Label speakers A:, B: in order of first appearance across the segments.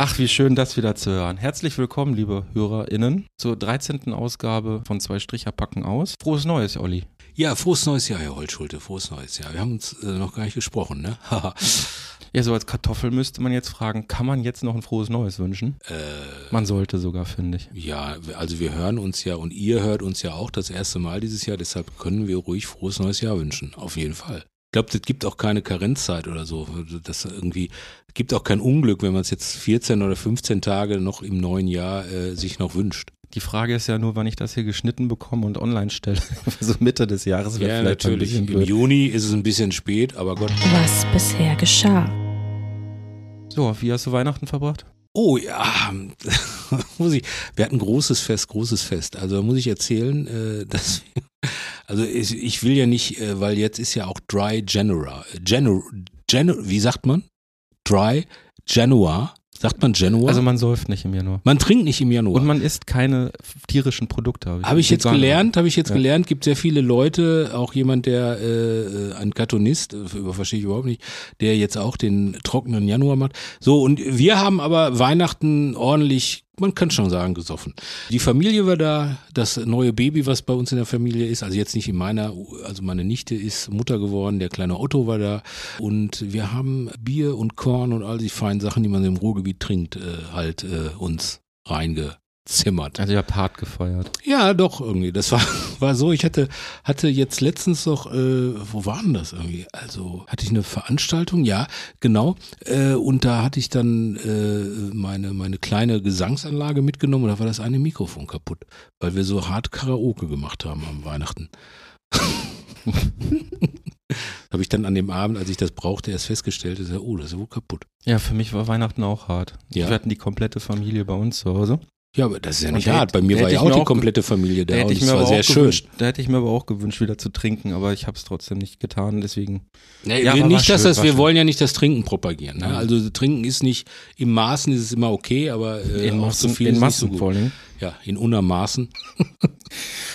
A: Ach, wie schön, das wieder zu hören. Herzlich willkommen, liebe HörerInnen, zur 13. Ausgabe von Zwei Stricher packen aus. Frohes Neues, Olli.
B: Ja, frohes neues Jahr, Herr Holtschulte, frohes neues Jahr. Wir haben uns äh, noch gar nicht gesprochen, ne? Haha.
A: Ja, so als Kartoffel müsste man jetzt fragen, kann man jetzt noch ein frohes Neues wünschen?
B: Äh.
A: Man sollte sogar, finde ich.
B: ja, also wir hören uns ja und ihr hört uns ja auch das erste Mal dieses Jahr, deshalb können wir ruhig frohes neues Jahr wünschen, auf jeden Fall. Ich glaube, das gibt auch keine Karenzzeit oder so. Das irgendwie gibt auch kein Unglück, wenn man es jetzt 14 oder 15 Tage noch im neuen Jahr äh, sich noch wünscht.
A: Die Frage ist ja nur, wann ich das hier geschnitten bekomme und online stelle. so Mitte des Jahres wäre
B: Ja,
A: vielleicht ein
B: natürlich.
A: bisschen
B: Im
A: blöd.
B: Juni ist es ein bisschen spät, aber Gott.
C: Was bisher geschah.
A: So, wie hast du Weihnachten verbracht?
B: Oh ja, muss ich. Wir hatten großes Fest, großes Fest. Also da muss ich erzählen, äh, dass also ich, ich will ja nicht, äh, weil jetzt ist ja auch Dry January. äh, Janu, Janu, wie sagt man? Dry Januar. Sagt man Januar?
A: Also
B: Also,
A: man säuft nicht im Januar.
B: man trinkt nicht im Januar.
A: Und man isst keine tierischen Produkte. Habe
B: Habe ich jetzt
A: Vegan-
B: gelernt, habe ich jetzt
A: Ja.
B: gelernt, gibt sehr viele Leute, auch jemand, der äh, ein Cartoonist, äh, über verstehe ich überhaupt nicht, der jetzt auch den trockenen Januar macht. So, und wir haben aber Weihnachten ordentlich, man kann schon sagen, gesoffen. Die Familie war da, das neue Baby, was bei uns in der Familie ist, also jetzt nicht in meiner, also meine Nichte ist Mutter geworden, der kleine Otto war da und wir haben Bier und Korn und all die feinen Sachen, die man im Ruhrgebiet trinkt, äh, halt äh, uns reingezimmert.
A: Also ihr habt hart gefeiert.
B: Ja, doch, irgendwie. Das war, war so. Ich hatte, hatte jetzt letztens noch, äh, wo war denn das irgendwie? Also, hatte ich eine Veranstaltung, ja, genau. Äh, und da hatte ich dann äh, meine, meine kleine Gesangsanlage mitgenommen und da war das eine Mikrofon kaputt, weil wir so hart Karaoke gemacht haben am Weihnachten. Habe ich dann an dem Abend, als ich das brauchte, erst festgestellt, dass, oh, das ist ja wohl kaputt.
A: Ja, für mich war Weihnachten auch hart.
B: Ja.
A: Wir hatten die komplette Familie bei uns zu Hause.
B: Ja, aber das ist ja
A: Und
B: nicht
A: da
B: hart.
A: hätte-
B: Bei mir
A: da
B: war
A: hätte
B: ja
A: ich mir
B: auch die
A: auch ge-
B: komplette Familie
A: Da
B: da
A: hätte,
B: und
A: ich mir
B: es war
A: aber
B: sehr
A: auch
B: schön.
A: gewünscht, da hätte ich mir aber auch gewünscht, wieder zu trinken, aber ich habe es trotzdem nicht getan, deswegen.
B: Nee,
A: Ja,
B: wir
A: aber war
B: nicht, dass
A: schön,
B: das,
A: war
B: wir
A: schön.
B: wollen ja nicht das Trinken propagieren. Ne?
A: Mhm.
B: Also Trinken ist nicht, im Maßen ist es immer okay, aber äh, auch zu viel
A: in
B: ist
A: Massen
B: nicht so
A: vor
B: gut.
A: allen Dingen.
B: Ja, in unermaßen.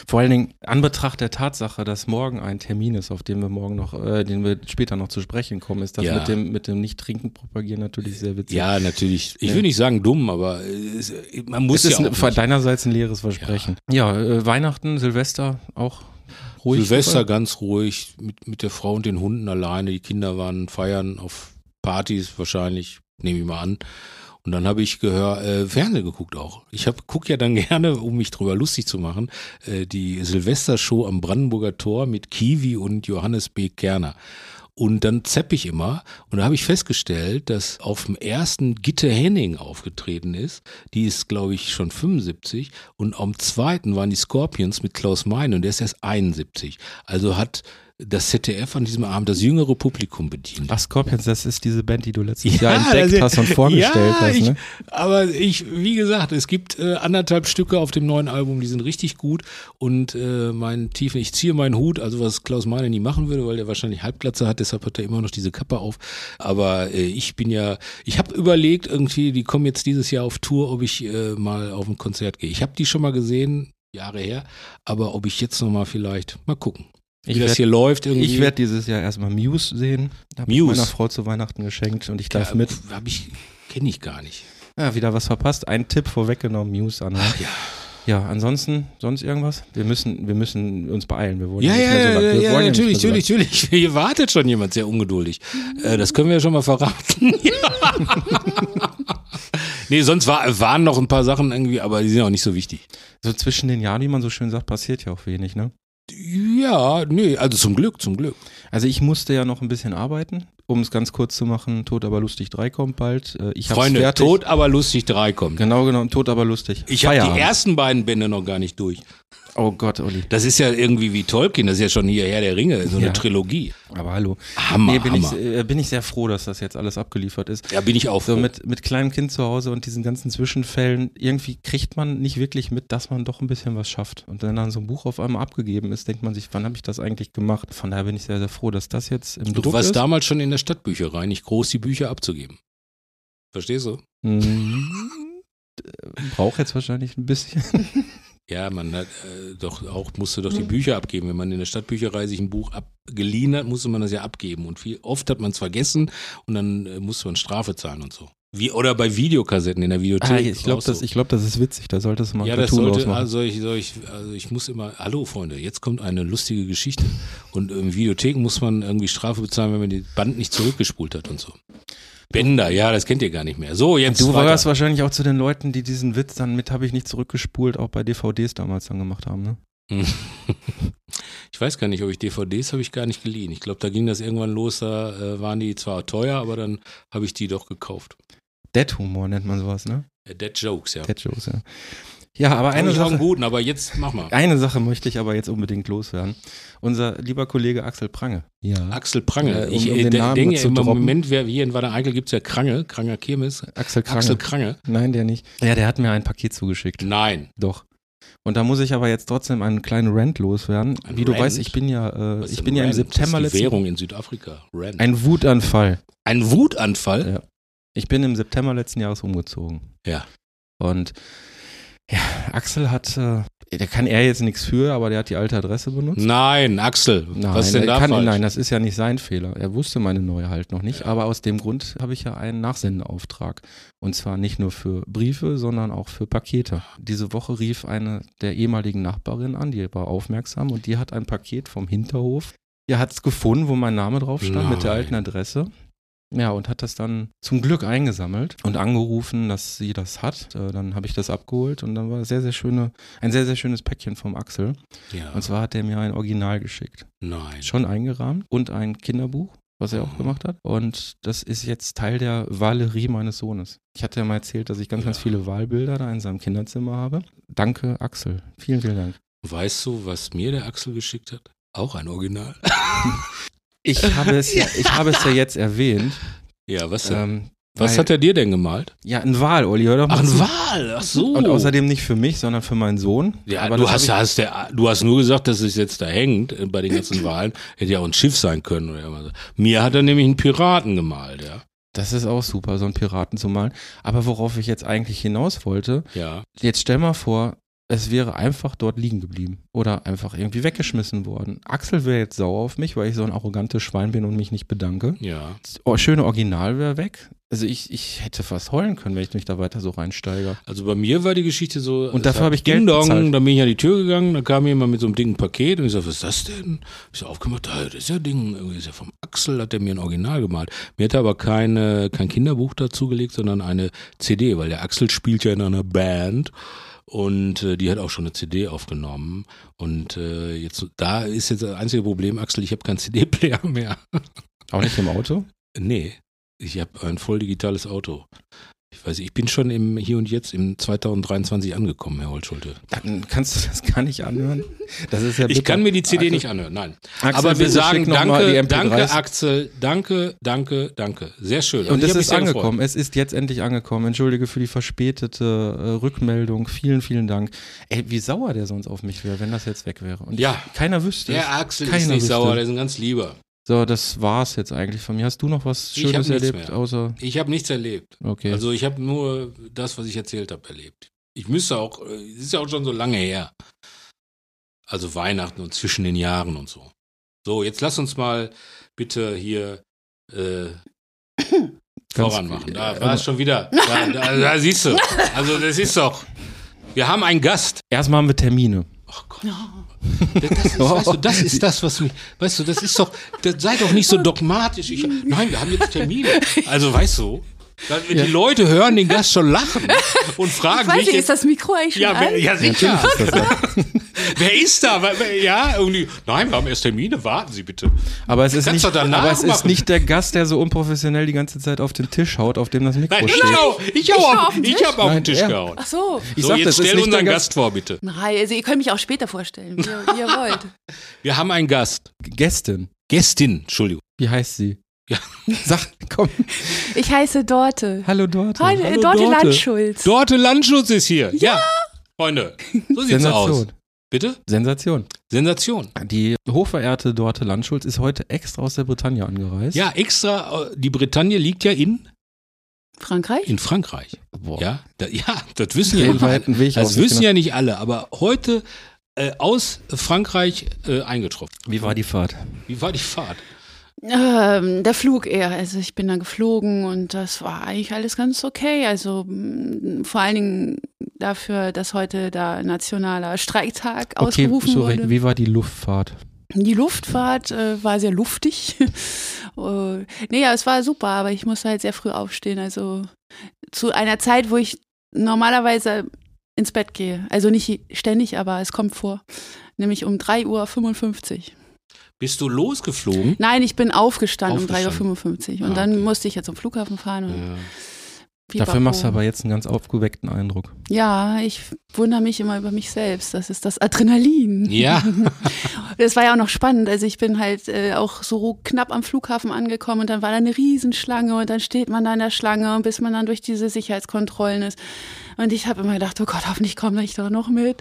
A: Vor allen Dingen an Betracht der Tatsache, dass morgen ein Termin ist, auf den wir morgen noch, äh, den wir später noch zu sprechen kommen, ist das
B: Ja.
A: mit dem mit dem nicht trinken propagieren natürlich sehr witzig.
B: Ja, natürlich. Ich
A: Ja.
B: will nicht sagen dumm, aber äh, es, man muss
A: es ist
B: ja
A: ne-
B: auch
A: von
B: nicht.
A: deinerseits ein leeres Versprechen. Ja, äh, Weihnachten, Silvester auch ruhig.
B: Silvester ganz ruhig, mit, mit der Frau und den Hunden alleine. Die Kinder waren feiern auf Partys wahrscheinlich, nehme ich mal an. Und dann habe ich gehört, äh, Fernsehen geguckt auch. Ich hab, guck ja dann gerne, um mich drüber lustig zu machen, äh, die Silvestershow am Brandenburger Tor mit Kiwi und Johannes B. Kerner. Und dann zepp ich immer. Und da habe ich festgestellt, dass auf dem ersten Gitte Henning aufgetreten ist. Die ist, glaube ich, schon 75. Und am zweiten waren die Scorpions mit Klaus Meine und der ist erst 71. Also hat das ZDF an diesem Abend das jüngere Publikum bedient.
A: Ach, Scorpions, das ist diese Band, die du letztes Jahr
B: das-
A: entdeckt hast und vorgestellt
B: ja,
A: hast.
B: Ich,
A: Ne?
B: Aber ich, wie gesagt, es gibt äh, anderthalb Stücke auf dem neuen Album, die sind richtig gut. Und äh, mein Tiefen, ich ziehe meinen Hut, also was Klaus Mahler nie machen würde, weil der wahrscheinlich Halbplatze hat, deshalb hat er immer noch diese Kappe auf. Aber äh, ich bin ja, ich habe überlegt, irgendwie, die kommen jetzt dieses Jahr auf Tour, ob ich äh, mal auf ein Konzert gehe. Ich habe die schon mal gesehen, Jahre her, aber ob ich jetzt nochmal vielleicht, mal gucken. Wie
A: Ich
B: das
A: werd-
B: hier läuft irgendwie.
A: Ich werde dieses Jahr erstmal Muse sehen. Hab ich
B: Muse.
A: meiner Frau zu Weihnachten geschenkt und ich darf
B: ja,
A: mit.
B: Hab ich, kenne ich gar nicht.
A: Ja, wieder was verpasst. Ein Tipp vorweggenommen, Muse anhören.
B: ja.
A: Ja, ansonsten, sonst irgendwas? Wir müssen, wir müssen uns beeilen. Wir wollen
B: Ja,
A: ja nicht
B: ja,
A: mehr so
B: ja,
A: lang.
B: ja,
A: Wir
B: ja,
A: wollen
B: natürlich,
A: nicht mehr
B: natürlich, natürlich. Hier wartet schon jemand sehr ungeduldig. Äh, das können wir ja schon mal verraten. Ja. nee, sonst war, waren noch ein paar Sachen irgendwie, aber die sind auch nicht so wichtig.
A: So, lang. so zwischen den Jahren, wie man so schön sagt, passiert ja auch wenig, ne?
B: Ja, nee, also zum Glück, zum Glück.
A: Also ich musste ja noch ein bisschen arbeiten, um es ganz kurz zu machen. Tot aber lustig 3 kommt bald. Äh, Ich hab's
B: Freunde,
A: fertig.
B: tot, aber lustig drei kommt.
A: Genau, genau. Tot aber lustig.
B: Ich habe die
A: Feierabend.
B: ersten beiden Bände noch gar nicht durch.
A: Oh Gott, Olli.
B: Das ist ja irgendwie wie Tolkien, das ist ja schon hier Herr der Ringe, so eine
A: Ja.
B: Trilogie.
A: Aber hallo.
B: Hammer,
A: bin,
B: Hammer.
A: Ich, äh, bin ich sehr froh, dass das jetzt alles abgeliefert ist.
B: Ja, bin ich auch
A: So
B: froh.
A: mit, mit kleinem Kind zu Hause und diesen ganzen Zwischenfällen, irgendwie kriegt man nicht wirklich mit, dass man doch ein bisschen was schafft. Und wenn dann so ein Buch auf einmal abgegeben ist, denkt man sich, wann habe ich das eigentlich gemacht? Von daher bin ich sehr, sehr froh, dass das jetzt im Druck
B: Du warst
A: ist.
B: damals schon in der Stadtbücherei, nicht groß die Bücher abzugeben. Verstehst du?
A: Mhm. Braucht jetzt wahrscheinlich ein bisschen.
B: Ja, man hat äh, doch auch, musste doch
A: Mhm.
B: die Bücher abgeben. Wenn man in der Stadtbücherei sich ein Buch abgeliehen hat, musste man das ja abgeben. Und viel, oft hat man es vergessen und dann äh, musste man Strafe zahlen und so. Wie, oder bei Videokassetten in der Videothek.
A: Ah, ich glaube,
B: auch so.
A: das, ich glaub, das ist witzig. Da solltest du mal ein
B: ja, das
A: Cartoon
B: sollte,
A: draus machen.
B: also ich, soll ich, also ich muss immer, hallo Freunde, jetzt kommt eine lustige Geschichte. Und in Videotheken muss man irgendwie Strafe bezahlen, wenn man die Band nicht zurückgespult hat und so. Bänder, ja, das kennt ihr gar nicht mehr. So, jetzt
A: Du
B: weiter.
A: warst wahrscheinlich auch zu den Leuten, die diesen Witz dann mit habe ich nicht zurückgespult, auch bei DVDs damals dann gemacht haben, ne?
B: Ich weiß gar nicht, ob ich DVDs habe ich gar nicht geliehen. Ich glaube, da ging das irgendwann los, da äh, waren die zwar teuer, aber dann habe ich die doch gekauft.
A: Dead-Humor nennt man sowas, ne?
B: Äh, Dead Jokes, ja.
A: Dead-Jokes, ja. Ja, aber
B: Eine
A: eine
B: ich auch einen
A: Sache,
B: guten, aber jetzt mach mal.
A: eine Sache möchte ich aber jetzt unbedingt loswerden. Unser lieber Kollege Axel Prange. Ja.
B: Axel Prange.
A: Äh, um-
B: ich
A: um
B: äh,
A: den
B: de
A: Namen
B: denke
A: zu
B: im
A: droppen.
B: Moment, wer hier in Wader-Eickel gibt es ja Krange, Kranger Kirmes.
A: Axel Krange.
B: Axel Krange.
A: Nein, der nicht. Ja, der hat mir ein Paket zugeschickt.
B: Nein.
A: Doch. Und da muss ich aber jetzt trotzdem einen kleinen Rant loswerden.
B: Ein
A: Wie du
B: Rant?
A: weißt, ich bin ja, äh,
B: Was
A: ich
B: denn
A: bin ja im
B: Rand?
A: September
B: das ist die
A: letzten
B: Währung in Südafrika. Rand. Ein,
A: ein Äh, Wutanfall.
B: Wutanfall?
A: Ja. Ich bin im September letzten Jahres umgezogen.
B: Ja.
A: Und ja, Axel hat, äh, der kann er jetzt nichts für, aber der hat die alte Adresse benutzt.
B: Nein, Axel. was ist denn
A: er
B: da
A: kann,
B: falsch?
A: nein, das ist ja nicht sein Fehler. Er wusste meine neue halt noch nicht, aber aus dem Grund habe ich ja einen Nachsendeauftrag. Und zwar nicht nur für Briefe, sondern auch für Pakete. Diese Woche rief eine der ehemaligen Nachbarinnen an, die war aufmerksam und die hat ein Paket vom Hinterhof. Die hat es gefunden, wo mein Name drauf stand, mit der
B: Nein.
A: alten Adresse. Ja, und hat das dann zum Glück eingesammelt und angerufen, dass sie das hat. Äh, Dann habe ich das abgeholt und dann war sehr, sehr schöne, ein sehr, sehr schönes Päckchen vom Axel.
B: Ja.
A: Und zwar hat er mir ein Original geschickt.
B: Nein.
A: Schon eingerahmt und ein Kinderbuch, was er auch
B: Mhm.
A: gemacht hat. Und das ist jetzt Teil der Valerie meines Sohnes. Ich hatte ja mal erzählt, dass ich ganz, ganz
B: Ja.
A: viele Wahlbilder da in seinem Kinderzimmer habe. Danke, Axel. Vielen, vielen Dank.
B: Weißt du, was mir der Axel geschickt hat? Auch ein Original.
A: Ich habe es ja, ich habe es ja jetzt erwähnt.
B: Ja, was denn?
A: Ähm,
B: was
A: weil-
B: hat er dir denn gemalt?
A: Ja, ein Wahl, Olli, hör doch mal
B: Ach,
A: zu.
B: ein Wal. Ach so.
A: Und außerdem nicht für mich, sondern für meinen Sohn.
B: ja,
A: Aber
B: du
A: das
B: hast,
A: hab
B: hast der, du hast nur gesagt, dass es jetzt da hängt äh, bei den ganzen Wahlen. Hätte ja auch ein Schiff sein können oder irgendwas. Mir hat er nämlich einen Piraten gemalt, ja.
A: ich, das ist auch super, so einen Piraten zu malen. Aber worauf ich jetzt eigentlich hinaus wollte,
B: Ja.
A: jetzt stell mal vor, es wäre einfach dort liegen geblieben oder einfach irgendwie weggeschmissen worden. Axel wäre jetzt sauer auf mich, weil ich so ein arrogantes Schwein bin und mich nicht bedanke.
B: Ja.
A: Das o- schöne Original wäre weg. Also ich, ich hätte fast heulen können, wenn ich mich da weiter so reinsteige.
B: Also bei mir war die Geschichte so.
A: Und dafür habe ich Geld
B: Ding Dong,
A: bezahlt.
B: Dann bin ich an die Tür gegangen, da kam jemand mit so einem dicken Paket und ich sag, was ist das denn? Ich so aufgemacht, ah, das ist ja Ding, irgendwie ist ja vom Axel, hat er mir ein Original gemalt. Mir hat er aber keine, kein Kinderbuch dazugelegt, sondern eine CD, weil der Axel spielt ja in einer Band. Und äh, die hat auch schon eine CD aufgenommen. Und äh, jetzt da ist jetzt das einzige Problem, Axel, ich habe keinen CD-Player mehr.
A: Auch nicht im Auto.
B: Nee, ich habe ein voll digitales Auto. Ich weiß, ich bin schon im Hier und Jetzt im 2023 angekommen, Herr Holtschulte.
A: Dann kannst du das gar nicht anhören. Das ist ja
B: Ich kann mir die CD
A: Axel-
B: nicht anhören, nein.
A: Axel,
B: Aber wir
A: bitte
B: sagen
A: schick noch mal die
B: danke,
A: MP3s.
B: danke Axel, danke, danke, danke. Sehr schön.
A: Und
B: Also
A: es
B: ich hab mich
A: ist
B: sehr gefreut.
A: angekommen. Es ist jetzt endlich angekommen. Entschuldige für die verspätete äh, Rückmeldung. Vielen, vielen Dank. Ey, wie sauer der sonst auf mich wäre, wenn das jetzt weg wäre. Und
B: Ja.
A: ich, keiner wüsste. es.
B: Der Axel
A: Keiner
B: ist nicht
A: wüsste.
B: sauer, der ist ein ganz lieber.
A: So, das war's jetzt eigentlich von mir. Hast du noch was
B: Ich hab
A: Schönes
B: nichts
A: erlebt?
B: mehr.
A: Außer,
B: Ich habe nichts erlebt.
A: okay.
B: Also ich habe nur das, was ich erzählt habe, erlebt. Ich müsste auch, äh, es ist ja auch schon so lange her. Also Weihnachten und zwischen den Jahren und so. So, jetzt lass uns mal bitte hier äh, voran machen.
D: äh,
B: Da war
A: Also,
B: es schon wieder. Da, da, da siehst du. Also das ist doch. Wir haben einen Gast.
A: Erstmal haben wir Termine.
B: Ach Gott. Das ist, weißt du, das ist das, was mich, weißt du, das ist doch, das, sei doch nicht so dogmatisch. Ich, nein, wir haben jetzt Termine. Also, weißt du, Dann, wenn Die Leute hören den Gast schon lachen und fragen,
D: Ich weiß nicht,
B: welche-
D: ist das Mikro eigentlich schon
B: ja, wer,
D: an?
B: ja, sicher.
A: Natürlich ist das so.
B: Wer ist da? Wer- wer- Ja, irgendwie. Nein, wir haben erst Termine. Warten Sie bitte.
A: Aber es ist, nicht,
B: Kannst doch danach
A: aber es ist
B: machen.
A: nicht der Gast, der so unprofessionell die ganze Zeit auf den Tisch haut, auf dem das Mikro
B: Nein,
A: steht.
B: ich hau, ich hau
D: hau
B: auf,
D: auf den
B: ich
D: Tisch.
B: hab auf den
A: Nein,
B: Tisch
A: er.
B: gehauen.
D: Ach so.
A: Ich
B: so,
A: sag, das
B: jetzt
A: ist
B: stell
A: nicht
B: unseren
A: der
B: Gast, vor, bitte.
D: Nein, also ihr könnt mich auch später vorstellen, wie ihr, wie ihr wollt.
B: Wir haben einen Gast.
A: Gästin.
B: Gästin, Entschuldigung.
A: Wie heißt sie?
B: genau. Ja.
A: Sag, komm.
D: Ich heiße Dorte.
A: Hallo Dorte.
D: Hallo,
B: Hallo,
D: Dorte, äh, Dorte
B: Dorte.
D: Landschulz.
B: Dorte Landschutz ist hier. Ja. Freunde, so sieht's aus.
A: Sensation.
B: Bitte?
A: Sensation.
B: Sensation.
A: Die hochverehrte Dorte Landschulz ist heute extra aus der Bretagne angereist.
B: Ja, extra, äh, die Bretagne liegt ja in,
D: Frankreich?
B: in Frankreich.
A: Boah.
B: Ja, da, ja, das wissen ja
A: Den
B: nicht alle.
A: weiten Weg
B: Das
A: auf sich,
B: wissen
A: genau.
B: ja nicht alle, aber heute äh, aus Frankreich äh, eingetroffen.
A: Wie war die Fahrt?
B: Wie war die Fahrt?
D: Ähm, der Flug eher. Also ich bin da geflogen und das war eigentlich alles ganz okay. Also mh, vor allen Dingen dafür, dass heute da nationaler Streiktag ausgerufen
A: sorry,
D: wurde.
A: wie war die Luftfahrt?
D: Die Luftfahrt äh, war sehr luftig. äh, nee, ja, es war super, aber ich musste halt sehr früh aufstehen. Also zu einer Zeit, wo ich normalerweise ins Bett gehe. Also nicht ständig, aber es kommt vor. Nämlich um 3.55 Uhr.
B: Bist du losgeflogen?
D: Nein, ich bin aufgestanden,
B: Aufgestanden.
D: um 3.55 Uhr. Und
B: Ah,
D: dann
B: okay.
D: musste ich ja zum Flughafen fahren. Und
B: Ja.
A: Dafür
D: pipapo.
A: machst du aber jetzt einen ganz aufgeweckten Eindruck.
D: Ja, ich wundere mich immer über mich selbst. Das ist das Adrenalin.
B: Äh, Ja.
D: Das war ja auch noch spannend. Also ich bin halt äh, auch so knapp am Flughafen angekommen und dann war da eine Riesenschlange und dann steht man da in der Schlange und bis man dann durch diese Sicherheitskontrollen ist. Und ich habe immer gedacht, oh Gott, hoffentlich komme ich da noch mit.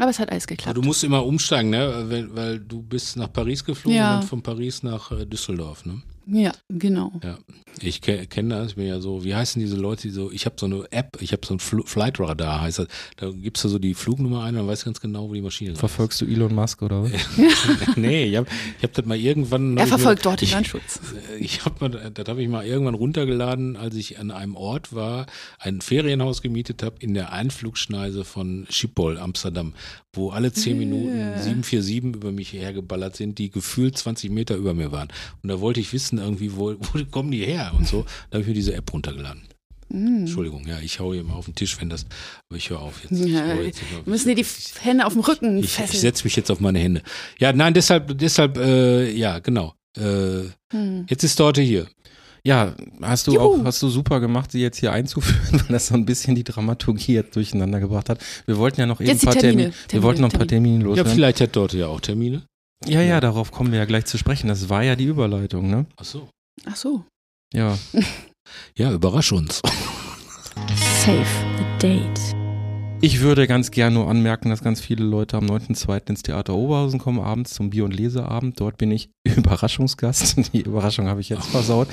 D: Aber es hat alles
B: Aber
D: geklappt.
B: du musst immer umsteigen, ne? Weil, weil du bist nach Paris geflogen
D: Ja.
B: und von Paris nach äh, Düsseldorf, ne?
D: Ja, genau.
B: Ja. Ich ke kenne das, ich bin ja so, wie heißen diese Leute, die so, ich habe so eine App, ich habe so ein Fl Flight Radar, heißt das. Da gibst du so die Flugnummer ein und dann weißt du ganz genau, wo die Maschine
A: Verfolgst du Elon Musk oder was?
B: ist. nee, ich habe ich hab das mal irgendwann.
D: Er verfolgt dort den
B: ich,
D: Landschutz.
B: Äh, ich hab mal, das habe ich mal irgendwann runtergeladen, als ich an einem Ort war, ein Ferienhaus gemietet habe in der Einflugschneise von Schiphol, Amsterdam, wo alle zehn Minuten 747 über mich hergeballert sind, die gefühlt 20 Meter über mir waren. Und da wollte ich wissen, irgendwie, wo, wo kommen die her und so. Da habe ich mir diese App runtergeladen.
D: Mhm.
B: Entschuldigung, ja, ich hau hier mal auf den Tisch, wenn das, aber ich höre auf jetzt. Ich
D: Ja,
B: hau
D: wir
B: jetzt nicht auf.
D: müssen dir die F- Hände auf dem Rücken
B: Ich, ich
D: fesseln.
B: setze mich jetzt auf meine Hände. Ja, nein, deshalb, deshalb, äh, ja, genau. Äh,
D: Hm.
B: jetzt ist Dorte hier.
A: Ja, hast du
D: Juhu.
A: auch, hast du super gemacht, sie jetzt hier einzuführen, weil das so ein bisschen die Dramaturgie jetzt durcheinander gebracht hat. Wir wollten ja noch eben ein
D: Jetzt die
A: paar Termine.
D: Termine.
A: Wir
D: Termine,
A: wollten noch ein paar Termine
B: Ja,
A: loswerden.
B: vielleicht hat Dorte ja auch Termine.
A: Ja, ja, darauf kommen wir ja gleich zu sprechen. Das war ja die Überleitung, ne?
B: Ach so.
D: Ach so.
A: Ja.
B: Ja, überrasch uns.
C: Save the date.
A: Ich würde ganz gerne nur anmerken, dass ganz viele Leute am 9.2. ins Theater Oberhausen kommen, abends zum Bier- und Leseabend. Dort bin ich Überraschungsgast. Die Überraschung habe ich jetzt versaut.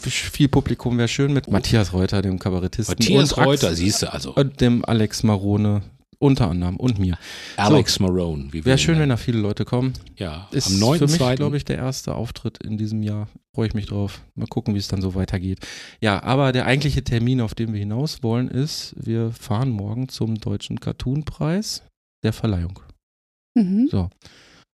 A: Viel Publikum wäre schön mit Matthias Reuter, dem Kabarettisten.
B: Matthias
A: und Ax-
B: Reuter, siehst du, also
A: Und dem Alex Marone unter anderem und mir.
B: Alex Marone. wie wir
A: Wäre
B: ihn
A: schön, wenn
B: nennen.
A: da viele Leute kommen.
B: ja,
A: Ist
B: am
A: für
B: 9.
A: mich, glaube ich, der erste Auftritt in diesem Jahr. Freue ich mich drauf. Mal gucken, wie es dann so weitergeht. Ja, aber der eigentliche Termin, auf den wir hinaus wollen, ist, wir fahren morgen zum Deutschen Cartoonpreis der Verleihung.
D: Mhm.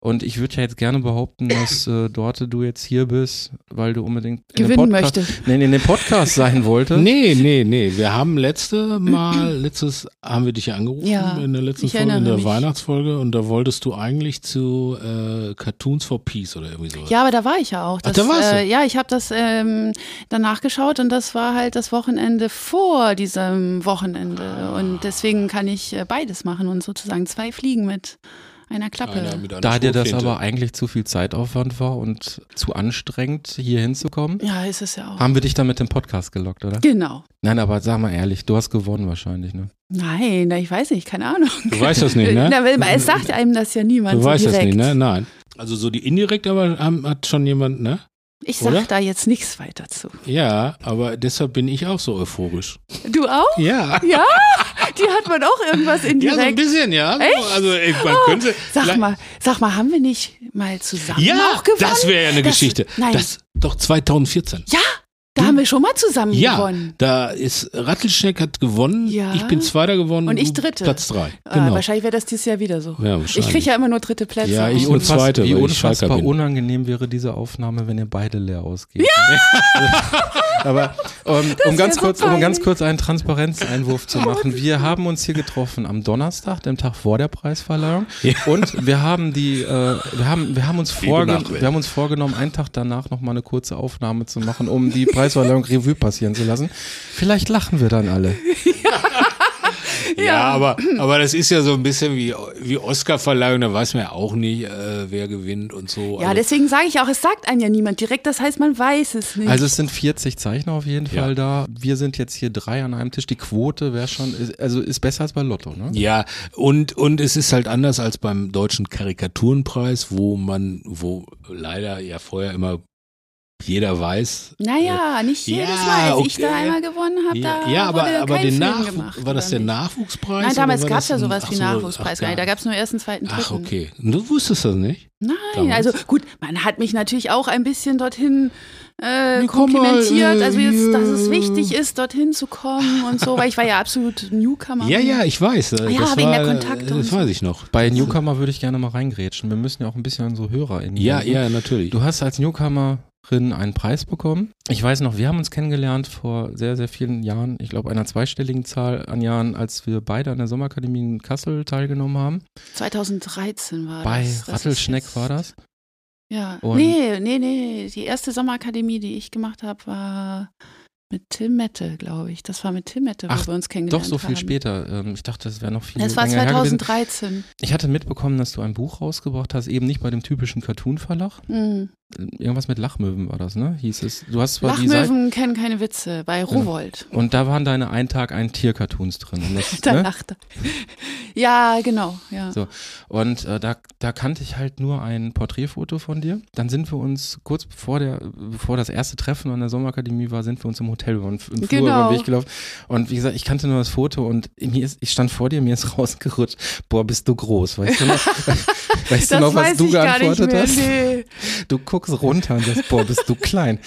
A: Und ich würde ja jetzt gerne behaupten, dass äh, Dorte, du jetzt hier bist, weil du unbedingt in den
D: Gewinnen
A: Podcast,
D: möchte.
A: Nein, in den Podcast sein wolltest.
B: Nee, nee, nee. Wir haben letzte Mal, letztes haben wir dich ja angerufen
D: Ja,
B: in der letzten
D: ich
B: Folge, in
D: erinnere
B: der
D: mich.
B: Weihnachtsfolge und da wolltest du eigentlich zu äh, Cartoons for Peace oder irgendwie sowas.
D: Ja, aber da war ich ja auch.
B: Ach, da warst du.
D: äh, ja, ich habe das ähm, danach geschaut und das war halt das Wochenende vor diesem
B: Ah.
D: Wochenende. Und deswegen kann ich äh, beides machen und sozusagen zwei Fliegen mit einer Klappe.
B: Einer mit einer
A: Da dir das
B: Schrotflinte.
A: aber eigentlich zu viel Zeitaufwand war und zu anstrengend, hier hinzukommen,
D: ja, ist es ja auch.
A: haben wir dich dann mit dem Podcast gelockt, oder?
D: Genau.
A: Nein, aber sag mal ehrlich, du hast gewonnen wahrscheinlich, ne?
D: Nein, na, ich weiß nicht, keine Ahnung.
B: Du weißt das nicht, ne?
D: Na, weil es sagt einem das ja niemand
B: du
D: so
B: weißt
D: direkt.
B: das nicht, ne? Nein. Also so die indirekt aber haben, hat schon jemand, ne?
D: Ich sag
B: Oder?
D: da jetzt nichts weiter zu.
B: Ja, aber deshalb bin ich auch so euphorisch.
D: Du auch?
B: Ja.
D: Ja? Die hat man auch
B: Ja,
D: irgendwas
B: so ein
D: indirekt.
B: bisschen, ja. So,
D: Echt? Oh,
B: Also ey, man könnte.
D: sag mal, sag mal, haben wir nicht mal zusammen
B: Ja,
D: auch gewonnen?
B: das wäre ja eine
D: Das-
B: Geschichte.
D: Nein.
B: Das doch 2014.
D: Ja, Da haben wir schon mal zusammen
B: Hm? Ja.
D: gewonnen.
B: Da ist Rattelschneck hat gewonnen.
D: Ja.
B: Ich bin Zweiter geworden.
D: Und ich
B: du
D: Dritte.
B: Platz drei.
D: Ah,
B: Genau.
D: wahrscheinlich wäre das dieses Jahr wieder so.
B: Ja, wahrscheinlich.
D: ich kriege ja immer nur dritte Plätze.
B: Ja, ich
D: Auch.
B: und Zweite,
A: wie
B: weil ich Schalker
A: unfassbar
B: bin.
A: unangenehm wäre diese Aufnahme, wenn ihr beide leer ausgeht. Aber ähm, um, ganz
D: so
A: kurz, um
D: peinlich.
A: ganz kurz einen Transparenzeinwurf zu machen. Wir haben uns hier getroffen am Donnerstag, dem Tag vor der Preisverleihung. Und wir haben die, äh, wir, haben, wir, haben uns vorge
B: Nachwelt.
A: wir haben uns vorgenommen, einen Tag danach nochmal eine kurze Aufnahme zu machen, um die Preisverleihung Revue passieren zu lassen. Vielleicht lachen wir dann alle.
B: Ja, aber, aber das ist ja so ein bisschen wie, wie Oscar-Verleihung, da weiß man ja auch nicht, äh, wer gewinnt und so.
D: Ja,
B: Also,
D: deswegen sage ich auch, es sagt einem ja niemand direkt, das heißt, man weiß es nicht.
A: Also es sind 40 Zeichner auf jeden
B: Ja.
A: Fall da. Wir sind jetzt hier drei an einem Tisch. Die Quote wäre schon, ist- also ist besser als bei Lotto, ne?
B: ja, und, und es ist halt anders als beim deutschen Karikaturenpreis, wo man, wo leider ja vorher immer jeder weiß.
D: naja, nicht
B: Ja,
D: jedes Mal. Als ich
B: okay.
D: da einmal gewonnen habe,
B: Ja,
D: da
B: ja, aber,
D: wurde
B: aber
D: kein
B: den
D: Film
B: Nachwuchs,
D: gemacht.
B: war das
D: oder
B: der
D: nicht?
B: Nachwuchspreis?
D: Nein,
B: oder
D: damals
B: war
D: gab
B: das
D: es ja
B: ein-
D: sowas wie
B: ach so,
D: Nachwuchspreis.
B: ach,
D: Nein, da gab es nur ersten, zweiten, dritten.
B: Ach, okay. Du wusstest das nicht?
D: Nein,
B: Damals?
D: also gut, man hat mich natürlich auch ein bisschen dorthin äh,
B: Ja, komm mal,
D: komplimentiert, also
B: äh,
D: jetzt, dass es
B: ja.
D: wichtig ist, dorthin zu kommen und so, weil ich war ja absolut Newcomer.
B: Ja, ja, ich weiß. äh,
D: Ja,
B: das
D: wegen
B: war,
D: der Kontakte
B: äh,
D: und
B: Das
D: so.
B: weiß ich noch.
A: Bei Newcomer würde ich gerne mal reingrätschen. Wir müssen ja auch ein bisschen an so Hörer in
B: Ja, ja, natürlich.
A: Du hast als Newcomerin einen Preis bekommen. Ich weiß noch, wir haben uns kennengelernt vor sehr, sehr vielen Jahren, ich glaube einer zweistelligen Zahl an Jahren, als wir beide an der Sommerakademie in Kassel teilgenommen haben.
D: 2013 war
A: Bei
D: Oh, das. das ist
A: Rattelschneck
D: jetzt-
A: war das.
D: Ja.
A: Und-
D: nee, nee, nee. Die erste Sommerakademie, die ich gemacht habe, war mit Tim Mette, glaube ich. Das war mit Tim Mette, wo
A: Ach,
D: wir uns kennengelernt
A: Doch
D: haben.
A: so viel später. Ähm, Ich dachte, das wäre noch viel
D: Das war
A: länger her gewesen.
D: 2013.
A: Ich hatte mitbekommen, dass du ein Buch rausgebracht hast, eben nicht bei dem typischen Cartoon-Verlag.
D: Hm.
A: Irgendwas mit Lachmöwen war das, ne? Hieß es. Du hast zwar die Genau. Seite.
D: Lachmöwen kennen keine Witze bei Rowold.
A: Und da waren deine ein Tag ein Tier-Cartoons drin. Und, das,
D: Da
A: ne?
D: lachte. Ja, genau. Ja.
A: So. und äh, da, da kannte ich halt nur ein Porträtfoto von dir. Dann sind wir uns kurz bevor, der, bevor das erste Treffen an der Sommerakademie war, sind wir uns im Hotel über den F- im Flur über
D: Genau.
A: den Weg gelaufen. Und wie gesagt, ich kannte nur das Foto und mir ist, ich stand vor dir, mir ist rausgerutscht. Boah, bist du groß. Weißt du noch, weißt du
D: Das
A: noch was
D: weiß
A: du
D: ich gar nicht
A: geantwortet
D: mehr.
A: hast?
D: Nee.
A: Du guckst runter und sagst, boah, bist du klein.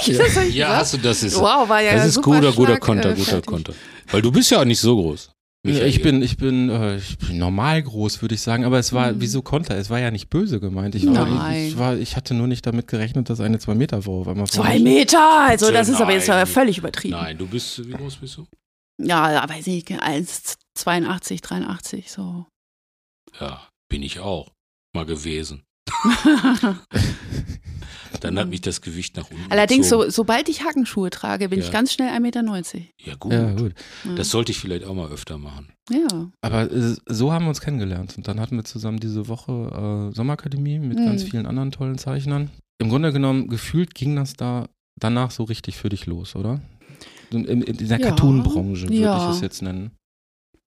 D: Echt? Das hab ich
B: Ja,
D: gesagt.
B: hast du, das ist.
D: Wow, war ja
B: das ist
D: super
B: guter, guter
D: stark,
B: Konter,
D: äh,
B: guter
D: fertig.
B: Konter. Weil du bist ja auch nicht so groß.
A: Ja,
B: Michael.
A: ich bin, ich bin, äh, ich bin normal groß, würde ich sagen, aber es war, wieso Konter? Es war ja nicht böse gemeint. Ich, war,
D: Mhm. Nein.
A: ich, war, ich hatte nur nicht damit gerechnet, dass eine zwei Meter Frau auf einmal vor mir
D: Zwei
A: steht.
D: Meter, also das ist aber jetzt
B: Nein.
D: völlig übertrieben.
B: Nein, du bist, wie groß bist du?
D: Ja, da weiß ich, 1,82, 83, so.
B: Ja, bin ich auch. Mal gewesen. Dann hat mich das Gewicht nach unten.
D: Mhm. Allerdings,
B: gezogen.
D: so, sobald ich Hackenschuhe trage, bin
B: Ja.
D: ich ganz schnell 1,90
B: Ja, gut.
A: Ja, gut.
D: Meter.
B: Das sollte ich vielleicht auch mal öfter machen.
D: ja.
A: Aber äh, so haben wir uns kennengelernt. Und dann hatten wir zusammen diese Woche äh, Sommerakademie mit
D: Mhm.
A: ganz vielen anderen tollen Zeichnern. Im Grunde genommen, gefühlt ging das da danach so richtig für dich los, oder? In, in, in der
D: Ja.
A: Cartoon-Branche würde
D: Ja.
A: ich es jetzt nennen.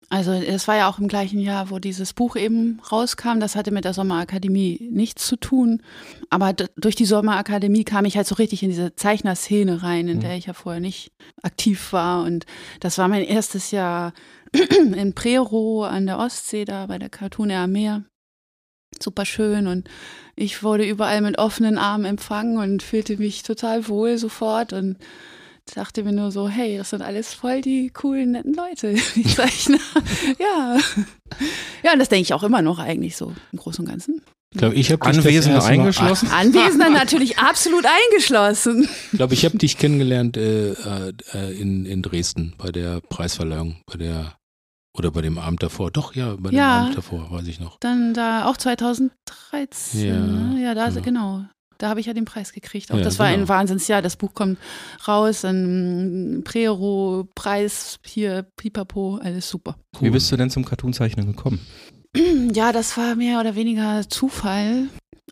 D: Also es war ja auch im gleichen Jahr, wo dieses Buch eben rauskam. Das hatte mit der Sommerakademie nichts zu tun. Aber d- durch die Sommerakademie kam ich halt so richtig in diese Zeichnerszene rein, in
A: Mhm.
D: der ich ja vorher nicht aktiv war. Und das war mein erstes Jahr in Prero an der Ostsee, da bei der Cartooner am Meer. Super schön und ich wurde überall mit offenen Armen empfangen und fühlte mich total wohl sofort und dachte mir nur so, hey, das sind alles voll die coolen, netten Leute, die Zeichner. ja. Ja, und das denke ich auch immer noch eigentlich so im Großen und Ganzen.
B: Ich glaube, ich habe dich das
A: Anwesende
B: erste Mal-
A: eingeschlossen?
D: Anwesender natürlich absolut eingeschlossen.
B: Ich glaube, ich habe dich kennengelernt äh, äh, äh, in, in Dresden bei der Preisverleihung, bei der oder bei dem Abend davor. Doch, ja, bei dem
D: Ja.
B: Abend davor, weiß ich noch.
D: Dann da auch 2013.
B: Ja,
D: Ja, ne? ja da
B: genau.
D: genau. Da habe ich ja den Preis gekriegt. Auch
B: Ja,
D: das war
B: genau.
D: ein Wahnsinnsjahr. Das Buch kommt raus, ein Prero, Preis, hier, Pipapo, alles super.
A: Wie bist du denn zum Cartoon-Zeichnen gekommen?
D: Ja, das war mehr oder weniger Zufall.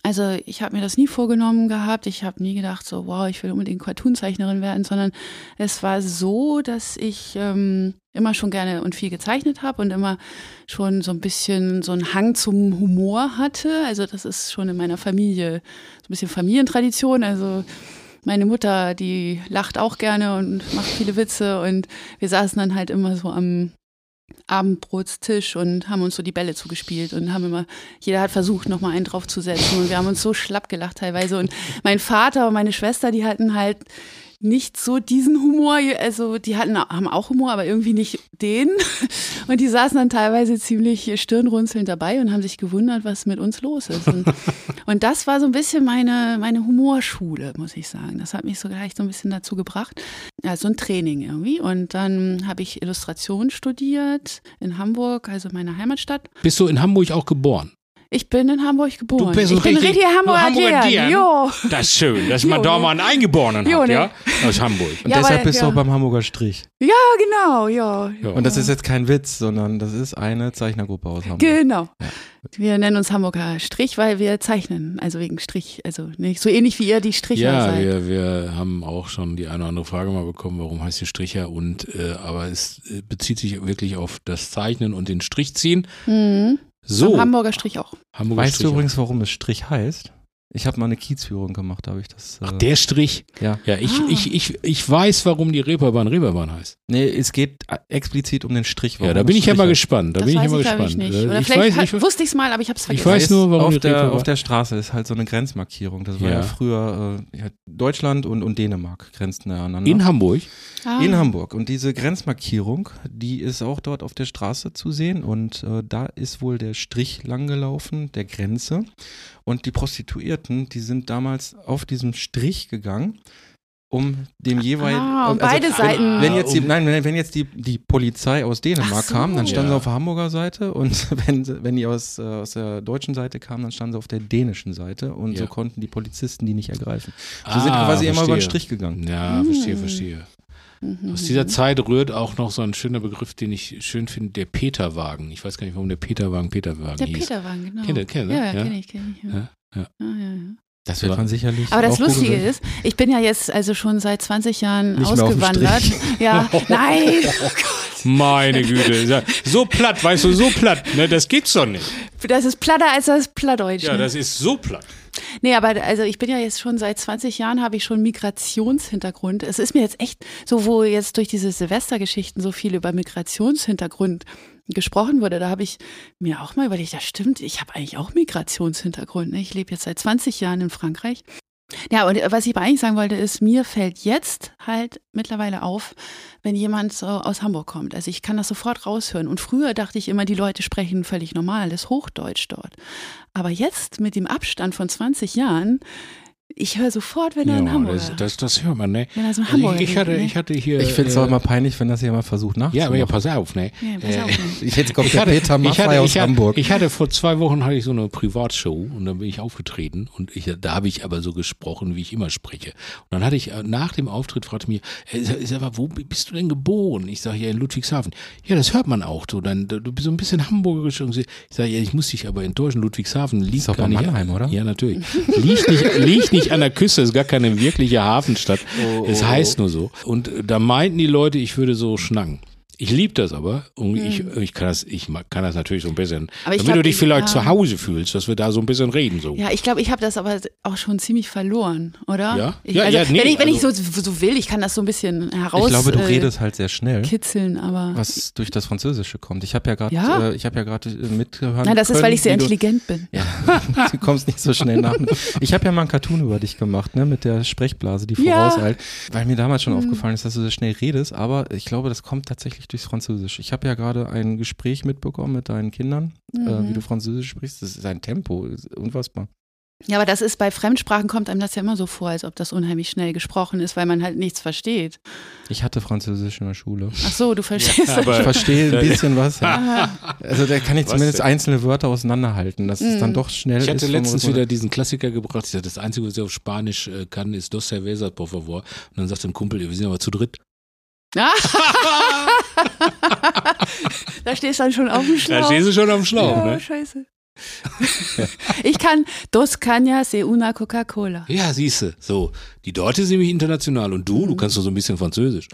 D: Also ich habe mir das nie vorgenommen gehabt. Ich habe nie gedacht, so, wow, ich will unbedingt Cartoon-Zeichnerin werden, sondern es war so, dass ich ähm, immer schon gerne und viel gezeichnet habe und immer schon so ein bisschen so einen Hang zum Humor hatte. Also das ist schon in meiner Familie so ein bisschen Familientradition. Also meine Mutter, die lacht auch gerne und macht viele Witze und wir saßen dann halt immer so am Abendbrotstisch und haben uns so die Bälle zugespielt und haben immer, jeder hat versucht, nochmal einen draufzusetzen und wir haben uns so schlapp gelacht teilweise und mein Vater und meine Schwester, die hatten halt nicht so diesen Humor, also die hatten, haben auch Humor, aber irgendwie nicht den. Und die saßen dann teilweise ziemlich stirnrunzelnd dabei und haben sich gewundert, was mit uns los ist. Und, und das war so ein bisschen meine, meine Humorschule, muss ich sagen. Das hat mich so gleich so ein bisschen dazu gebracht. Ja, so ein Training irgendwie. Und dann habe ich Illustration studiert in Hamburg, also meiner Heimatstadt.
B: Bist du in Hamburg auch geboren?
D: Ich bin in Hamburg
B: Du
D: geboren.
B: bist
D: ich bin
B: richtig-
D: richtig Hamburger,
B: Hamburger Dian.
D: Dian. Jo.
B: Das ist schön, dass man
D: Jo,
B: da
D: ne?
B: mal einen Eingeborenen
D: Jo,
B: hat,
D: ne?
B: ja? Aus Hamburg.
A: Und
D: Ja,
A: deshalb
D: weil-
A: bist du
D: ja.
A: auch beim Hamburger Strich.
D: Ja, genau, ja.
B: Ja.
A: Und das ist jetzt kein Witz, sondern das ist eine Zeichnergruppe aus Hamburg.
D: Genau. Wir nennen uns Hamburger Strich, weil wir zeichnen. Also wegen Strich. Also nicht so ähnlich wie ihr die Stricher
B: Ja,
D: seid.
B: wir, wir haben auch schon die eine oder andere Frage mal bekommen, warum heißt die Stricher und äh, aber es äh, bezieht sich wirklich auf das Zeichnen und den Strich ziehen.
D: Mhm.
B: So,
D: Und Hamburger Strich auch.
B: Hamburger
A: Weißt
B: Stricher.
A: du übrigens, warum es Strich heißt? Ich habe mal eine Kiezführung gemacht, da habe ich das. Äh,
B: Ach, der Strich.
A: ja.
B: Ja, ich,
D: Ah.
B: ich, ich, ich weiß, warum die Reeperbahn Reeperbahn heißt.
A: Nee, es geht äh, explizit um den Strich.
B: ja,
A: warum
B: da bin
A: es
B: ich ja
A: Strich
B: mal
A: heißt.
B: gespannt. Da
D: das
B: bin halt- ich
D: weiß
B: ja mal
D: ich, glaube
B: gespannt.
D: ich nicht.
B: Äh,
D: Oder
B: ich
D: vielleicht
B: weiß
D: hat-
B: nicht.
D: wusste ich es mal, aber ich habe es
B: Ich
D: vergessen.
B: weiß nur, warum
A: auf
B: die
A: der,
B: Reeperbahn.
A: auf der Straße ist halt so eine Grenzmarkierung. Das war ja,
B: Ja.
A: früher äh, ja, Deutschland und, und Dänemark grenzten da aneinander.
B: in Hamburg.
D: Ah.
A: In Hamburg. Und diese Grenzmarkierung, die ist auch dort auf der Straße zu sehen. Und äh, da ist wohl der Strich langgelaufen, der Grenze. Und die Prostituierten, die sind damals auf diesem Strich gegangen, um dem jeweiligen.
D: Ah, um beide Seiten.
A: Wenn jetzt die,
B: Um-
A: nein, wenn, wenn jetzt die, die Polizei aus Dänemark
D: Ach so.
A: kam, dann standen
B: Ja.
A: sie auf der Hamburger Seite. Und wenn, sie- wenn die aus, äh, aus der deutschen Seite kamen, dann standen sie auf der dänischen Seite. Und
B: Ja.
A: so konnten die Polizisten die nicht ergreifen. So sind quasi immer über den Strich gegangen.
B: Ah, Ja, verstehe, verstehe.
D: Mhm.
B: Aus dieser Zeit rührt auch noch so ein schöner Begriff, den ich schön finde, der Peterwagen. Ich weiß gar nicht, warum der Peterwagen Peterwagen
D: Der
B: hieß.
D: Peterwagen, genau.
B: Kennt ihr, kennt ihr,
D: ja, ja,
B: ja?
D: kenne ich, kenne ich. Ja.
B: Ja, ja.
D: Ja, ja, ja.
A: Das wird man sicherlich.
D: Aber das
A: auch
D: Lustige
A: googeln.
D: ist, ich bin ja jetzt also schon seit 20 Jahren
A: Nicht mehr auf dem
D: ausgewandert.
A: Strich.
D: Ja, nein,
B: Meine Güte. Ja, So platt, weißt du, so platt. Ne, das gibt's doch nicht.
D: das ist platter als das Plattdeutsche.
B: Ja, das ist so platt.
D: Nee, aber also ich bin ja jetzt schon seit 20 Jahren habe ich schon Migrationshintergrund. Es ist mir jetzt echt so, wo jetzt durch diese Silvestergeschichten so viel über Migrationshintergrund gesprochen wurde, da habe ich mir auch mal überlegt, das stimmt, ich habe eigentlich auch Migrationshintergrund. Ne? Ich lebe jetzt seit 20 Jahren in Frankreich. Ja, und äh, was ich aber eigentlich sagen wollte, ist, mir fällt jetzt halt mittlerweile auf, wenn jemand so aus Hamburg kommt. Also ich kann das sofort raushören. Und früher dachte ich immer, die Leute sprechen völlig normal, das Hochdeutsch dort. Aber jetzt mit dem Abstand von 20 Jahren, ich höre sofort, wenn er in Hamburg
B: das, das, das hört man, ne?
D: Wenn er so in
B: Also
D: Hamburg ne?
B: ich, ich, hatte, ich hatte hier.
A: Ich finde es auch
B: äh,
A: immer peinlich, wenn das jemand versucht nachzumachen.
B: Ja, aber ja, pass auf, ne?
D: Ja, pass auf, ne?
A: Ich- Jetzt kommt
B: Ich
A: der
B: hatte-
A: Peter
B: ich hatte-
A: Maffei aus
B: ich hatte,
A: Hamburg.
B: Ich hatte vor zwei Wochen hatte ich so eine Privatshow und dann bin ich aufgetreten und ich, da habe ich aber so gesprochen, wie ich immer spreche. Und dann hatte ich äh, nach dem Auftritt fragte mir, äh, sag, sag mal, wo bist du denn geboren? Ich sage ja in Ludwigshafen. Ja, das hört man auch. So, dann, du bist so ein bisschen hamburgerisch. Und so. ich sage ja, ich muss dich aber enttäuschen. Ludwigshafen liegt
A: Ist doch
B: gar
A: bei
B: nicht
A: Mannheim,
B: an,
A: oder?
B: Ja, natürlich. Liegt nicht, liegt nicht an der Küste, ist gar keine wirkliche Hafenstadt. es heißt nur so. Und äh, da meinten die Leute, ich würde so schnacken. Ich liebe das aber und ich, ich, kann das, ich ma- kann das natürlich so ein bisschen,
D: Aber ich
B: damit
D: glaub,
B: du dich
D: ich-
B: vielleicht
D: ja.
B: zu Hause fühlst, dass wir da so ein bisschen reden. So.
D: Ja, ich glaube, ich habe das aber auch schon ziemlich verloren, oder?
B: Ja?
D: Ich,
B: Ja,
D: also,
B: ja, nee,
D: wenn ich, wenn ich so, so will, ich kann das so ein bisschen heraus.
A: Ich glaube, du
D: äh,
A: redest halt sehr schnell,
D: kitzeln, aber.
A: was durch das Französische kommt. Ich habe ja gerade
D: Ja?
A: äh, ich hab ja gerade äh, mitgehört.
D: Na, das ist,
A: können,
D: weil ich sehr
A: wie du-
D: intelligent bin.
A: Ja, du kommst nicht so schnell nach. Ich habe ja mal einen Cartoon über dich gemacht, ne, mit der Sprechblase, die
D: Ja.
A: vorauseilt, weil mir damals schon aufgefallen ist, dass du sehr schnell redest, aber ich glaube, das kommt tatsächlich durchs Französisch. Ich habe ja gerade ein Gespräch mitbekommen mit deinen Kindern, äh, wie
D: Mhm.
A: du Französisch sprichst. Das ist ein Tempo, ist unfassbar.
D: Ja, aber das ist bei Fremdsprachen kommt einem das ja immer so vor, als ob das unheimlich schnell gesprochen ist, weil man halt nichts versteht.
A: Ich hatte Französisch in der Schule.
D: Ach so, du verstehst. das.
A: Ich
B: aber
A: verstehe ein bisschen was. Ja.
D: Ah,
A: Also da kann ich
B: Äh, Was
A: zumindest
B: denn?
A: einzelne Wörter auseinanderhalten, dass es
D: Mm.
A: dann doch schnell
B: ich hatte
A: ist. vom
B: letztens
A: Rhythmus.
B: wieder diesen Klassiker gebracht. Ich sagte, das Einzige, was ich auf Spanisch äh, kann, ist Dos Cervezas, por favor. Und dann sagt ein Kumpel, wir sind aber zu dritt.
D: da stehst du dann schon auf dem Schlauch.
B: Da stehst du schon am Schlauch,
D: Genau. ja,
B: ne?
D: scheiße. ich kann Dos Cañas y una Coca-Cola.
B: Ja, siehste. So, die Leute sind nämlich international und du,
D: Mhm.
B: du kannst doch so ein bisschen Französisch.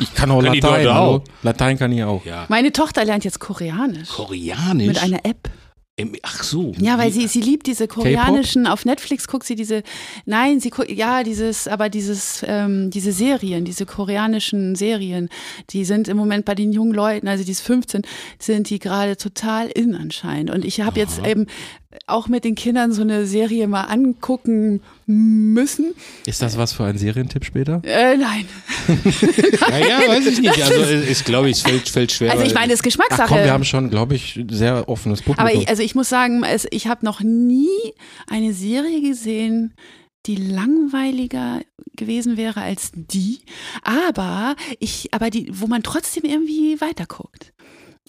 A: Ich kann auch
B: Kann die
A: Latein.
B: Leute auch.
A: hallo? Latein kann ich auch.
B: Ja.
D: Meine Tochter lernt jetzt Koreanisch.
B: Koreanisch?
D: Mit einer App.
B: Ähm, Ach so.
D: Ja, weil
B: Wie-
D: sie, sie liebt diese koreanischen, auf Netflix guckt sie diese, nein, sie gu- ja, dieses, aber dieses, ähm, diese Serien, diese koreanischen Serien, die sind im Moment bei den jungen Leuten, also die ist 15, sind die gerade total in anscheinend. Und ich habe jetzt eben auch mit den Kindern so eine Serie mal angucken müssen.
A: Ist das was für einen Serientipp später?
D: Äh, nein.
B: Naja, weiß ich nicht. Also es ist, glaube ich, es fällt, fällt schwer.
D: Also ich
B: weil-
D: meine, das ist
A: Ach komm, wir
D: Geschmackssache.
A: haben schon, glaube ich, sehr offenes Publikum.
D: Aber ich, also ich muss sagen, es, ich habe noch nie eine Serie gesehen, die langweiliger gewesen wäre als die, aber ich, aber die, wo man trotzdem irgendwie weiterguckt.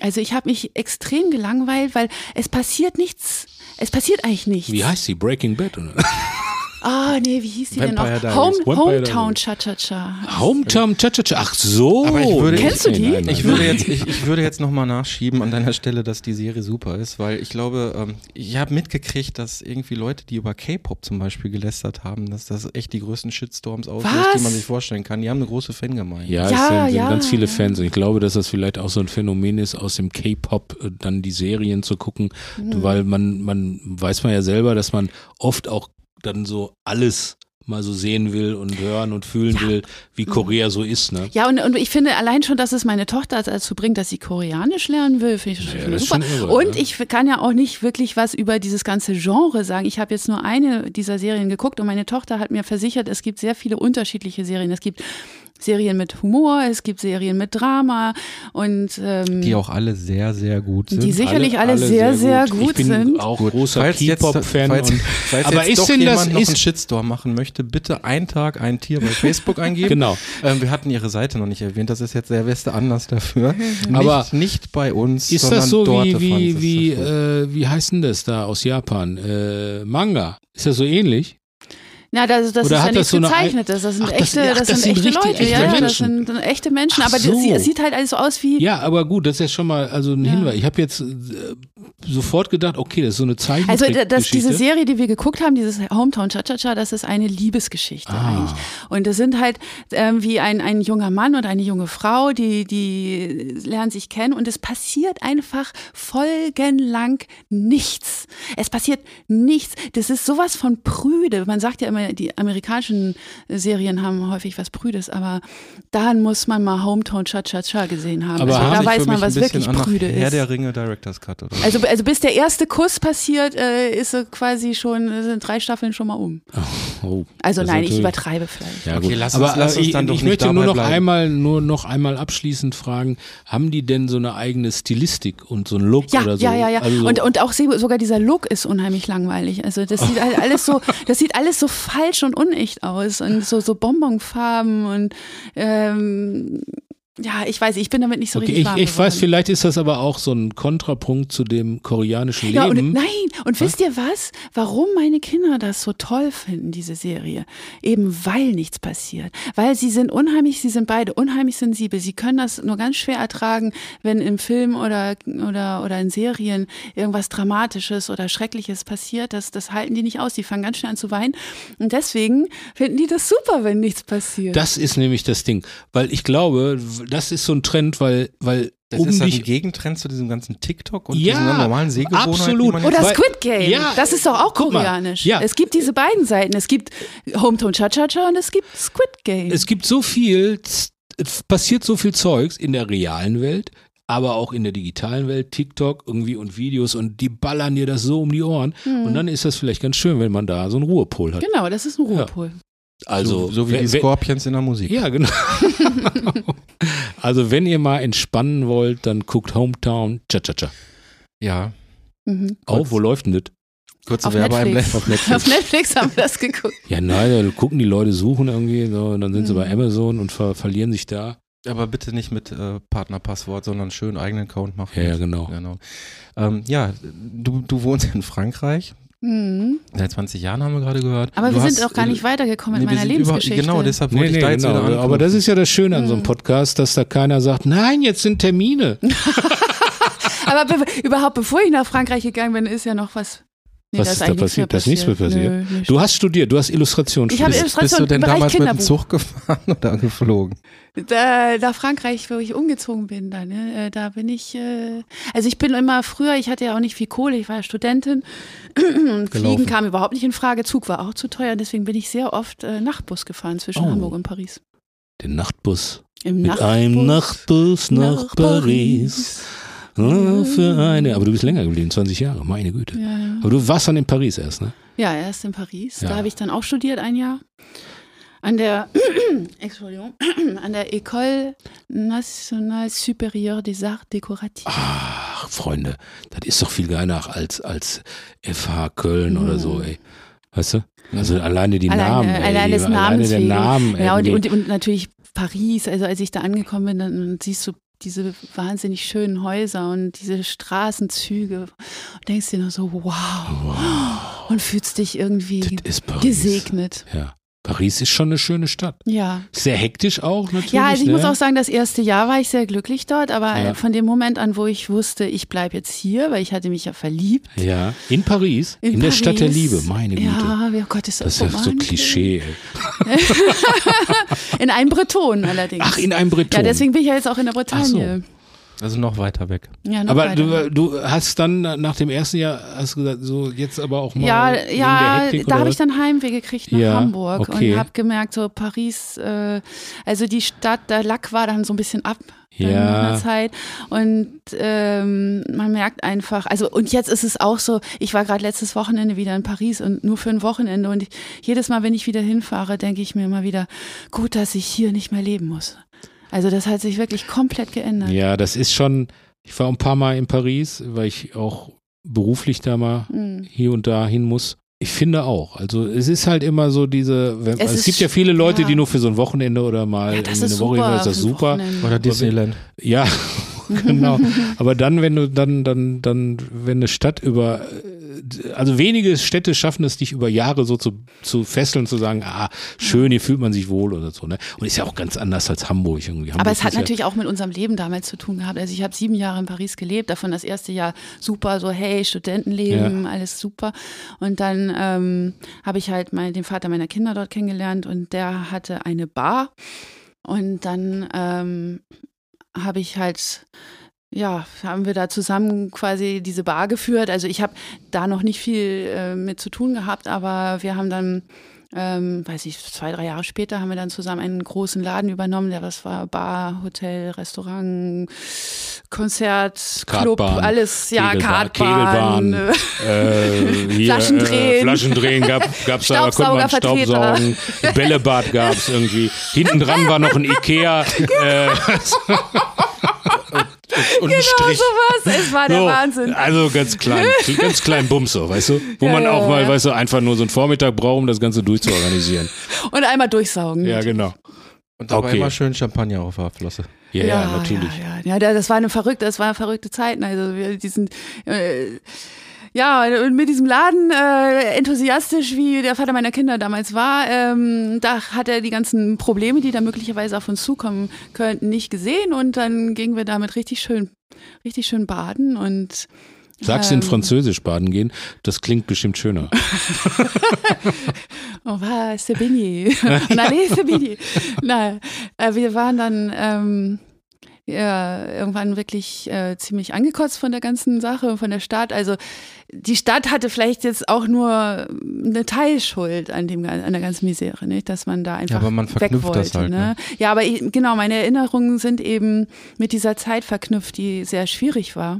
D: Also ich habe mich extrem gelangweilt, weil es passiert nichts. Es passiert eigentlich nichts.
B: wie heißt sie? Breaking Bad? Oder?
D: Ah, nee, wie hieß die
A: Vampire
D: denn
A: Diaries.
D: noch? Home,
B: Vampire
D: Hometown
B: Diaries.
D: Cha-Cha-Cha.
B: Hometown Cha-Cha-Cha. Ach so.
A: Aber ich würde-
D: Kennst du die?
A: Ich würde jetzt, ich, ich würde jetzt nochmal nachschieben an deiner Stelle, dass die Serie super ist, weil ich glaube, ähm, ich habe mitgekriegt, dass irgendwie Leute, die über K-Pop zum Beispiel gelästert haben, dass das echt die größten Shitstorms auslöst,
D: Was?
A: die man sich vorstellen kann. Die haben eine große Fangemeinde.
B: Ja,
D: Ja,
B: es sind, sind
D: ja.
B: ganz viele Fans. Und ich glaube, dass das vielleicht auch so ein Phänomen ist, aus dem K-Pop äh, dann die Serien zu gucken,
D: Mhm.
B: weil man, man weiß man ja selber, dass man oft auch dann so alles mal so sehen will und hören und fühlen will,
D: Mhm.
B: wie Korea so ist, ne?
D: Ja, und, und ich finde allein schon, dass es meine Tochter dazu bringt, dass sie Koreanisch lernen will, finde ich schon
B: Ja, das ist
D: super.
B: schon irre,
D: und
B: ne?
D: ich kann ja auch nicht wirklich was über dieses ganze Genre sagen. Ich habe jetzt nur eine dieser Serien geguckt und meine Tochter hat mir versichert, es gibt sehr viele unterschiedliche Serien. Es gibt Serien mit Humor, es gibt Serien mit Drama und ähm,
A: Die auch alle sehr, sehr gut sind.
D: Die sind- sicherlich alle sehr, sehr gut
B: ich bin
D: sind.
B: auch
A: Gut,
B: großer
A: falls jetzt-
B: K-Pop-Fan.
A: falls-
B: und-
A: falls
B: Aber
A: jetzt
B: ist
A: doch
B: denn
A: jemand
B: das,
A: noch einen
B: ist,
A: Shitstorm machen möchte, bitte einen Tag ein Tier bei Facebook eingeben.
B: Genau.
A: Ähm, wir hatten ihre Seite noch nicht erwähnt, das ist jetzt der beste Anlass dafür. Nicht,
B: Aber
A: nicht bei uns,
B: ist
A: sondern
B: das so
A: dort
B: wie, wie,
A: Franzis
B: wie,
A: dafür.
B: äh, wie heißt denn das da aus Japan? Äh, Manga. Ist das so ähnlich?
D: na, das, das ist
B: Oder
D: ja
B: hat das
D: nichts
B: so eine
D: gezeichnetes. Das sind
B: Ach, das-
D: echte,
B: ach,
D: das,
B: das sind
D: sind echte
B: richtig
D: Leute,
B: echte
D: ja, ja, das
B: Menschen.
D: sind echte Menschen,
B: Ach
D: aber
B: so.
D: die, es sieht halt alles so aus wie
B: Ja, aber gut, das ist ja schon mal also ein
D: Ja.
B: Hinweis. Ich habe jetzt äh, sofort gedacht, okay, das ist so eine
D: Also
B: Zeichentrickgeschichte.
D: da- das, diese Serie, die wir geguckt haben, dieses Hometown Cha-Cha-Cha, das ist eine Liebesgeschichte
B: Ah.
D: eigentlich. Und das sind halt ähm, wie ein, ein junger Mann und eine junge Frau, die, die lernen sich kennen und es passiert einfach folgenlang nichts. Es passiert nichts. Das ist sowas von prüde. Man sagt ja immer, die amerikanischen Serien haben häufig was Prüdes, aber daran muss man mal Hometown Cha-Cha-Cha gesehen haben.
B: Aber
D: also,
B: haben
D: da
B: sich
D: weiß
A: für
D: man,
A: mich ein
D: was
A: bisschen
D: wirklich
A: an nach
D: prüde
A: Herr
D: ist.
A: der Ringe Director's Cut
B: Um
A: oder so.
D: Also, also bis der erste Kuss passiert, äh, ist so quasi schon, sind drei Staffeln schon mal um.
B: Oh,
D: Also
B: das ist
D: nein, ich
B: natürlich-
D: übertreibe vielleicht.
B: Ja,
A: Okay,
B: gut.
A: lass uns-
B: aber
A: lass uns
B: äh,
A: dann
B: ich,
A: doch
B: ich
A: nicht
B: möchte
A: dabei
B: nur noch
A: bleiben.
B: einmal nur noch einmal abschließend fragen, haben die denn so eine eigene Stilistik und so einen Look
D: Ja,
B: oder so?
D: ja, ja, ja.
B: Also so-
D: und, und auch se- sogar dieser Look ist unheimlich langweilig. Also das sieht halt alles so, das sieht alles so falsch und unecht aus und so, so Bonbonfarben und ähm, ja, ich weiß, ich bin damit nicht so
B: okay,
D: richtig
B: ich,
D: warm
B: ich weiß,
D: geworden.
B: vielleicht ist das aber auch so ein Kontrapunkt zu dem koreanischen
D: Ja,
B: Leben.
D: und, nein, und wisst ihr was? Warum meine Kinder das so toll finden, diese Serie? Eben weil nichts passiert. Weil sie sind unheimlich, sie sind beide unheimlich sensibel. Sie können das nur ganz schwer ertragen, wenn im Film oder, oder, oder in Serien irgendwas Dramatisches oder Schreckliches passiert. Das, das halten die nicht aus. Die fangen ganz schnell an zu weinen. Und deswegen finden die das super, wenn nichts passiert.
B: Das ist nämlich das Ding, weil ich glaube, w- das ist so ein Trend, weil weil
A: Das
B: um
A: ist halt
B: dich
A: ein Gegentrend zu diesem ganzen TikTok und
B: Ja,
A: diesen ganz normalen Sehgewohnheiten.
B: absolut.
A: die man jetzt-
D: Oder
B: Weil-
D: Squid Game.
B: Ja.
D: das ist doch auch
B: Guck mal.
D: koreanisch.
B: Ja.
D: Es gibt diese beiden Seiten. Es gibt Hometown Cha-Cha-Cha und es gibt Squid Game.
B: es gibt so viel, z- es passiert so viel Zeugs in der realen Welt, aber auch in der digitalen Welt, TikTok irgendwie und Videos und die ballern dir das so um die Ohren. Und dann ist das vielleicht ganz schön, wenn man da so einen Ruhepol hat.
D: Hm. Genau, das ist ein Ruhepol.
B: Also,
A: so, so wie
B: wenn-
A: die
B: wenn-
A: Scorpions in der Musik.
B: Ja, genau. also, wenn ihr mal entspannen wollt, dann guckt Hometown Cha-Cha-Cha.
A: Ja,
D: Mhm.
B: Oh, wo läuft denn das?
A: kurze
D: Auf
A: Werbeeinblendung
D: Netflix.
A: auf Netflix.
D: Auf Netflix haben wir das geguckt.
B: Ja, nein, da gucken die Leute, suchen irgendwie, so, und dann sind sie
D: Mhm.
B: bei Amazon und ver verlieren sich da.
A: Aber bitte nicht mit äh, Partnerpasswort, sondern schön eigenen Account machen.
B: Ja, ja, genau.
A: Genau. Ähm, ja, du, du wohnst in Frankreich.
D: Mhm.
A: Seit 20 Jahren haben wir gerade gehört.
D: Aber
A: du
D: wir
A: hast, äh,
D: sind auch gar nicht weitergekommen
A: nee,
D: in
A: wir
D: meiner
A: sind über-
D: Lebensgeschichte.
A: Genau, deshalb wollte
B: Nee,
A: ich
B: nee,
A: da jetzt wieder
B: genau.
A: anknüpfen.
B: Aber das ist ja das Schöne an so einem
D: Mhm.
B: Podcast, dass da keiner sagt, nein, jetzt sind Termine.
D: Aber be überhaupt, bevor ich nach Frankreich gegangen bin, ist ja noch was. Nee,
B: Was
D: da
B: ist
D: ist
B: da
D: eigentlich
B: passiert? Da ist nichts mehr passiert.
D: Nö, nicht.
B: Du hast studiert, du hast Illustration
D: Ich hab
B: studiert.
D: Illustration-
A: Bist du denn
D: Bereich
A: damals mit dem
D: Kinderbuch.
A: Zug gefahren oder geflogen?
D: da, nach Frankreich, wo ich umgezogen bin, da, ne, äh, da bin ich. Äh, also ich bin immer früher, ich hatte ja auch nicht viel Kohle, ich war ja Studentin. Fliegen kam überhaupt nicht in Frage, Zug war auch zu teuer, und deswegen bin ich sehr oft äh, Nachtbus gefahren zwischen
B: Oh.
D: Hamburg und Paris.
B: Den Nachtbus.
D: Im
B: Mit einem Nachtbus nach, Paris. Ah, für eine. Aber du bist länger geblieben, 20 Jahre, meine Güte.
D: Ja, ja.
B: Aber du warst dann in Paris erst, ne?
D: Ja, erst in Paris.
B: Ja.
D: Da habe ich dann auch studiert ein Jahr. An der, Entschuldigung, an der École Nationale Supérieure des Arts Décoratifs.
B: Ach, Freunde, das ist doch viel geiler als, als FH Köln oder
D: Mhm.
B: so, ey. Weißt du? Also alleine die Namen. Ey,
D: allein des
B: alleine
D: Namens
B: der
D: wegen.
B: Namen.
D: Ja, und,
B: irgendwie.
D: und, und natürlich Paris. Also als ich da angekommen bin, dann siehst du diese wahnsinnig schönen Häuser und diese Straßenzüge und denkst dir nur so, wow,
B: wow,
D: und fühlst dich
B: das
D: irgendwie
B: ist Paris.
D: gesegnet.
B: Ja. Paris ist schon eine schöne Stadt.
D: Ja.
B: Sehr hektisch auch, natürlich.
D: Ja, also ich
B: ne?
D: muss auch sagen, das erste Jahr war ich sehr glücklich dort, aber
B: Ja.
D: äh, von dem Moment an, wo ich wusste, ich bleibe jetzt hier, weil ich hatte mich ja verliebt.
B: Ja, in Paris, in,
D: In
B: der Stadt der
D: Paris.
B: Liebe, meine Güte.
D: Ja, oh Gott, ist
B: Das ist ja so
D: romantisch.
B: Klischee. Ey.
D: In einem Breton allerdings.
B: Ach, in einem Breton.
D: Ja, deswegen bin ich ja jetzt auch in der Bretagne.
A: Also noch weiter weg.
D: Ja, noch
B: aber
D: weiter.
B: du, äh, du hast dann nach dem ersten Jahr hast du gesagt, so jetzt aber auch mal
D: ja,
B: wegen der
D: ja,
B: Hektik
D: da
B: oder
D: habe
B: was?
D: ich dann Heimweh gekriegt nach
B: Ja,
D: Hamburg
B: okay.
D: und habe gemerkt, so Paris, äh, also die Stadt, der Lack war dann so ein bisschen ab
B: Ja.
D: in einer Zeit und ähm, man merkt einfach, also und jetzt ist es auch so, ich war gerade letztes Wochenende wieder in Paris und nur für ein Wochenende und ich, jedes Mal, wenn ich wieder hinfahre, denke ich mir immer wieder, gut, dass ich hier nicht mehr leben muss. Also das hat sich wirklich komplett geändert.
B: Ja, das ist schon. Ich war ein paar Mal in Paris, weil ich auch beruflich da mal
D: Mhm.
B: hier und da hin muss. Ich finde auch. Also es ist halt immer so diese. Wenn,
D: Es
B: es,
D: ist
B: gibt ja viele Leute,
D: ja.
B: die nur für so ein Wochenende oder mal
D: Ja, das
B: eine
D: ist
B: Woche hin,
D: super.
B: ist das
D: für ein
B: super.
D: Wochenende.
A: Oder Disneyland.
B: Ja, genau. Aber dann, wenn du dann, dann, dann, wenn eine Stadt über, äh, also wenige Städte schaffen es, dich über Jahre so zu, zu fesseln, zu sagen, ah, schön, hier fühlt man sich wohl oder so, ne? Und ist ja auch ganz anders als Hamburg irgendwie. Hamburg
D: Aber es
B: ist
D: hat
B: ja,
D: natürlich auch mit unserem Leben damals zu tun gehabt. Also ich habe sieben Jahre in Paris gelebt, davon das erste Jahr super, so hey, Studentenleben, alles super. Und dann ähm, habe ich halt mein, den Vater meiner Kinder dort kennengelernt und der hatte eine Bar. Und dann ähm, habe ich halt, ja, haben wir da zusammen quasi diese Bar geführt. Also ich habe da noch nicht viel äh, mit zu tun gehabt, aber wir haben dann, ähm, weiß ich, zwei, drei Jahre später haben wir dann zusammen einen großen Laden übernommen, der was war, Bar, Hotel, Restaurant, Konzert, Club,
B: Kartbahn,
D: alles, ja,
B: Kegelbahn,
D: Kartbahn,
B: Kegelbahn, äh, hier,
D: Flaschendrehen.
B: Äh, Flaschendrehen gab, gab's da, da konnte man
D: Staubsaugervertreter.
B: Staubsaugen, Bällebad gab's irgendwie. Hinten dran war noch ein Ikea, äh, und, und ein
D: Genau
B: Strich.
D: sowas, es war der
B: So,
D: Wahnsinn.
B: Also ganz klein, ganz klein Bums so, weißt du? Wo
D: Ja,
B: man
D: ja,
B: auch mal,
D: ja.
B: weißt du, einfach nur so einen Vormittag braucht, um das Ganze durchzuorganisieren.
D: Und einmal durchsaugen.
B: ja, genau.
A: Und dabei
B: Okay.
A: immer schön Champagner auf der Flosse.
B: Ja, ja, natürlich.
D: Ja, ja. ja, da- das war eine verrückte, das war eine verrückte Zeiten. Also wir diesen äh, ja, und mit diesem Laden, äh, enthusiastisch wie der Vater meiner Kinder damals war, ähm, da hat er die ganzen Probleme, die da möglicherweise auf uns zukommen könnten, nicht gesehen. Und dann gingen wir damit richtig schön, richtig schön baden und
B: Sagst
D: Ähm.
B: in Französisch baden gehen, das klingt bestimmt schöner.
D: On va se baigner. On allait se baigner. Nein, äh, wir waren dann ähm, ja, irgendwann wirklich äh, ziemlich angekotzt von der ganzen Sache, von der Stadt. Also die Stadt hatte vielleicht jetzt auch nur eine Teilschuld an, dem, gan- an der ganzen Misere, nicht? dass man da einfach
A: aber man
D: weg
A: verknüpft
D: wollte.
A: das halt, ne?
D: Ja, aber ich, genau, meine Erinnerungen sind eben mit dieser Zeit verknüpft, die sehr schwierig war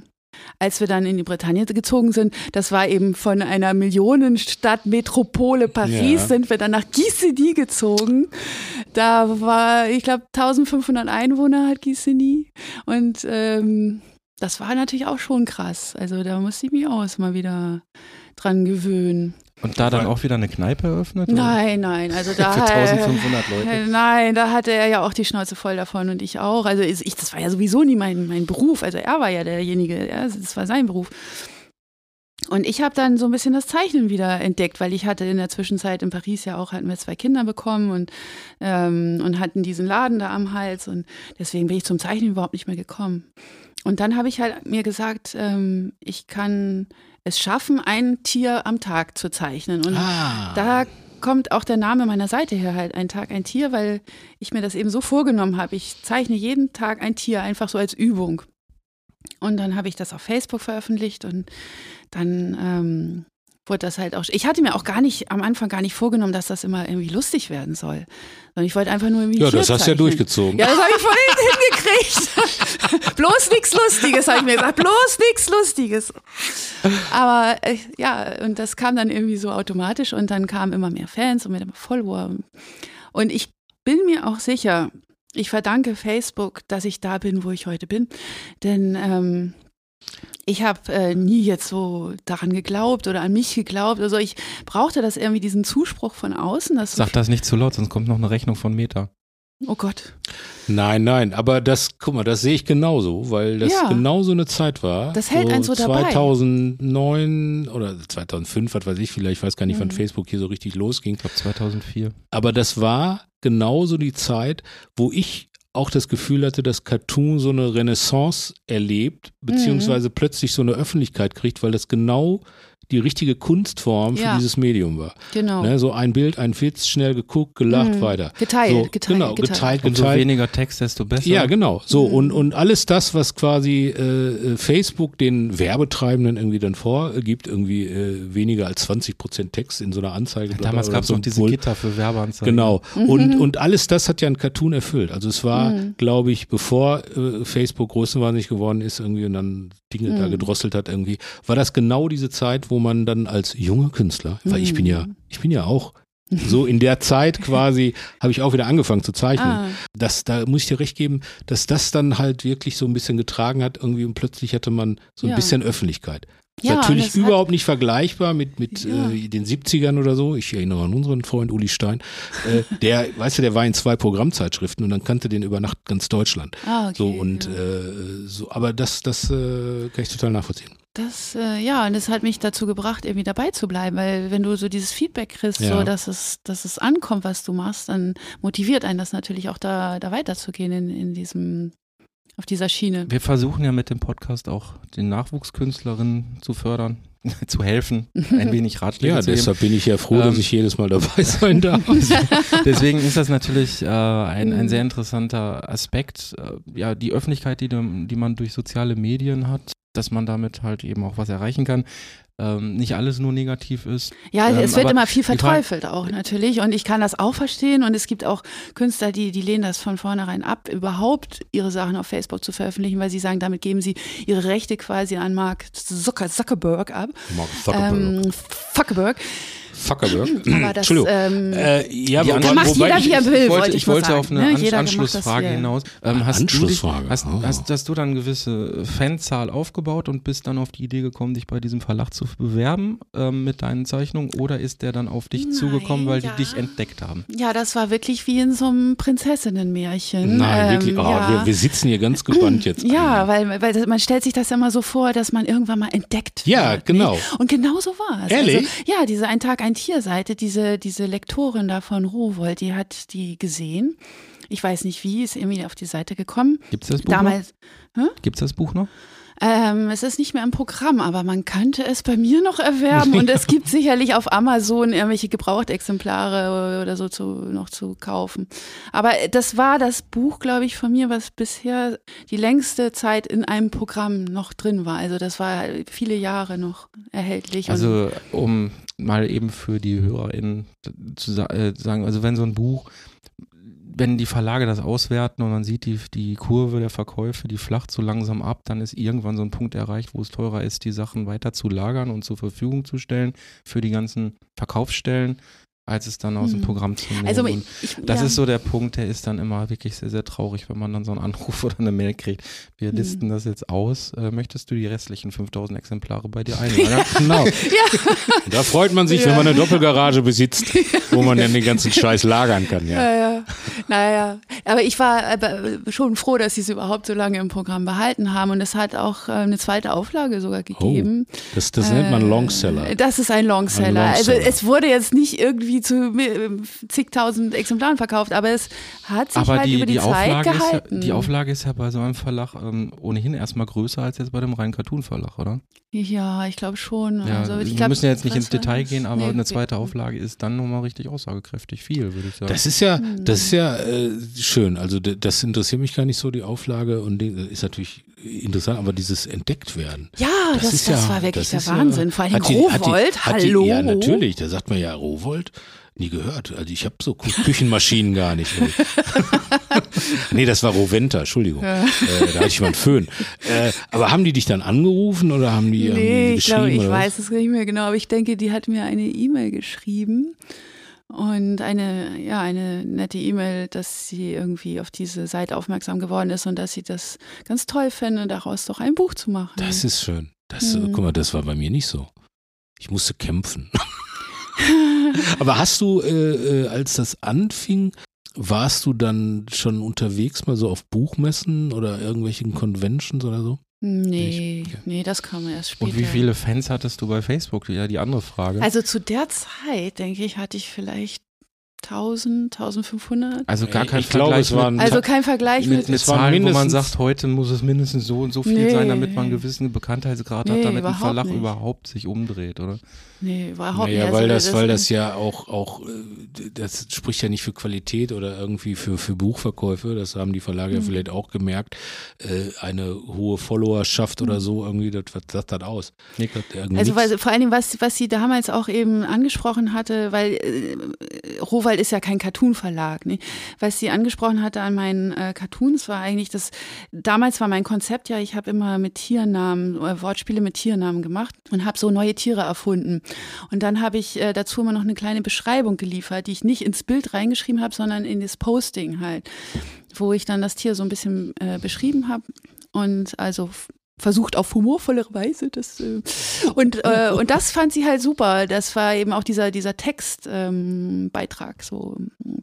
D: als wir dann in die Bretagne gezogen sind, das war eben von einer Millionenstadt, Metropole Paris,
B: Ja.
D: sind wir dann nach Gissini gezogen. Da war, ich glaube, 1500 Einwohner hat Gissini. Und ähm, das war natürlich auch schon krass. Also da musste ich mich auch erst mal wieder dran gewöhnen.
A: Und da dann auch wieder eine Kneipe eröffnet? oder?
D: Nein, nein, also da.
A: Für 1500 Leute.
D: Äh, Nein, da hatte er ja auch die Schnauze voll davon und ich auch. Also ich, das war ja sowieso nie mein, mein Beruf. Also er war ja derjenige, ja, das war sein Beruf. Und ich habe dann so ein bisschen das Zeichnen wieder entdeckt, weil ich hatte in der Zwischenzeit in Paris ja auch, hatten wir zwei Kinder bekommen und, ähm, und hatten diesen Laden da am Hals und deswegen bin ich zum Zeichnen überhaupt nicht mehr gekommen. Und dann habe ich halt mir gesagt, ähm, ich kann es schaffen, ein Tier am Tag zu zeichnen. Und
B: Ah.
D: da kommt auch der Name meiner Seite her halt, ein Tag ein Tier, weil ich mir das eben so vorgenommen habe. Ich zeichne jeden Tag ein Tier einfach so als Übung. Und dann habe ich das auf Facebook veröffentlicht und dann ähm, wurde das halt auch. Ich hatte mir auch gar nicht am Anfang gar nicht vorgenommen, dass das immer irgendwie lustig werden soll, sondern ich wollte einfach nur irgendwie. ein
B: ja,
D: Tier
B: das hast du ja
D: zeichnen.
B: durchgezogen.
D: Ja, das habe ich vorhin hingekriegt. bloß nichts Lustiges, habe ich mir gesagt. Bloß nichts Lustiges. Aber äh, ja, und das kam dann irgendwie so automatisch und dann kamen immer mehr Fans und mit immer Follower. Und ich bin mir auch sicher, ich verdanke Facebook, dass ich da bin, wo ich heute bin. Denn ähm, ich habe äh, nie jetzt so daran geglaubt oder an mich geglaubt. Also ich brauchte das irgendwie, diesen Zuspruch von außen. Dass so
A: Sag das nicht zu laut, sonst kommt noch eine Rechnung von Meta.
D: viel- oh Gott,
B: Nein, nein, aber das, guck mal, das sehe ich genauso, weil das
D: Ja.
B: genau so eine Zeit war.
D: Das hält einen so dabei.
B: 2009 oder 2005, was weiß ich vielleicht, ich weiß gar nicht,
D: Mhm.
B: wann Facebook hier so richtig losging.
A: Ich glaube 2004.
B: Aber das war genauso die Zeit, wo ich auch das Gefühl hatte, dass Cartoon so eine Renaissance erlebt,
D: Mhm.
B: beziehungsweise plötzlich so eine Öffentlichkeit kriegt, weil das genau die richtige Kunstform für
D: Ja.
B: dieses Medium war.
D: genau.
B: Ne, so ein Bild, ein Witz, schnell geguckt, gelacht,
D: Mhm.
B: weiter.
D: Geteilt,
B: so,
D: geteilt,
B: Genau,
D: geteilt.
B: geteilt,
A: Umso
B: geteilt.
A: weniger Text, desto besser.
B: Ja, genau. So und, und alles das, was quasi äh, äh, Facebook den Werbetreibenden irgendwie dann vorgibt, irgendwie äh, weniger als 20 Prozent Text in so einer Anzeige. bla, bla,
A: Damals
B: oder
A: gab es
B: so
A: noch
B: ein
A: diese
B: Bull-
A: Gitter für Werbeanzeigen.
B: Genau. Und, und alles das hat ja ein Cartoon erfüllt. Also es war, glaube ich, bevor äh, Facebook größenwahnsinnig geworden ist irgendwie und dann Dinge da gedrosselt hat irgendwie, war das genau diese Zeit, wo man dann als junger Künstler, weil ich bin ja, ich bin ja auch so in der Zeit quasi habe ich auch wieder angefangen zu zeichnen.
D: Ah.
B: Das, da muss ich dir recht geben, dass das dann halt wirklich so ein bisschen getragen hat irgendwie und plötzlich hatte man so ein
D: Ja.
B: bisschen Öffentlichkeit. Ist
D: Ja,
B: natürlich
D: das hat-
B: überhaupt nicht vergleichbar mit, mit
D: Ja.
B: äh, den 70ern oder so. Ich erinnere an unseren Freund Uli Stein. Äh, der, weißt du, der war in zwei Programmzeitschriften und dann kannte den über Nacht ganz Deutschland.
D: Ah, okay,
B: so und
D: ja.
B: äh, so, aber das, das äh, kann ich total nachvollziehen.
D: Das, äh, ja, und das hat mich dazu gebracht, irgendwie dabei zu bleiben, weil wenn du so dieses Feedback kriegst, so
B: Ja.
D: dass es, dass es ankommt, was du machst, dann motiviert einen das natürlich auch da, da weiterzugehen in, in diesem, auf dieser Schiene.
A: Wir versuchen ja mit dem Podcast auch den Nachwuchskünstlerinnen zu fördern, zu helfen, ein wenig Ratschläge
B: Ja,
A: zu geben.
B: deshalb bin ich ja froh, dass
A: Ähm,
B: ich jedes Mal dabei sein darf.
A: Deswegen ist das natürlich äh, ein, ein sehr interessanter Aspekt. Äh, ja, die Öffentlichkeit, die, dem- die man durch soziale Medien hat, dass man damit halt eben auch was erreichen kann. Ähm, nicht alles nur negativ ist.
D: Ja,
A: Ähm,
D: es wird
A: aber
D: immer viel
A: die Frage-
D: verteufelt auch natürlich und ich kann das auch verstehen und es gibt auch Künstler, die, die lehnen das von vornherein ab, überhaupt ihre Sachen auf Facebook zu veröffentlichen, weil sie sagen, damit geben sie ihre Rechte quasi an Mark Zucker- Zuckerberg ab.
B: Mark Zuckerberg.
D: Ähm, Zuckerberg.
B: Fuckerberg.
D: Aber das,
B: Entschuldigung.
D: ähm,
B: äh, ja,
A: Die
B: wobei-
A: anderen-
D: macht
B: wobei
D: jeder,
B: ich,
D: wie er will.
A: Ich wollte,
D: wollte
A: ich
D: nur
A: wollte
D: sagen,
A: auf eine
D: ne?
A: An-
D: Jeder macht das,
A: Anschlussfrage
D: wie er-
A: hinaus. Ähm, hast Du
B: Anschlussfrage.
A: dich, hast,
B: Ah.
A: hast, hast du dann gewisse äh, Fanzahl aufgebaut und bist dann auf die Idee gekommen, dich bei diesem Verlag zu bewerben ähm, mit deinen Zeichnungen? Oder ist der dann auf dich
D: Nein,
A: zugekommen, weil
D: ja.
A: die dich entdeckt haben?
D: Ja, das war wirklich wie in so einem Prinzessinnenmärchen.
B: Nein, wirklich.
D: Ähm,
B: Oh,
D: ja.
B: wir, wir sitzen hier ganz gebannt jetzt.
D: ja, weil, weil das- man stellt sich das ja immer so vor, dass man irgendwann mal entdeckt
B: Ja,
D: wird.
B: genau.
D: Nicht? Und genau so war es.
B: Ehrlich?
D: Also, ja, diese Ein Tag, ein Tier-Seite, diese, diese Lektorin da von Rowold, die hat die gesehen. Ich weiß nicht wie, ist irgendwie auf die Seite gekommen.
A: Gibt es das Buch
D: Damals,
A: noch? Gibt's das Buch noch?
D: ähm, es ist nicht mehr im Programm, aber man könnte es bei mir noch erwerben und es gibt sicherlich auf Amazon irgendwelche Gebrauchtexemplare oder so zu, noch zu kaufen. Aber das war das Buch, glaube ich, von mir, was bisher die längste Zeit in einem Programm noch drin war. Also das war viele Jahre noch erhältlich. und,
A: Also, um mal eben für die HörerInnen zu sa- äh, sagen, also wenn so ein Buch, wenn die Verlage das auswerten und man sieht die, die Kurve der Verkäufe, die flacht so langsam ab, dann ist irgendwann so ein Punkt erreicht, wo es teurer ist, die Sachen weiter zu lagern und zur Verfügung zu stellen für die ganzen Verkaufsstellen, als es dann aus dem
D: Hm.
A: Programm zu nehmen.
D: also
A: und
D: ich, ich,
A: das
D: ja.
A: ist so der Punkt, der ist dann immer wirklich sehr, sehr traurig, wenn man dann so einen Anruf oder eine Mail kriegt. Wir
D: Hm.
A: listen das jetzt aus. Äh, möchtest du die restlichen 5000 Exemplare bei dir einlagern?
B: Genau. Da freut man sich, wenn man eine Doppelgarage besitzt, wo man dann den ganzen Scheiß lagern kann. Ja.
D: Naja, naja. Aber ich war aber schon froh, dass sie es überhaupt so lange im Programm behalten haben. Und es hat auch äh, eine zweite Auflage
A: Oh.
D: sogar gegeben.
B: Das, das nennt man
D: Äh,
B: Longseller.
D: Das ist ein Longseller.
B: Ein
D: Also
B: Longseller.
D: es wurde jetzt nicht irgendwie zu äh, zigtausend Exemplaren verkauft, aber es hat sich
A: Aber
D: halt
A: die,
D: über die,
A: die,
D: Zeit
A: Auflage ist ja,
D: gehalten.
A: die Auflage ist ja bei so einem Verlag ähm, ohnehin erstmal größer als jetzt bei dem reinen Cartoon-Verlag, oder?
D: ja, ich glaube schon.
A: Ja,
D: also, ich
A: wir
D: glaub,
A: müssen ja jetzt nicht
D: was
A: ins
D: war
A: Detail
D: das?
A: gehen, aber
D: Nee,
A: eine
D: okay.
A: zweite Auflage ist dann nochmal richtig aussagekräftig viel, würde ich sagen.
B: Das ist ja,
D: Hm.
B: das ist ja äh, schön. Also d- das interessiert mich gar nicht so, die Auflage. Und die, ist natürlich interessant, aber dieses Entdecktwerden.
D: Ja, Ah, das, das,
B: ist
D: war wirklich
B: das
D: der
B: ist ja-
D: Wahnsinn. Vor allem
B: Hat die- hat die-
D: Rowold,
B: hat die-
D: hallo.
B: Ja, natürlich, da sagt man ja Rowold. Nie gehört. Also ich habe so Kü- Küchenmaschinen gar nicht. ey. nee, das war Roventa, Entschuldigung. Äh, da hatte ich mal einen Föhn. Äh, aber haben die dich dann angerufen oder haben die, haben die
D: Nee, ich
B: geschrieben?
D: glaube, ich
B: oder was?
D: weiß es nicht mehr genau, aber ich denke, die hat mir eine E-Mail geschrieben und eine, ja, eine nette E-Mail, dass sie irgendwie auf diese Seite aufmerksam geworden ist und dass sie das ganz toll fände, daraus doch ein Buch zu machen.
B: Das ist schön. Das,
D: Mhm.
B: Guck mal, das war bei mir nicht so. Ich musste kämpfen. Aber hast du, äh, äh, als das anfing, warst du dann schon unterwegs mal so auf Buchmessen oder irgendwelchen Conventions oder so?
D: nee,
B: nicht. Okay.
D: nee, das kam erst später.
A: Und wie viele Fans hattest du bei Facebook? Ja, die andere Frage.
D: Also zu der Zeit, denke ich, hatte ich vielleicht 1000, 1500.
A: Also gar
B: Ich-
A: kein
B: ich glaube,
A: Vergleich
B: es waren-
D: Also kein Vergleich
A: mit, mit,
D: mit,
A: mit
B: es waren
A: Zahlen, wo man
B: mindestens-
A: sagt, heute muss es mindestens so und so viel sein,
D: Nee.
A: damit man einen gewissen Bekanntheitsgrad
D: Nee,
A: hat, damit ein
D: überhaupt
A: Verlag
D: nicht.
A: überhaupt sich umdreht, oder?
D: Nee, überhaupt
B: naja,
D: nicht.
B: weil das,
D: Also
B: weil das ja auch, auch, äh, das spricht ja nicht für Qualität oder irgendwie für, für Buchverkäufe. Das haben die Verlage
D: Mhm.
B: ja vielleicht auch gemerkt. Äh, eine hohe Followerschaft oder so irgendwie, das, was sagt das aus? Äh,
A: Nee,
B: Das hat irgendwie
D: Mhm. Also
B: nichts.
D: weil, vor allem, was, was sie damals auch eben angesprochen hatte, weil äh, Rowald ist ja kein Cartoon-Verlag, ne? was sie angesprochen hatte an meinen äh, Cartoons war eigentlich, dass damals war mein Konzept ja, ich habe immer mit Tiernamen, äh, Wortspiele mit Tiernamen gemacht und habe so neue Tiere erfunden. Und dann habe ich äh, dazu immer noch eine kleine Beschreibung geliefert, die ich nicht ins Bild reingeschrieben habe, sondern in das Posting halt, wo ich dann das Tier so ein bisschen äh, beschrieben habe und also f- versucht auf humorvollere Weise das äh, und äh, und das fand sie halt super das war eben auch dieser dieser Text ähm, Beitrag so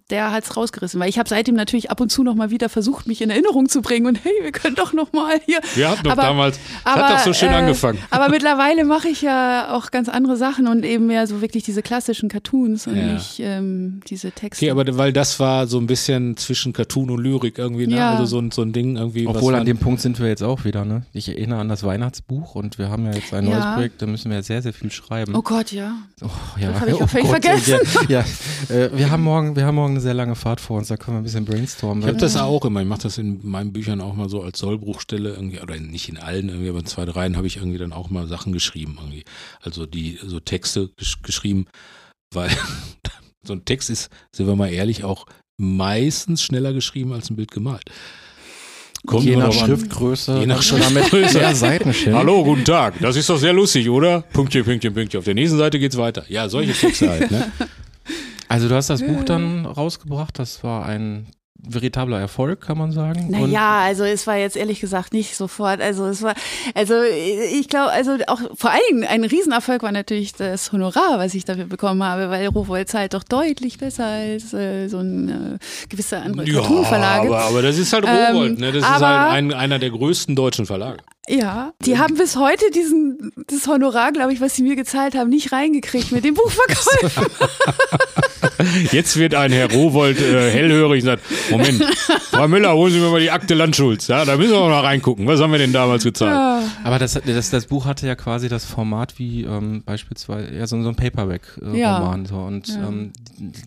D: der hat's rausgerissen weil ich habe seitdem natürlich ab und zu noch mal wieder versucht mich in Erinnerung zu bringen und hey wir können doch noch mal hier
B: Wir hatten doch
D: aber-
B: damals, das
D: aber,
B: hat doch so schön
D: äh,
B: angefangen.
D: aber mittlerweile mache ich ja auch ganz andere Sachen und eben mehr so wirklich diese klassischen Cartoons und
B: Ja.
D: nicht ähm, diese Texte
B: Okay, aber weil das war so ein bisschen zwischen Cartoon und Lyrik irgendwie, ne?
D: Ja.
B: Also so ein, so ein Ding irgendwie. was
A: Obwohl,
B: man-
A: an dem Punkt sind wir jetzt auch wieder, ne? Ich erinnere an das Weihnachtsbuch und wir haben ja jetzt ein neues
D: Ja.
A: Projekt, da müssen wir ja sehr, sehr viel schreiben.
D: oh Gott ja
A: Oh, ja.
D: Das hab ich auch
A: oh
D: völlig
A: Gott,
D: vergessen.
A: Ja, ja. Äh, wir, haben morgen, wir haben morgen eine sehr lange Fahrt vor uns, da können wir ein bisschen brainstormen.
B: Ich habe das auch immer. Ich mache das in meinen Büchern auch mal so als Sollbruchstelle irgendwie, oder nicht in allen irgendwie, aber in zwei, dreien habe ich irgendwie dann auch mal Sachen geschrieben irgendwie. Also die, so Texte gesch geschrieben, weil so ein Text ist, sind wir mal ehrlich, auch meistens schneller geschrieben als ein Bild gemalt. Kommt
A: je nach
B: immer
A: äh,
B: drauf an.
A: Schriftgröße,
B: Je nach
A: und damit mehr Seitenschild.
B: Hallo, guten Tag. Das ist doch sehr lustig, oder? Pünktchen, Pünktchen, Pünktchen. Auf der nächsten Seite geht's weiter. Ja, solche Texte halt, ne?
A: Also du hast das Buch dann rausgebracht, das war ein veritabler Erfolg, kann man sagen. Und-
D: Naja, also es war jetzt ehrlich gesagt nicht sofort. Also es war, also ich glaube, also auch vor allen Dingen ein Riesenerfolg war natürlich das Honorar, was ich dafür bekommen habe, weil Rowold zahlt doch deutlich besser als äh, so ein äh, gewisser andere Cartoon-Verlage.
B: aber, aber das ist halt
D: Ähm,
B: Rowold, ne? Das ist
D: aber-
B: halt ein, einer der größten deutschen Verlage.
D: Ja, die haben bis heute diesen, das Honorar, glaube ich, was sie mir gezahlt haben, nicht reingekriegt mit dem Buchverkauf.
B: Jetzt wird ein Herr Rowold äh, hellhörig und sagt, Moment, Frau Müller, holen Sie mir mal die Akte Landschulz. Ja, da müssen wir auch noch reingucken. Was haben wir denn damals gezahlt?
A: Aber das, das, das Buch hatte ja quasi das Format wie ähm, beispielsweise ja, so, so ein Paperback-Roman.
D: Ja.
A: so. Und
D: Ja.
A: ähm,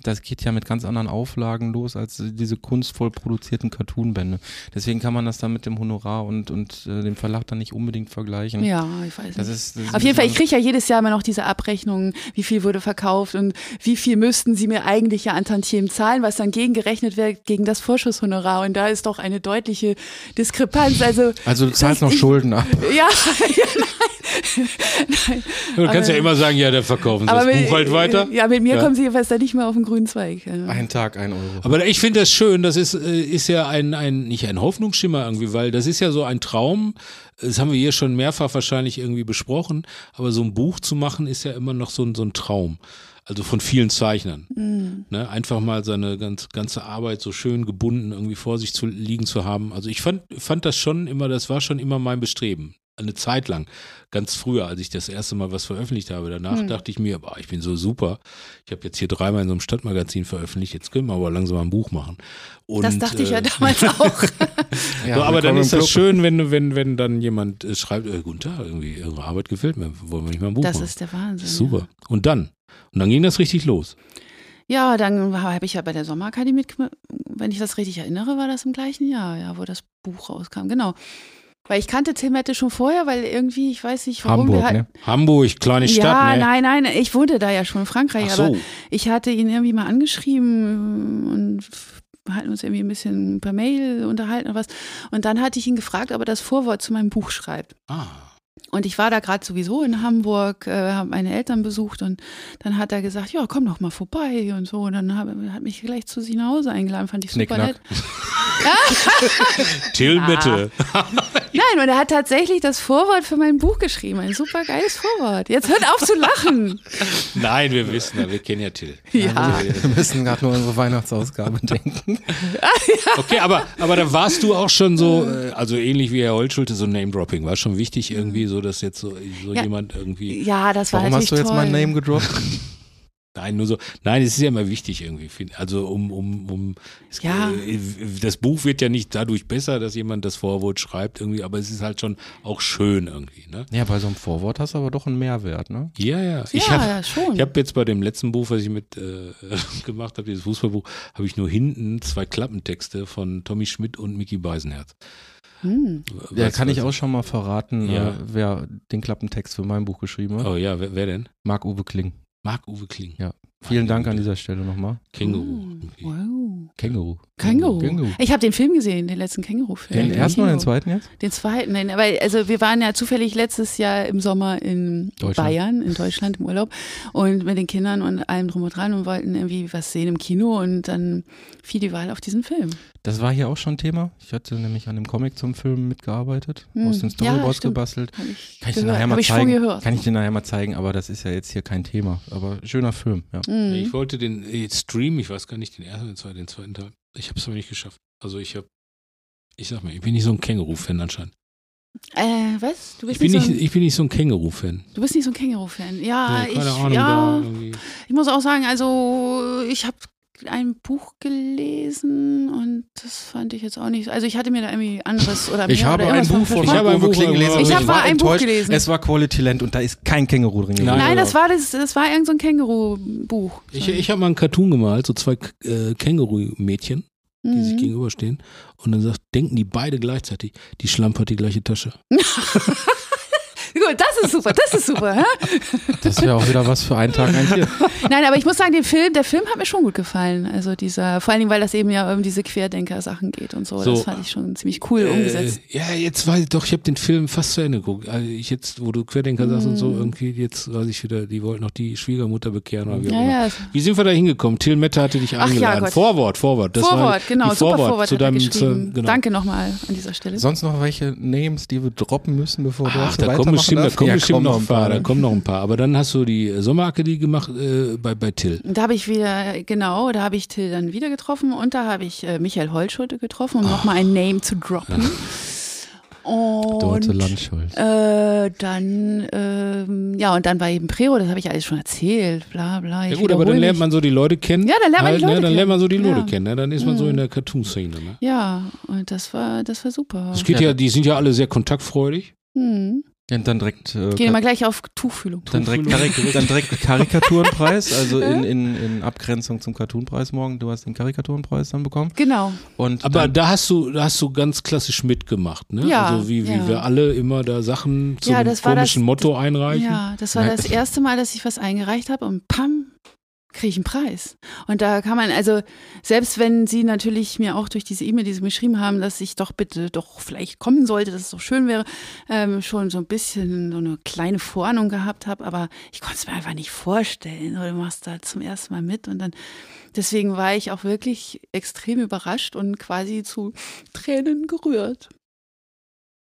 A: das geht ja mit ganz anderen Auflagen los als diese kunstvoll produzierten Cartoonbände. Deswegen kann man das dann mit dem Honorar und, und äh, dem Verlag dann nicht unbedingt vergleichen.
D: ja, ich weiß
A: Das
D: nicht.
A: ist, das
D: Auf jeden Fall, ich kriege ja jedes Jahr immer noch diese Abrechnungen, wie viel wurde verkauft und wie viel müssten sie mir eigentlich ja an Tantiemen zahlen, was dann gegengerechnet wird gegen das Vorschusshonorar. Und da ist doch eine deutliche Diskrepanz. Also,
A: also du zahlst noch
D: ich-
A: Schulden ab.
D: ja, genau. ja
B: Du kannst ja immer sagen, ja, dann verkaufen Sie
A: Also
B: das
D: mit-
B: Buch halt weiter.
D: äh, Ja, mit mir
B: Ja.
D: kommen sie jedenfalls da nicht mehr auf den grünen Zweig. Ja.
A: Ein Tag, ein Euro.
B: Aber ich finde das schön, das ist, äh, ist ja ein, ein, nicht ein Hoffnungsschimmer irgendwie, weil das ist ja so ein Traum, das haben wir hier schon mehrfach wahrscheinlich irgendwie besprochen, aber so ein Buch zu machen ist ja immer noch so ein, so ein Traum. Also von vielen Zeichnern. Ne, einfach mal seine ganz, ganze Arbeit so schön gebunden irgendwie vor sich zu liegen zu haben. Also ich fand, fand das schon immer, das war schon immer mein Bestreben. Eine Zeit lang, ganz früher, als ich das erste Mal was veröffentlicht habe. Danach
D: Hm.
B: dachte ich mir, boah, ich bin so super. Ich habe jetzt hier dreimal in so einem Stadtmagazin veröffentlicht, jetzt können wir aber langsam mal ein Buch machen. Und,
D: das dachte ich ja
B: äh,
D: damals auch.
A: Ja,
B: so, aber dann
A: willkommen
B: ist
A: im Club.
B: das schön, wenn, wenn, wenn dann jemand äh, schreibt, äh, guten Tag, irgendwie, Ihre Arbeit gefällt mir, wollen wir nicht mal ein Buch
D: Das
B: machen.
D: ist der Wahnsinn.
B: Super. Und dann? Und dann ging das richtig los.
D: Ja, dann habe ich ja bei der Sommerakademie, mitgem- wenn ich das richtig erinnere, war das im gleichen Jahr, ja, wo das Buch rauskam. Genau. Weil ich kannte Temette schon vorher, weil irgendwie, ich weiß nicht, warum
A: Hamburg,
D: wir hatten.
A: ne?
B: Hamburg, kleine Stadt,
D: ja,
B: ne?
D: nein, nein, ich wohnte da ja schon in Frankreich,
B: Ach
D: aber
B: so.
D: ich hatte ihn irgendwie mal angeschrieben und f- hatten uns irgendwie ein bisschen per Mail unterhalten oder was. Und dann hatte ich ihn gefragt, ob er das Vorwort zu meinem Buch schreibt.
B: Ah.
D: Und ich war da gerade sowieso in Hamburg, äh, habe meine Eltern besucht und dann hat er gesagt, ja, komm doch mal vorbei und so. Und dann hab, hat mich gleich zu sich nach Hause eingeladen, fand ich super
A: Knickknack.
D: nett.
B: Till, bitte.
D: Nein, und er hat tatsächlich das Vorwort für mein Buch geschrieben. Ein super geiles Vorwort. Jetzt hört auf zu lachen.
B: Nein, wir wissen ja, wir kennen ja Till.
D: Ja.
A: Also Wir müssen gerade nur an unsere Weihnachtsausgabe denken.
B: Okay, aber, aber da warst du auch schon so, äh, also ähnlich wie Herr Holtschulte, so Name-Dropping. War schon wichtig irgendwie, so dass jetzt so, so
D: Hm. Ja. Äh.
B: jemand irgendwie.
D: Ja, das war
A: Warum hast
D: natürlich
A: du jetzt
D: toll.
A: mein Name gedroppt?
B: Nein, nur so. Nein, es ist ja immer wichtig irgendwie. find- Also um, um, um. Es,
D: Ja.
B: äh, Das Buch wird ja nicht dadurch besser, dass jemand das Vorwort schreibt irgendwie, aber es ist halt schon auch schön irgendwie, ne?
A: Ja, bei so einem Vorwort hast du aber doch einen Mehrwert, ne?
B: Ja, ja. Ich
D: ja,
B: hab-
D: ja, schon.
B: Ich habe jetzt bei dem letzten Buch, was ich mit äh, gemacht habe, dieses Fußballbuch, habe ich nur hinten zwei Klappentexte von Tommy Schmidt und Mickey Beisenherz.
D: hm.
A: Ja,
B: Was-
A: kann ich
B: was-
A: auch schon mal verraten,
B: Ja.
A: äh, wer den Klappentext für mein Buch geschrieben hat.
B: Oh ja, wer, wer denn?
A: Marc-Uwe Kling.
B: Marc-Uwe Kling.
A: Ja. Vielen Dank an
B: Güte.
A: dieser Stelle nochmal.
B: Känguru.
D: Hm.
B: irgendwie.
D: Wow.
A: Känguru.
D: Känguru.
A: Känguru.
D: Ich habe den Film gesehen, den letzten Känguru-Film.
A: Den ersten oder den zweiten jetzt?
D: Den zweiten, nein, aber also wir waren ja zufällig letztes Jahr im Sommer in
A: Deutschland.
D: Bayern, in Deutschland im Urlaub und mit den Kindern und allem drum und dran und wollten irgendwie was sehen im Kino und dann fiel die Wahl auf diesen Film.
A: Das war hier auch schon Thema. Ich hatte nämlich an dem Comic zum Film mitgearbeitet,
D: Hm.
A: aus den
D: Ja,
A: Storyboards
D: stimmt.
A: gebastelt.
D: Hab ich
A: Kann ich dir
D: gehört,
A: nachher mal
D: hab ich schon
A: zeigen.
D: gehört.
A: Kann ich dir nachher mal zeigen, aber das ist ja jetzt hier kein Thema. Aber schöner Film, ja.
D: Mhm.
B: Ich wollte den äh, Stream, ich weiß gar nicht, den ersten, den zweiten, den zweiten Teil. Ich habe es aber nicht geschafft. Also ich habe, ich sag mal, ich bin nicht so ein Känguru-Fan anscheinend.
D: äh, was? Du
B: Ich
D: bist,
B: bin
D: nicht
B: nicht,
D: so ein,
B: ich bin nicht so ein Känguru-Fan.
D: du bist nicht so ein Känguru-Fan. Ja,
B: Nee,
D: ich,
B: keine Ahnung,
D: ja
B: da irgendwie.
D: ich muss auch sagen, also ich habe ein Buch gelesen und das fand ich jetzt auch nicht. Also ich hatte mir da irgendwie anderes oder mehr oder irgendwas
B: von-
D: versprochen.
B: Ich habe ein Buch gelesen.
D: Ich
B: Ich
D: habe
B: war
D: mal ein Buch gelesen.
A: Es war Quality Land und da ist kein Känguru drin gewesen.
B: Nein.
D: Nein,
B: oder-
D: das war, das, das war irgend so ein Känguru-Buch.
B: Ah, genau. Ich, ich habe mal einen Cartoon gemalt, so zwei K- äh, Känguru-Mädchen. die sich
D: Mhm.
B: gegenüberstehen. Und dann sagt, denken die beide gleichzeitig, die Schlampe hat die gleiche Tasche.
D: Gut, das ist super, das ist super. hä?
A: Das wäre auch wieder was für einen Tag ein Tier.
D: Nein, aber ich muss sagen, den Film, der Film hat mir schon gut gefallen. Also dieser, vor allen Dingen, weil das eben ja um diese Querdenker-Sachen geht und so.
B: So.
D: Das fand ich schon ziemlich cool umgesetzt.
B: Äh, ja, jetzt weiß ich doch, ich habe den Film fast zu Ende geguckt. Also ich jetzt, wo du Querdenker sagst und so,
D: Mhm.
B: irgendwie jetzt weiß ich wieder, die wollten noch die Schwiegermutter bekehren oder wie auch
D: Ja,
B: immer.
D: ja.
B: Wie sind wir da hingekommen? Till Mette hatte dich
D: Ach ja,
B: eingeladen.
D: Gott.
B: Vorwort, Vorwort. Das war
D: Vorwort,
B: die
D: genau, super
B: Vorwort
D: Vorwort
B: zu
D: hat er
B: deinem,
D: geschrieben.
B: zu, genau.
D: Danke nochmal an dieser Stelle.
A: Sonst noch welche Names, die wir droppen müssen, bevor du
B: Ach,
A: hast, du
B: da kommen
A: weitermachen
B: bestimmt, da
A: darfst?
B: kommen
A: Ja,
B: bestimmt
A: komm,
B: noch ein paar, da
A: ne?
B: kommen noch ein paar. Aber dann hast du die äh, Sommerakademie gemacht äh, bei, bei Till.
D: Da habe ich wieder, genau, da habe ich Till dann wieder getroffen und da habe ich äh, Michael Holschulte getroffen, um
B: Ah.
D: nochmal ein Name zu droppen.
A: Dorte
D: Und
A: Landschulz.
D: Äh, dann, ähm, ja, und dann war eben Prero, das habe ich alles schon erzählt, bla bla. Ich
B: Ja gut, aber dann
D: wiederhole
B: lernt
D: mich.
B: man so die Leute kennen.
D: Ja, dann lernt man die Leute
B: ne, Dann lernt man so die
D: kennen.
B: Leute
D: Ja. Mhm.
B: kennen. Ne? Dann ist man so in der Cartoon-Szene. Ne?
D: Ja, und das war, das war super.
B: Es geht ja, die sind ja alle sehr kontaktfreudig.
D: Hm.
A: Ja, und dann direkt, äh,
D: Gehen wir mal gleich auf Tuchfühlung.
A: dann direkt, direkt, dann direkt Karikaturenpreis, also in, in, in Abgrenzung zum Cartoonpreis morgen. Du hast den Karikaturenpreis dann bekommen.
D: Genau.
A: Und
B: Aber
A: dann,
B: da hast du, da hast du ganz klassisch mitgemacht, ne?
D: Ja,
B: also wie, wie
D: ja.
B: wir alle immer da Sachen zum
D: Ja, das war
B: komischen
D: das-
B: Motto einreichen.
D: Ja, das war
A: Nein.
D: das erste Mal, dass ich was eingereicht habe und pam, kriege ich einen Preis. Und da kann man, also selbst wenn Sie natürlich mir auch durch diese E-Mail, die Sie mir geschrieben haben, dass ich doch bitte doch vielleicht kommen sollte, dass es doch schön wäre, ähm, schon so ein bisschen so eine kleine Vorahnung gehabt habe, aber ich konnte es mir einfach nicht vorstellen. Du machst da zum ersten Mal mit und dann Deswegen war ich auch wirklich extrem überrascht und quasi zu Tränen gerührt.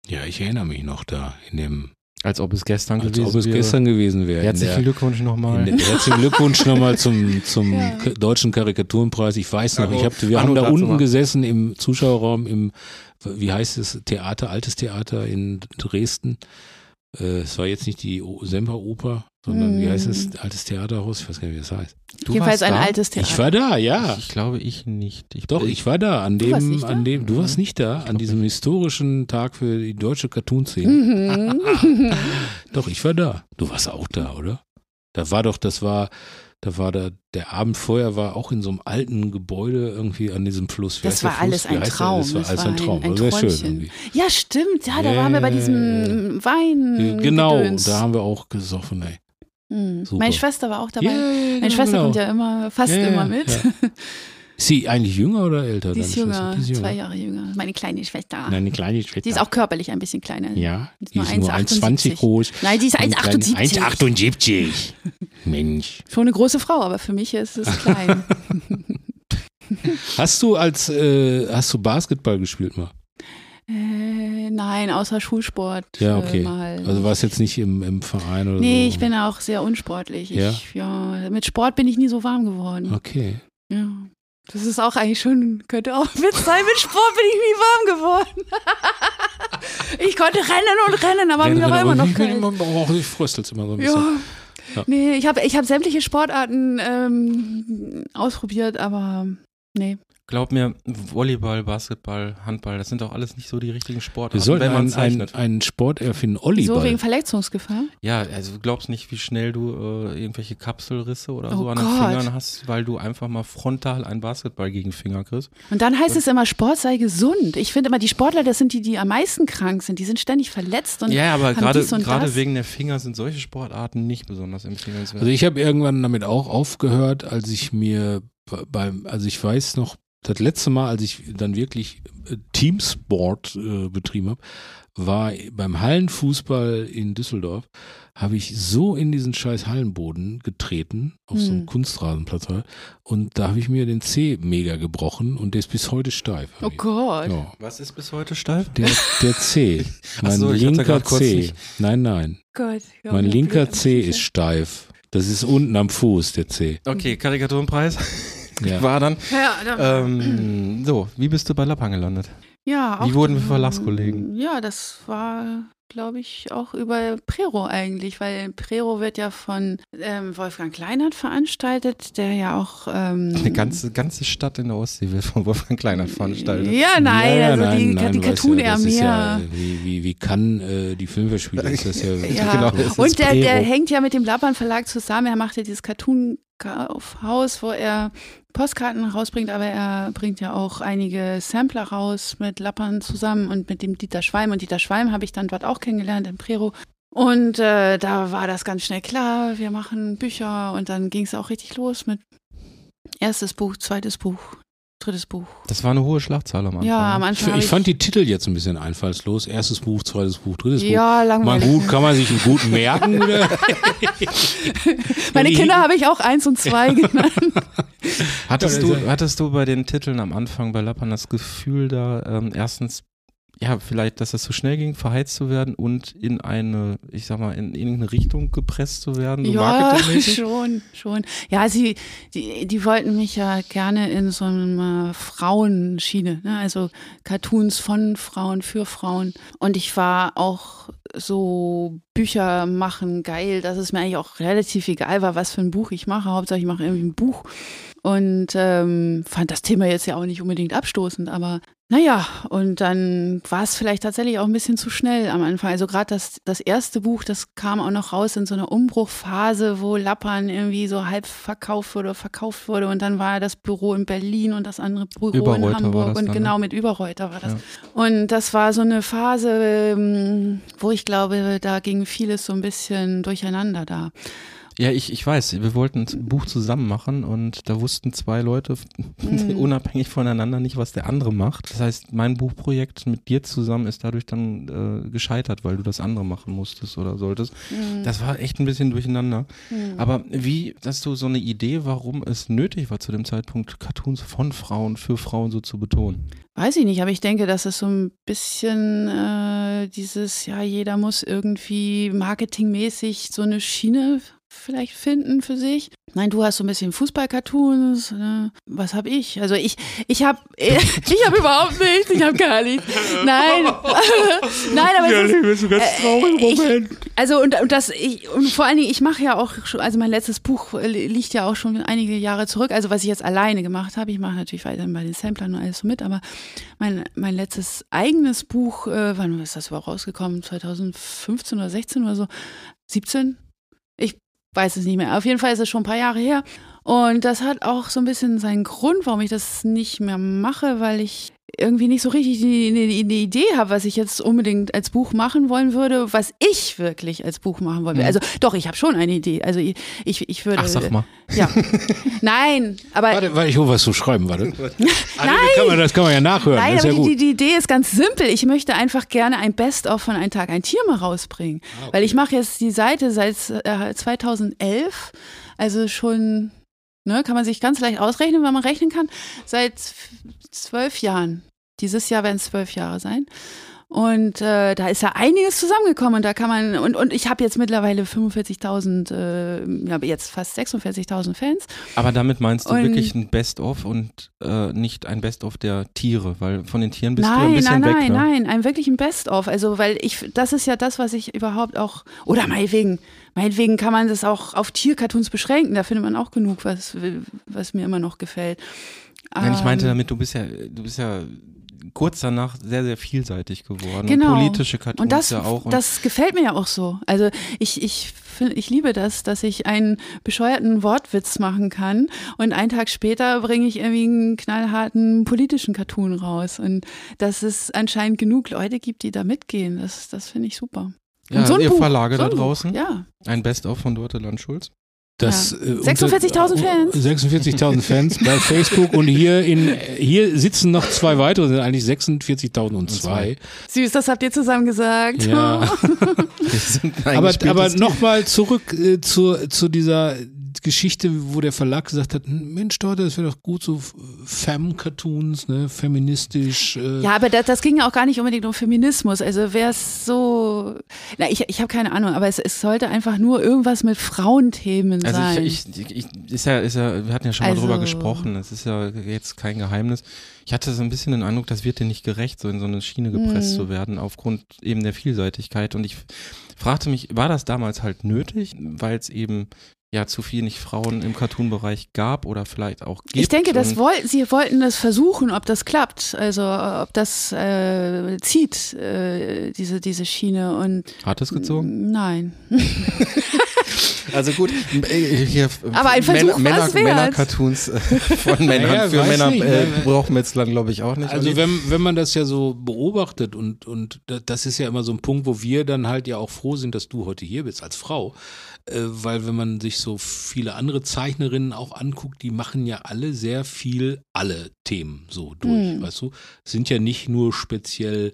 B: Ja, ich erinnere mich noch da in dem,
A: als ob es gestern
B: als
A: gewesen
B: ob es
A: wäre.
B: gestern gewesen wäre. In
A: Herzlichen
B: der-
A: Glückwunsch nochmal.
B: in der- Herzlichen Glückwunsch nochmal zum, zum
D: Ja.
B: K- deutschen Karikaturenpreis. Ich weiß noch,
A: Hallo.
B: ich hab, wir
A: Hallo
B: haben da
A: dazu
B: unten
A: mal.
B: gesessen im Zuschauerraum im, wie heißt es, Theater, altes Theater in Dresden. Äh, Es war jetzt nicht die O- Semperoper, sondern wie
D: Mm.
B: heißt es, altes Theaterhaus, ich weiß gar nicht, wie das heißt.
A: Du
D: Jedenfalls
A: warst
D: ein
A: da?
D: altes Theater.
B: Ich war da, ja.
A: Ich glaube, ich nicht. Ich, Mhm.
B: Doch, ich war da an
D: Du warst
B: dem,
D: nicht da?
B: an dem, du warst nicht da, an
A: glaub
B: diesem historischen Tag für die deutsche Cartoon-Szene.
D: Mhm.
B: Doch, ich war da. Du warst auch da, oder? Da war doch, das war Da war da, der Abend vorher war auch in so einem alten Gebäude irgendwie an diesem Fluss. Wie
D: Das
B: heißt der
D: war
B: Fluss?
D: alles
B: Wie
D: ein
B: heißt der?
D: Traum.
B: Das war
D: Das
B: alles
D: war
B: ein
D: ein-
B: Traum.
D: ein
B: War sehr schön
D: Träumchen.
B: irgendwie.
D: Ja, stimmt. Ja, da waren wir bei diesem Wein.
B: Genau,
D: Hm, Gedöns.
B: da haben wir auch gesoffen, ey.
D: Hm.
B: Super.
D: Meine Schwester war auch dabei.
B: Ja, ja, ja,
D: Meine Schwester
B: genau.
D: kommt ja immer, fast
B: Ja, ja,
D: immer mit.
B: ja. Ist sie eigentlich jünger oder älter?
D: Die ist
B: deine
D: jünger,
B: Schwester? Die ist
D: zwei Jahre jünger. Meine kleine Schwester.
B: Nein, die kleine Schwester.
D: Die ist auch körperlich ein bisschen kleiner.
B: Ja,
D: die ist
B: die
D: nur
B: ist nur 1,20
D: 1,78.
B: groß.
D: Nein, die ist
B: Und kleine-
D: 1,78.
B: 1,78. Mensch.
D: Schon eine große Frau, aber für mich ist es klein.
B: Hast du als, äh, hast du Basketball gespielt mal?
D: äh, nein, außer Schulsport.
B: Ja, okay.
D: Äh, mal.
B: Also warst jetzt nicht im, im Verein oder so?
D: nee, ich bin auch sehr unsportlich.
B: Ja?
D: Ich, ja, mit Sport bin ich nie so warm geworden.
B: Okay.
D: Ja. Das ist auch eigentlich schon, könnte auch ein Witz sein. Mit Sport bin ich nie warm geworden. ich konnte rennen und rennen, aber mir war immer noch
B: ich bin
D: kalt.
B: immer, oh, ich fröstel's immer so ein bisschen.
D: Ja.
B: Ja.
D: Nee, ich habe ich hab sämtliche Sportarten ähm, ausprobiert, aber nee.
A: Glaub mir, Volleyball, Basketball, Handball, das sind doch alles nicht so die richtigen
B: Wir
A: Sportarten,
B: sollten
A: wenn man
B: einen, einen,
A: zeichnet.
B: einen Sport erfinden,
D: So wegen
B: Olliball.
D: Verletzungsgefahr.
A: ja, also du glaubst nicht, wie schnell du äh, irgendwelche Kapselrisse oder
D: Oh
A: so an den
D: Gott.
A: Fingern hast, weil du einfach mal frontal einen Basketball gegen den Finger kriegst.
D: Und dann heißt es immer, Sport sei gesund. Ich finde immer, die Sportler, das sind die, die am meisten krank sind. Die sind ständig verletzt. Und
A: Ja, aber
D: haben
A: gerade
D: dies und
A: gerade
D: das.
A: wegen der Finger sind solche Sportarten nicht besonders empfehlenswert.
B: also ich habe irgendwann damit auch aufgehört, als ich mir be- beim, also ich weiß noch, das letzte Mal, als ich dann wirklich äh, Teamsport äh, betrieben habe, war beim Hallenfußball in Düsseldorf, habe ich so in diesen scheiß Hallenboden getreten, auf so einem
D: Hm.
B: Kunstrasenplatz halt, und da habe ich mir den Zeh mega gebrochen und der ist bis heute steif.
D: Oh Gott.
B: Ja.
A: Was ist bis heute steif?
B: Der, der C.
A: Ach
B: Mein
A: so, ich hatte
B: linker
A: grad kurz
B: C.
A: nicht-
B: Nein, nein.
D: Gott. Ja,
B: mein
D: ja,
B: linker
D: blöd,
B: C
D: aber
B: ist steif. Das ist unten am Fuß, der C.
D: Mhm.
A: Okay, Karikaturenpreis
B: Ja.
A: war dann.
D: Ja, da,
A: Ähm, so, wie bist du bei Lappang gelandet?
D: ja,
A: wie
D: auch-
A: wurden wir Verlagskollegen?
D: Ja, das war, glaube ich, auch über Prero eigentlich, weil Prero wird ja von ähm, Wolfgang Kleinert veranstaltet, der ja auch ähm,
A: Eine ganze, ganze Stadt in der Ostsee wird von Wolfgang Kleiner veranstaltet.
D: Ja, nein,
B: Ja, ja,
D: also die, die
B: weißt du,
D: Cartoon eher
B: das ist
D: mehr.
B: ja, wie, wie, wie kann äh, die Filmverspiele? Ist das ja,
D: Ja.
A: Genau, es
D: Und
A: ist
D: der, der
A: Prero.
D: hängt ja mit dem Lappern Verlag zusammen. Er macht ja dieses Cartoon-Kaufhaus, wo er Postkarten rausbringt, aber er bringt ja auch einige Sampler raus mit Lappern zusammen und mit dem Dieter Schwalm. Und Dieter Schwalm habe ich dann dort auch kennengelernt in Prero. Und äh, da war das ganz schnell klar, wir machen Bücher und dann ging es auch richtig los mit erstes Buch, zweites Buch, drittes Buch.
A: Das war eine hohe Schlagzahl am Anfang. ne?
D: Ja, am
B: Ich,
D: Anfang. hab
B: ich fand die Titel jetzt ein bisschen einfallslos. Erstes Buch, zweites Buch, drittes Buch.
D: ja,
B: Mal
D: langweilig.
B: gut, kann man sich gut merken. ne? Oder?
D: Meine
B: Die-
D: Kinder habe ich auch eins und zwei genannt.
A: Hattest
B: Ja,
A: du,
B: das-
A: hattest du bei den Titeln am Anfang bei Lappern das Gefühl, da ähm, erstens, ja, vielleicht, dass das zu schnell ging, verheizt zu werden und in eine, ich sag mal, in irgendeine Richtung gepresst zu werden, so
D: Ja,
A: marketingmäßig?
D: schon, schon. Ja, sie, die, die wollten mich ja gerne in so einer Frauenschiene, ne? also Cartoons von Frauen für Frauen. Und ich war auch so Bücher machen geil, dass es mir eigentlich auch relativ egal war, was für ein Buch ich mache. Hauptsache ich mache irgendwie ein Buch. Und ähm, fand das Thema jetzt ja auch nicht unbedingt abstoßend, aber naja, und dann war es vielleicht tatsächlich auch ein bisschen zu schnell am Anfang. Also gerade das, das erste Buch, das kam auch noch raus in so einer Umbruchphase, wo Lappern irgendwie so halb verkauft wurde, verkauft wurde und dann war das Büro in Berlin und das andere Büro in
A: Überreuter
D: Hamburg
A: war das
D: und
A: dann, ne?
D: genau mit Überreuter war das.
A: Ja.
D: Und das war so eine Phase, ähm, wo ich glaube, da ging vieles so ein bisschen durcheinander da.
A: Ja, ich, ich weiß, wir wollten ein Buch zusammen machen und da wussten zwei Leute
D: Mhm.
A: unabhängig voneinander nicht, was der andere macht. Das heißt, mein Buchprojekt mit dir zusammen ist dadurch dann äh, gescheitert, weil du das andere machen musstest oder solltest.
D: Hm.
A: Das war echt ein bisschen durcheinander. Aber wie, hast du so eine Idee, warum es nötig war, zu dem Zeitpunkt Cartoons von Frauen für Frauen so zu betonen?
D: Weiß ich nicht, aber ich denke, dass es so ein bisschen äh, dieses, ja, jeder muss irgendwie marketingmäßig so eine Schiene vielleicht finden für sich. Nein, du hast so ein bisschen Fußball-Cartoons. Ne? Was hab ich? Also ich, ich hab, ich hab überhaupt nichts. Ich hab gar nichts. Nein, nein, aber es ist,
B: bist du ganz
D: Äh, ich- also und, und das ich, und vor allen Dingen ich mache ja auch schon, also mein letztes Buch äh, li- liegt ja auch schon einige Jahre zurück. Also was ich jetzt alleine gemacht habe, ich mache natürlich weiterhin bei den Samplern und alles so mit, aber mein mein letztes eigenes Buch, äh, wann ist das überhaupt rausgekommen? 2015 oder 16 oder so? 17? Ich weiß es nicht mehr. Auf jeden Fall ist es schon ein paar Jahre her. Und das hat auch so ein bisschen seinen Grund, warum ich das nicht mehr mache, weil ich irgendwie nicht so richtig die- die- die- die Idee habe, was ich jetzt unbedingt als Buch machen wollen würde, was ich wirklich als Buch machen wollen würde. Also doch, ich habe schon eine Idee. Also ich, ich, ich würde.
A: Mhm. Ach, sag mal.
D: Ja. Nein, aber
B: Warte, warte, ich will was zu schreiben, warte. Ah, nee,
D: Nein!
B: Das kann, man, das kann man ja nachhören.
D: Nein,
B: das ist
D: aber
B: ja gut.
D: die, die Idee ist ganz simpel. Ich möchte einfach gerne ein Best-of von Ein Tag, ein Tier mal rausbringen. Weil ich mache jetzt die Seite seit äh, 2011, also schon, ne, kann man sich ganz leicht ausrechnen, wenn man rechnen kann, seit f- zwölf Jahren. Dieses Jahr werden es zwölf Jahre sein. Und äh, da ist ja einiges zusammengekommen und da kann man, und, und ich habe jetzt mittlerweile 45.000, äh, ja, jetzt fast 46.000 Fans.
A: Aber damit meinst du
D: Und-
A: wirklich ein Best-of und äh, nicht ein Best-of der Tiere, weil von den Tieren bist du ein
D: nein,
A: bisschen
D: nein,
A: weg.
D: nein,
A: ne?
D: nein, ein wirklichen Best-of. Also, weil ich, das ist ja das, was ich überhaupt auch, oder meinetwegen, meinetwegen kann man das auch auf Tiercartoons beschränken. Da findet man auch genug, was, was mir immer noch gefällt.
A: Nein, ich meinte
D: Ähm,
A: damit, du bist ja, du bist ja kurz danach sehr, sehr vielseitig geworden.
D: Genau.
A: Und politische Cartoons
D: Und das,
A: ja auch. Und
D: das gefällt mir ja auch so. Also ich, ich, find- ich liebe das, dass ich einen bescheuerten Wortwitz machen kann und einen Tag später bringe ich irgendwie einen knallharten politischen Cartoon raus. Und dass es anscheinend genug Leute gibt, die da mitgehen, das, das finde ich super.
A: Ja,
D: und so ein
A: ihr
D: Buch,
A: Verlage
D: so
A: da
D: ein Buch,
A: draußen.
D: Ja,
A: ein Best-of von Dorte Landschulz.
B: Das, äh, unter-
D: 46.000 Fans.
B: 46.000 Fans bei Facebook und hier in hier sitzen noch zwei weitere, sind eigentlich 46.002.
D: süß, das habt ihr zusammen gesagt.
B: Ja.
A: Wir sind ein
B: Aber,
A: gespieltes
B: aber
A: Team.
B: nochmal zurück äh, zu, zu dieser Geschichte, wo der Verlag gesagt hat, "Hm, Mensch, Dorte, das wäre doch gut, so Femme-Cartoons, ne, feministisch. Äh,
D: Ja, aber das, das ging ja auch gar nicht unbedingt um Feminismus. Also wäre es so. Na, ich, ich habe keine Ahnung, aber es, es sollte einfach nur irgendwas mit Frauenthemen
A: Also
D: sein.
A: ich, ich, ich ist ja, ist ja, wir hatten ja schon
D: Also-
A: mal drüber gesprochen. Es ist ja jetzt kein Geheimnis. Ich hatte so ein bisschen den Eindruck, das wird dir nicht gerecht, so in so eine Schiene
D: Mhm.
A: gepresst zu werden, aufgrund eben der Vielseitigkeit. Und ich fragte mich, war das damals halt nötig, weil es eben ja zu viel nicht Frauen im Cartoon-Bereich gab oder vielleicht auch gibt.
D: Ich denke, das
A: Und-
D: wollten, sie wollten das versuchen, ob das klappt, also ob das äh, zieht, äh, diese, diese Schiene. Und
A: hat es gezogen.
D: nein.
A: Also gut, äh, hier
D: Aber ein Versuch
A: Männer,
D: war's wert.
A: Männer, Männer-Cartoons äh, von Männern
B: Naja,
A: für
B: weiß
A: Männer
B: nicht,
A: äh,
B: ne?
A: brauchen wir jetzt dann, glaube ich, auch nicht.
B: Also
A: Olli.
B: wenn, wenn man das ja so beobachtet und, und da- das ist ja immer so ein Punkt, wo wir dann halt ja auch froh sind, dass du heute hier bist als Frau, äh, weil wenn man sich so viele andere Zeichnerinnen auch anguckt, die machen ja alle sehr viel alle Themen so
D: Hm.
B: durch, weißt du? Es sind ja nicht nur speziell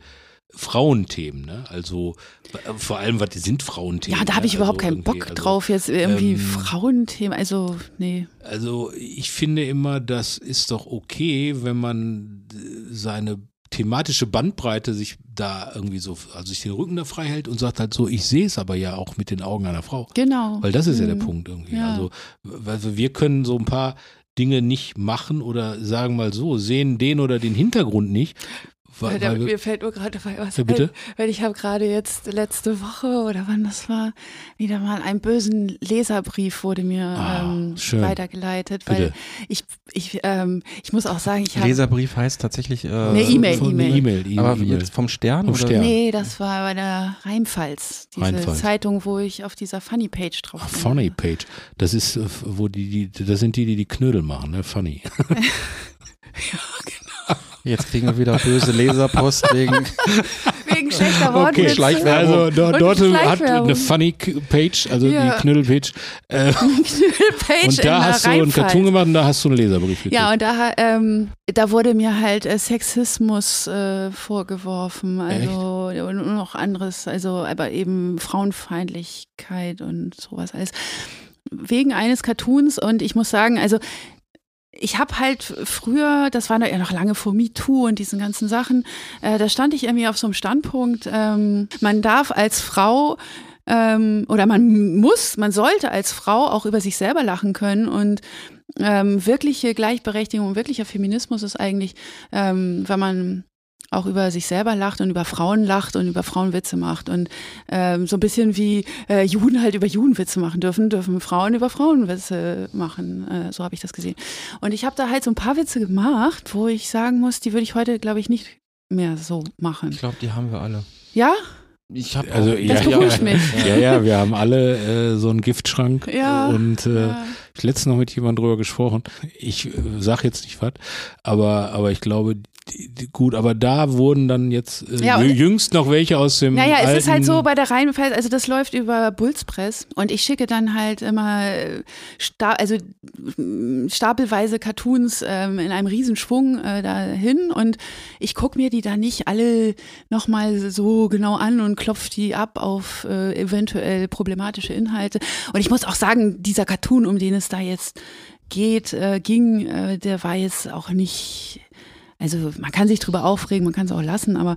B: Frauenthemen, ne? Also äh, vor allem, was sind Frauenthemen?
D: Ja, da habe ich
B: ne?
D: überhaupt
B: Also
D: keinen Bock
B: irgendwie, also-
D: drauf, jetzt irgendwie
B: ähm,
D: Frauenthemen. Also, nee.
B: also ich finde immer, das ist doch okay, wenn man äh, seine thematische Bandbreite sich da irgendwie so, also sich den Rücken da frei hält und sagt halt so, ich sehe es aber ja auch mit den Augen einer Frau.
D: Genau.
B: Weil das ist ja der
D: Mhm.
B: Punkt irgendwie.
D: Ja.
B: Also, also wir können so ein paar Dinge nicht machen oder sagen mal so, sehen den oder den Hintergrund nicht. Weil,
D: Alter,
B: weil wir,
D: mir fällt nur gerade dabei was
B: Ja, bitte?
D: ein, weil ich habe gerade jetzt letzte Woche oder wann das war, wieder mal einen bösen Leserbrief wurde mir
B: Ah,
D: ähm,
B: schön.
D: weitergeleitet,
B: Bitte.
D: weil ich, ich, ähm, ich muss auch sagen, ich habe...
A: Leserbrief heißt tatsächlich äh,
D: Nee, E-Mail,
B: von-
D: E-Mail.
B: E-Mail, E-Mail.
A: Aber jetzt vom Stern?
B: Vom
A: oder?
B: Stern.
D: Nee, das war bei der Rheinpfalz, diese
B: Rheinpfalz.
D: Zeitung, wo ich auf dieser Funny-Page drauf bin.
B: Funny Page. Das ist, äh, wo die, die, das sind die, die die Knödel machen, ne? Funny.
A: Jetzt kriegen wir wieder böse Leserpost wegen.
D: Wegen schlechter Wortwitze.
A: Schleichwerbung.
B: Also do,
D: Und
B: dort hat
D: Schleichwerbung.
B: eine Funny Page, also
D: Ja.
B: die Knödelpage. Äh,
D: Knüllpage in
B: und
D: der
B: da hast du einen
D: Rheinpfalz.
B: Cartoon gemacht und da hast du einen Leserbrief gekriegt.
D: Ja, und da, ähm, da wurde mir halt äh, Sexismus äh, vorgeworfen, also und und noch anderes, also aber eben Frauenfeindlichkeit und sowas alles. Wegen eines Cartoons und ich muss sagen, also ich habe halt früher, das war ja noch lange vor MeToo und diesen ganzen Sachen, äh, da stand ich irgendwie auf so einem Standpunkt, ähm, man darf als Frau ähm, oder man muss, man sollte als Frau auch über sich selber lachen können und ähm, wirkliche Gleichberechtigung und wirklicher Feminismus ist eigentlich, ähm, wenn man auch über sich selber lacht und über Frauen lacht und über Frauen Witze macht. Und ähm, so ein bisschen wie äh, Juden halt über Juden Witze machen dürfen, dürfen Frauen über Frauen Witze machen. Äh, so habe ich das gesehen. Und ich habe da halt so ein paar Witze gemacht, wo ich sagen muss, die würde ich heute, glaube ich, nicht mehr so machen.
A: Ich glaube, die haben wir alle.
D: Ja?
A: Ich habe
B: Also,
A: auch,
B: ja,
D: Das
B: ja,
D: beruhigt mich.
B: Ja, ja, wir haben alle äh, so einen Giftschrank.
D: Ja.
B: Und äh,
D: Ja.
B: ich letztens noch mit jemandem drüber gesprochen. Ich äh, sag jetzt nicht was, aber, aber ich glaube, die, die, gut, aber da wurden dann jetzt äh,
D: Ja, und-
B: jüngst noch welche aus dem.
D: Naja,
B: alten,
D: es ist halt so bei der Rheinpfalz, also das läuft über Bulzpress und ich schicke dann halt immer äh, sta also mm, stapelweise Cartoons ähm, in einem Riesenschwung äh, dahin und ich gucke mir die da nicht alle nochmal so genau an und klopfe die ab auf äh, eventuell problematische Inhalte. Und ich muss auch sagen, dieser Cartoon, um den es da jetzt geht, äh, ging, äh, der war jetzt auch nicht. Also man kann sich drüber aufregen, man kann es auch lassen, aber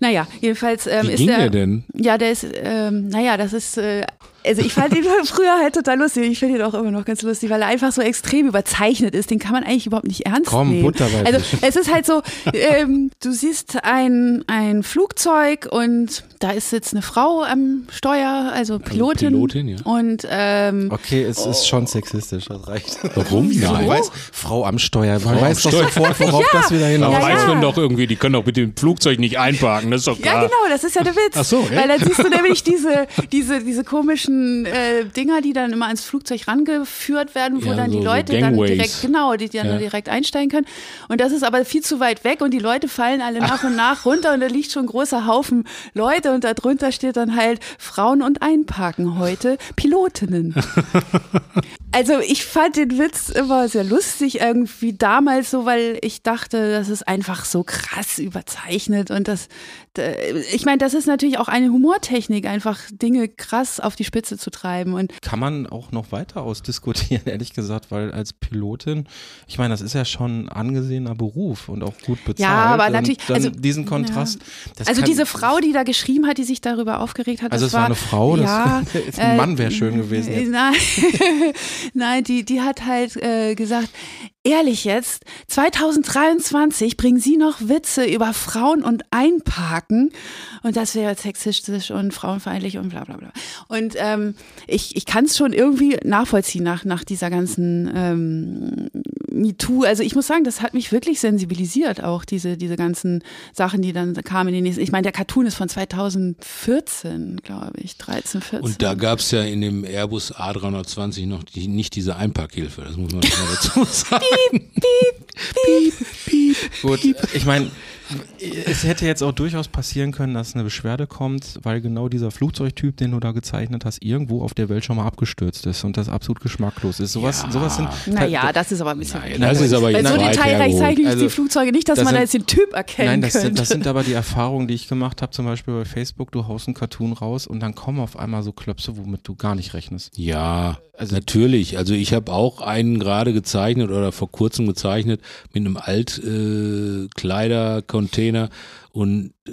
D: naja, jedenfalls ähm,
B: Wie
D: ist
B: ging
D: der.
B: der denn?
D: Ja, der ist, ähm, naja, das ist, äh, also ich fand ihn früher halt total lustig. Ich finde ihn auch immer noch ganz lustig, weil er einfach so extrem überzeichnet ist. Den kann man eigentlich überhaupt nicht ernst
A: Komm,
D: nehmen.
A: Butter bei
D: also
A: Fisch.
D: es ist halt so, ähm, du siehst ein, ein Flugzeug und da ist jetzt eine Frau am Steuer, also Pilotin.
B: Pilotin, ja.
D: Und ähm,
A: Okay, es ist schon sexistisch, das reicht.
B: Warum?
A: Man
B: Nein.
A: weiß, Frau am Steuer, man
B: am
A: weiß doch
B: Steuer.
A: sofort, worauf das wieder
B: Da
A: hinaus
D: Ja,
B: weiß
D: ja.
B: man doch irgendwie, die können doch mit dem Flugzeug nicht einparken, das ist doch
D: Ja,
B: klar.
D: genau, das ist ja der Witz.
B: Ach so, echt?
D: Weil dann siehst du nämlich diese, diese, diese komischen äh, Dinger, die dann immer ans Flugzeug rangeführt werden, wo
B: Ja,
D: dann
B: so-
D: die
B: so
D: Leute dann
B: Gangways.
D: direkt, genau, die, die dann
B: Ja.
D: direkt einsteigen können. Und das ist aber viel zu weit weg und die Leute fallen alle nach und nach runter und da liegt schon ein großer Haufen Leute und darunter steht dann halt Frauen und Einparken heute, Pilotinnen. Also ich fand den Witz immer sehr lustig irgendwie damals so, weil ich dachte, das ist einfach so krass überzeichnet und das, d- ich meine, das ist natürlich auch eine Humortechnik, einfach Dinge krass auf die Spitze zu treiben und
A: kann man auch noch weiter ausdiskutieren, ehrlich gesagt, weil als Pilotin, ich meine, das ist ja schon ein angesehener Beruf und auch gut bezahlt.
D: aber
A: und
D: natürlich-
A: dann
D: also-
A: diesen Kontrast. das
D: also
A: kann-
D: diese Frau, die da geschrieben hat, die sich darüber aufgeregt hat,
A: Also
D: das
A: es war eine Frau, das-
D: ja, äh,
A: ein Mann wäre schön gewesen jetzt.
D: Nein, nein, die, die hat halt äh, gesagt, ehrlich jetzt, 2023 bringen Sie noch Witze über Frauen und Einparken und das wäre sexistisch und frauenfeindlich und bla bla bla. Und ähm, ich, ich kann es schon irgendwie nachvollziehen nach, nach dieser ganzen ähm, MeToo. Also ich muss sagen, das hat mich wirklich sensibilisiert, auch diese, diese ganzen Sachen, die dann kamen in den nächsten. Ich meine, der Cartoon ist von 2014, glaube ich, 13, 14.
B: Und da gab es ja in dem Airbus A320 noch die, nicht diese Einparkhilfe, das muss man schon mal dazu sagen.
A: Gut, ich meine, es hätte jetzt auch durchaus passieren können, dass eine Beschwerde kommt, weil genau dieser Flugzeugtyp, den du da gezeichnet hast, irgendwo auf der Welt schon mal abgestürzt ist und das absolut geschmacklos ist. Sowas,
B: Ja.
A: sowas sind.
D: naja, das ist aber ein bisschen.
B: Nein, das ist aber
D: Weil
B: jetzt
D: so
B: weit
D: detailreich
B: hergeholt.
D: zeichnen
A: Also,
D: die Flugzeuge nicht, dass
A: das
D: man da
A: sind-
D: jetzt den Typ erkennen
A: Nein, das
D: könnte.
A: sind, das sind aber die Erfahrungen, die ich gemacht habe, zum Beispiel bei Facebook, du haust einen Cartoon raus und dann kommen auf einmal so Klöpse, womit du gar nicht rechnest.
B: Ja, natürlich. Also ich habe auch einen gerade gezeichnet oder vor kurzem gezeichnet mit einem Altkleidercontainer äh, Kleidercontainer. und äh,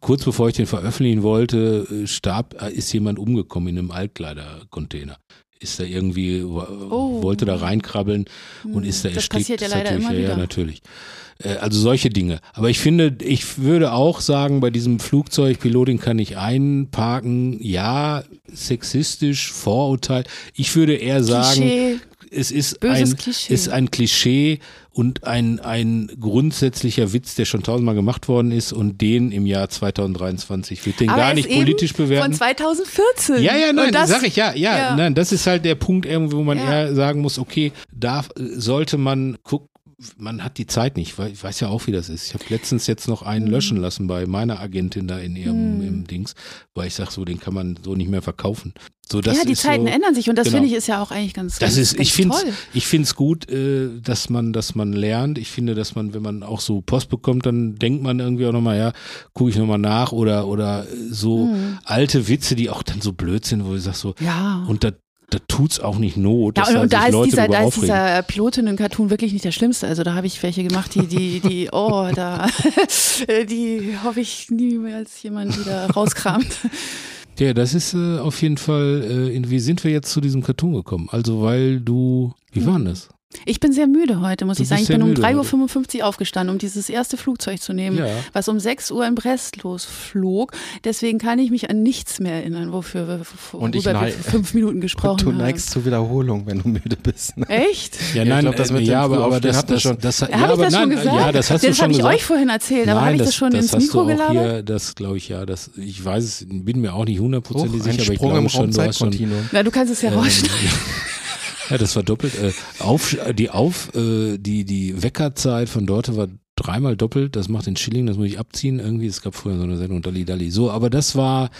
B: kurz bevor ich den veröffentlichen wollte, äh, starb, äh, ist jemand umgekommen in einem Altkleidercontainer. Ist da irgendwie, wa-
D: Oh.
B: wollte da reinkrabbeln und ist da
D: Hm, das
B: erstickt.
D: passiert ja
B: Ist
D: leider
B: natürlich,
D: immer
B: ja, Ja,
D: wieder.
B: natürlich. Äh, also solche Dinge. Aber ich finde, ich würde auch sagen, bei diesem Flugzeug, Pilotin kann ich einparken, ja, sexistisch, Vorurteil. Ich würde eher sagen,
D: Klischee.
B: es ist
D: Böses
B: ein,
D: Klischee.
B: ist ein Klischee und ein, ein grundsätzlicher Witz, der schon tausendmal gemacht worden ist und den im Jahr 2023, ich würde den
D: aber
B: gar
D: er
B: nicht
D: ist eben
B: politisch bewerten.
D: Von 2014.
B: Ja, ja, nein,
D: Und das
B: sag ich, ja, ja,
D: ja.
B: nein, das ist halt der Punkt irgendwo, wo man
D: Ja.
B: eher sagen muss, okay, darf, sollte man guck, man hat die Zeit nicht, weil ich weiß ja auch, wie das ist. Ich habe letztens jetzt noch
D: Mhm.
B: einen löschen lassen bei meiner Agentin da in ihrem im Dings, weil ich sag so, den kann man so nicht mehr verkaufen. So, das
D: ja, die
B: ist
D: Zeiten
B: so,
D: ändern sich und das
B: genau.
D: finde ich ist ja auch eigentlich ganz,
B: das
D: ganz,
B: ist,
D: ganz
B: ich finde,
D: toll.
B: ich finde es gut, äh, dass man, dass man lernt. Ich finde, dass man, wenn man auch so Post bekommt, dann denkt man irgendwie auch nochmal, ja, gucke ich nochmal nach oder, oder äh, so
D: Mhm.
B: alte Witze, die auch dann so blöd sind, wo ich sag so,
D: Hm. Ja.
B: und da, da tut's auch nicht Not, dass
D: ja, und, und
B: da
D: da
B: sich
D: ist
B: Leute
D: dieser,
B: drüber
D: da ist
B: aufregen.
D: dieser Pilotinnen-Cartoon wirklich nicht der schlimmste. Also da habe ich welche gemacht, die, die, die, oh, da, äh, die hoffe ich niemals jemand wieder rauskramt.
B: Ja, das ist äh, auf jeden Fall, äh, in, wie sind wir jetzt zu diesem Cartoon gekommen? Also, weil du, wie war denn das?
D: Ich bin sehr müde heute, muss
B: Du
D: ich sagen. Ich
B: bist
D: bin
B: sehr
D: um
B: müde
D: 3.55 Uhr aufgestanden, um dieses erste Flugzeug zu nehmen,
B: Ja.
D: was um 6 Uhr in Brest losflog. Deswegen kann ich mich an nichts mehr erinnern, wofür wir,
A: Und ich
D: worüber wir
A: neig-
D: vor fünf Minuten
A: Und
D: gesprochen
A: du
D: haben.
A: neigst zur Wiederholung, wenn du müde bist. Ne?
D: Echt?
B: Ja,
A: ich
B: nein,
A: glaub, das
B: äh,
A: mit dem
B: ja, aber, aber
A: Frühaufstehen
B: das,
A: hatten wir
B: das,
A: schon.
B: das, ja,
D: Habe ich
B: aber
D: das schon
B: nein,
D: gesagt?
B: Ja, das hast
D: das
B: du schon
D: habe ich
B: gesagt.
D: euch vorhin erzählt, aber
B: Nein,
D: habe ich das, schon
B: das
D: ins
B: hast
D: Mikro
B: du auch
D: gelabert?
B: hier, das glaube ich ja. Das, ich weiß es, bin mir auch nicht hundertprozentig
A: Hoch, ein
B: sicher, aber ich
A: Sprung im
B: glaube schon, du hast schon
A: Raumzeitkontinuum.
D: Na, du kannst es ja rausschneiden.
B: Ähm, Ja, das war doppelt. Äh, auf, die auf, äh, die, die Weckerzeit von Dorte war dreimal doppelt. Das macht den Schilling, das muss ich abziehen. Irgendwie, es gab früher so eine Sendung Dalli Dalli. So, aber das war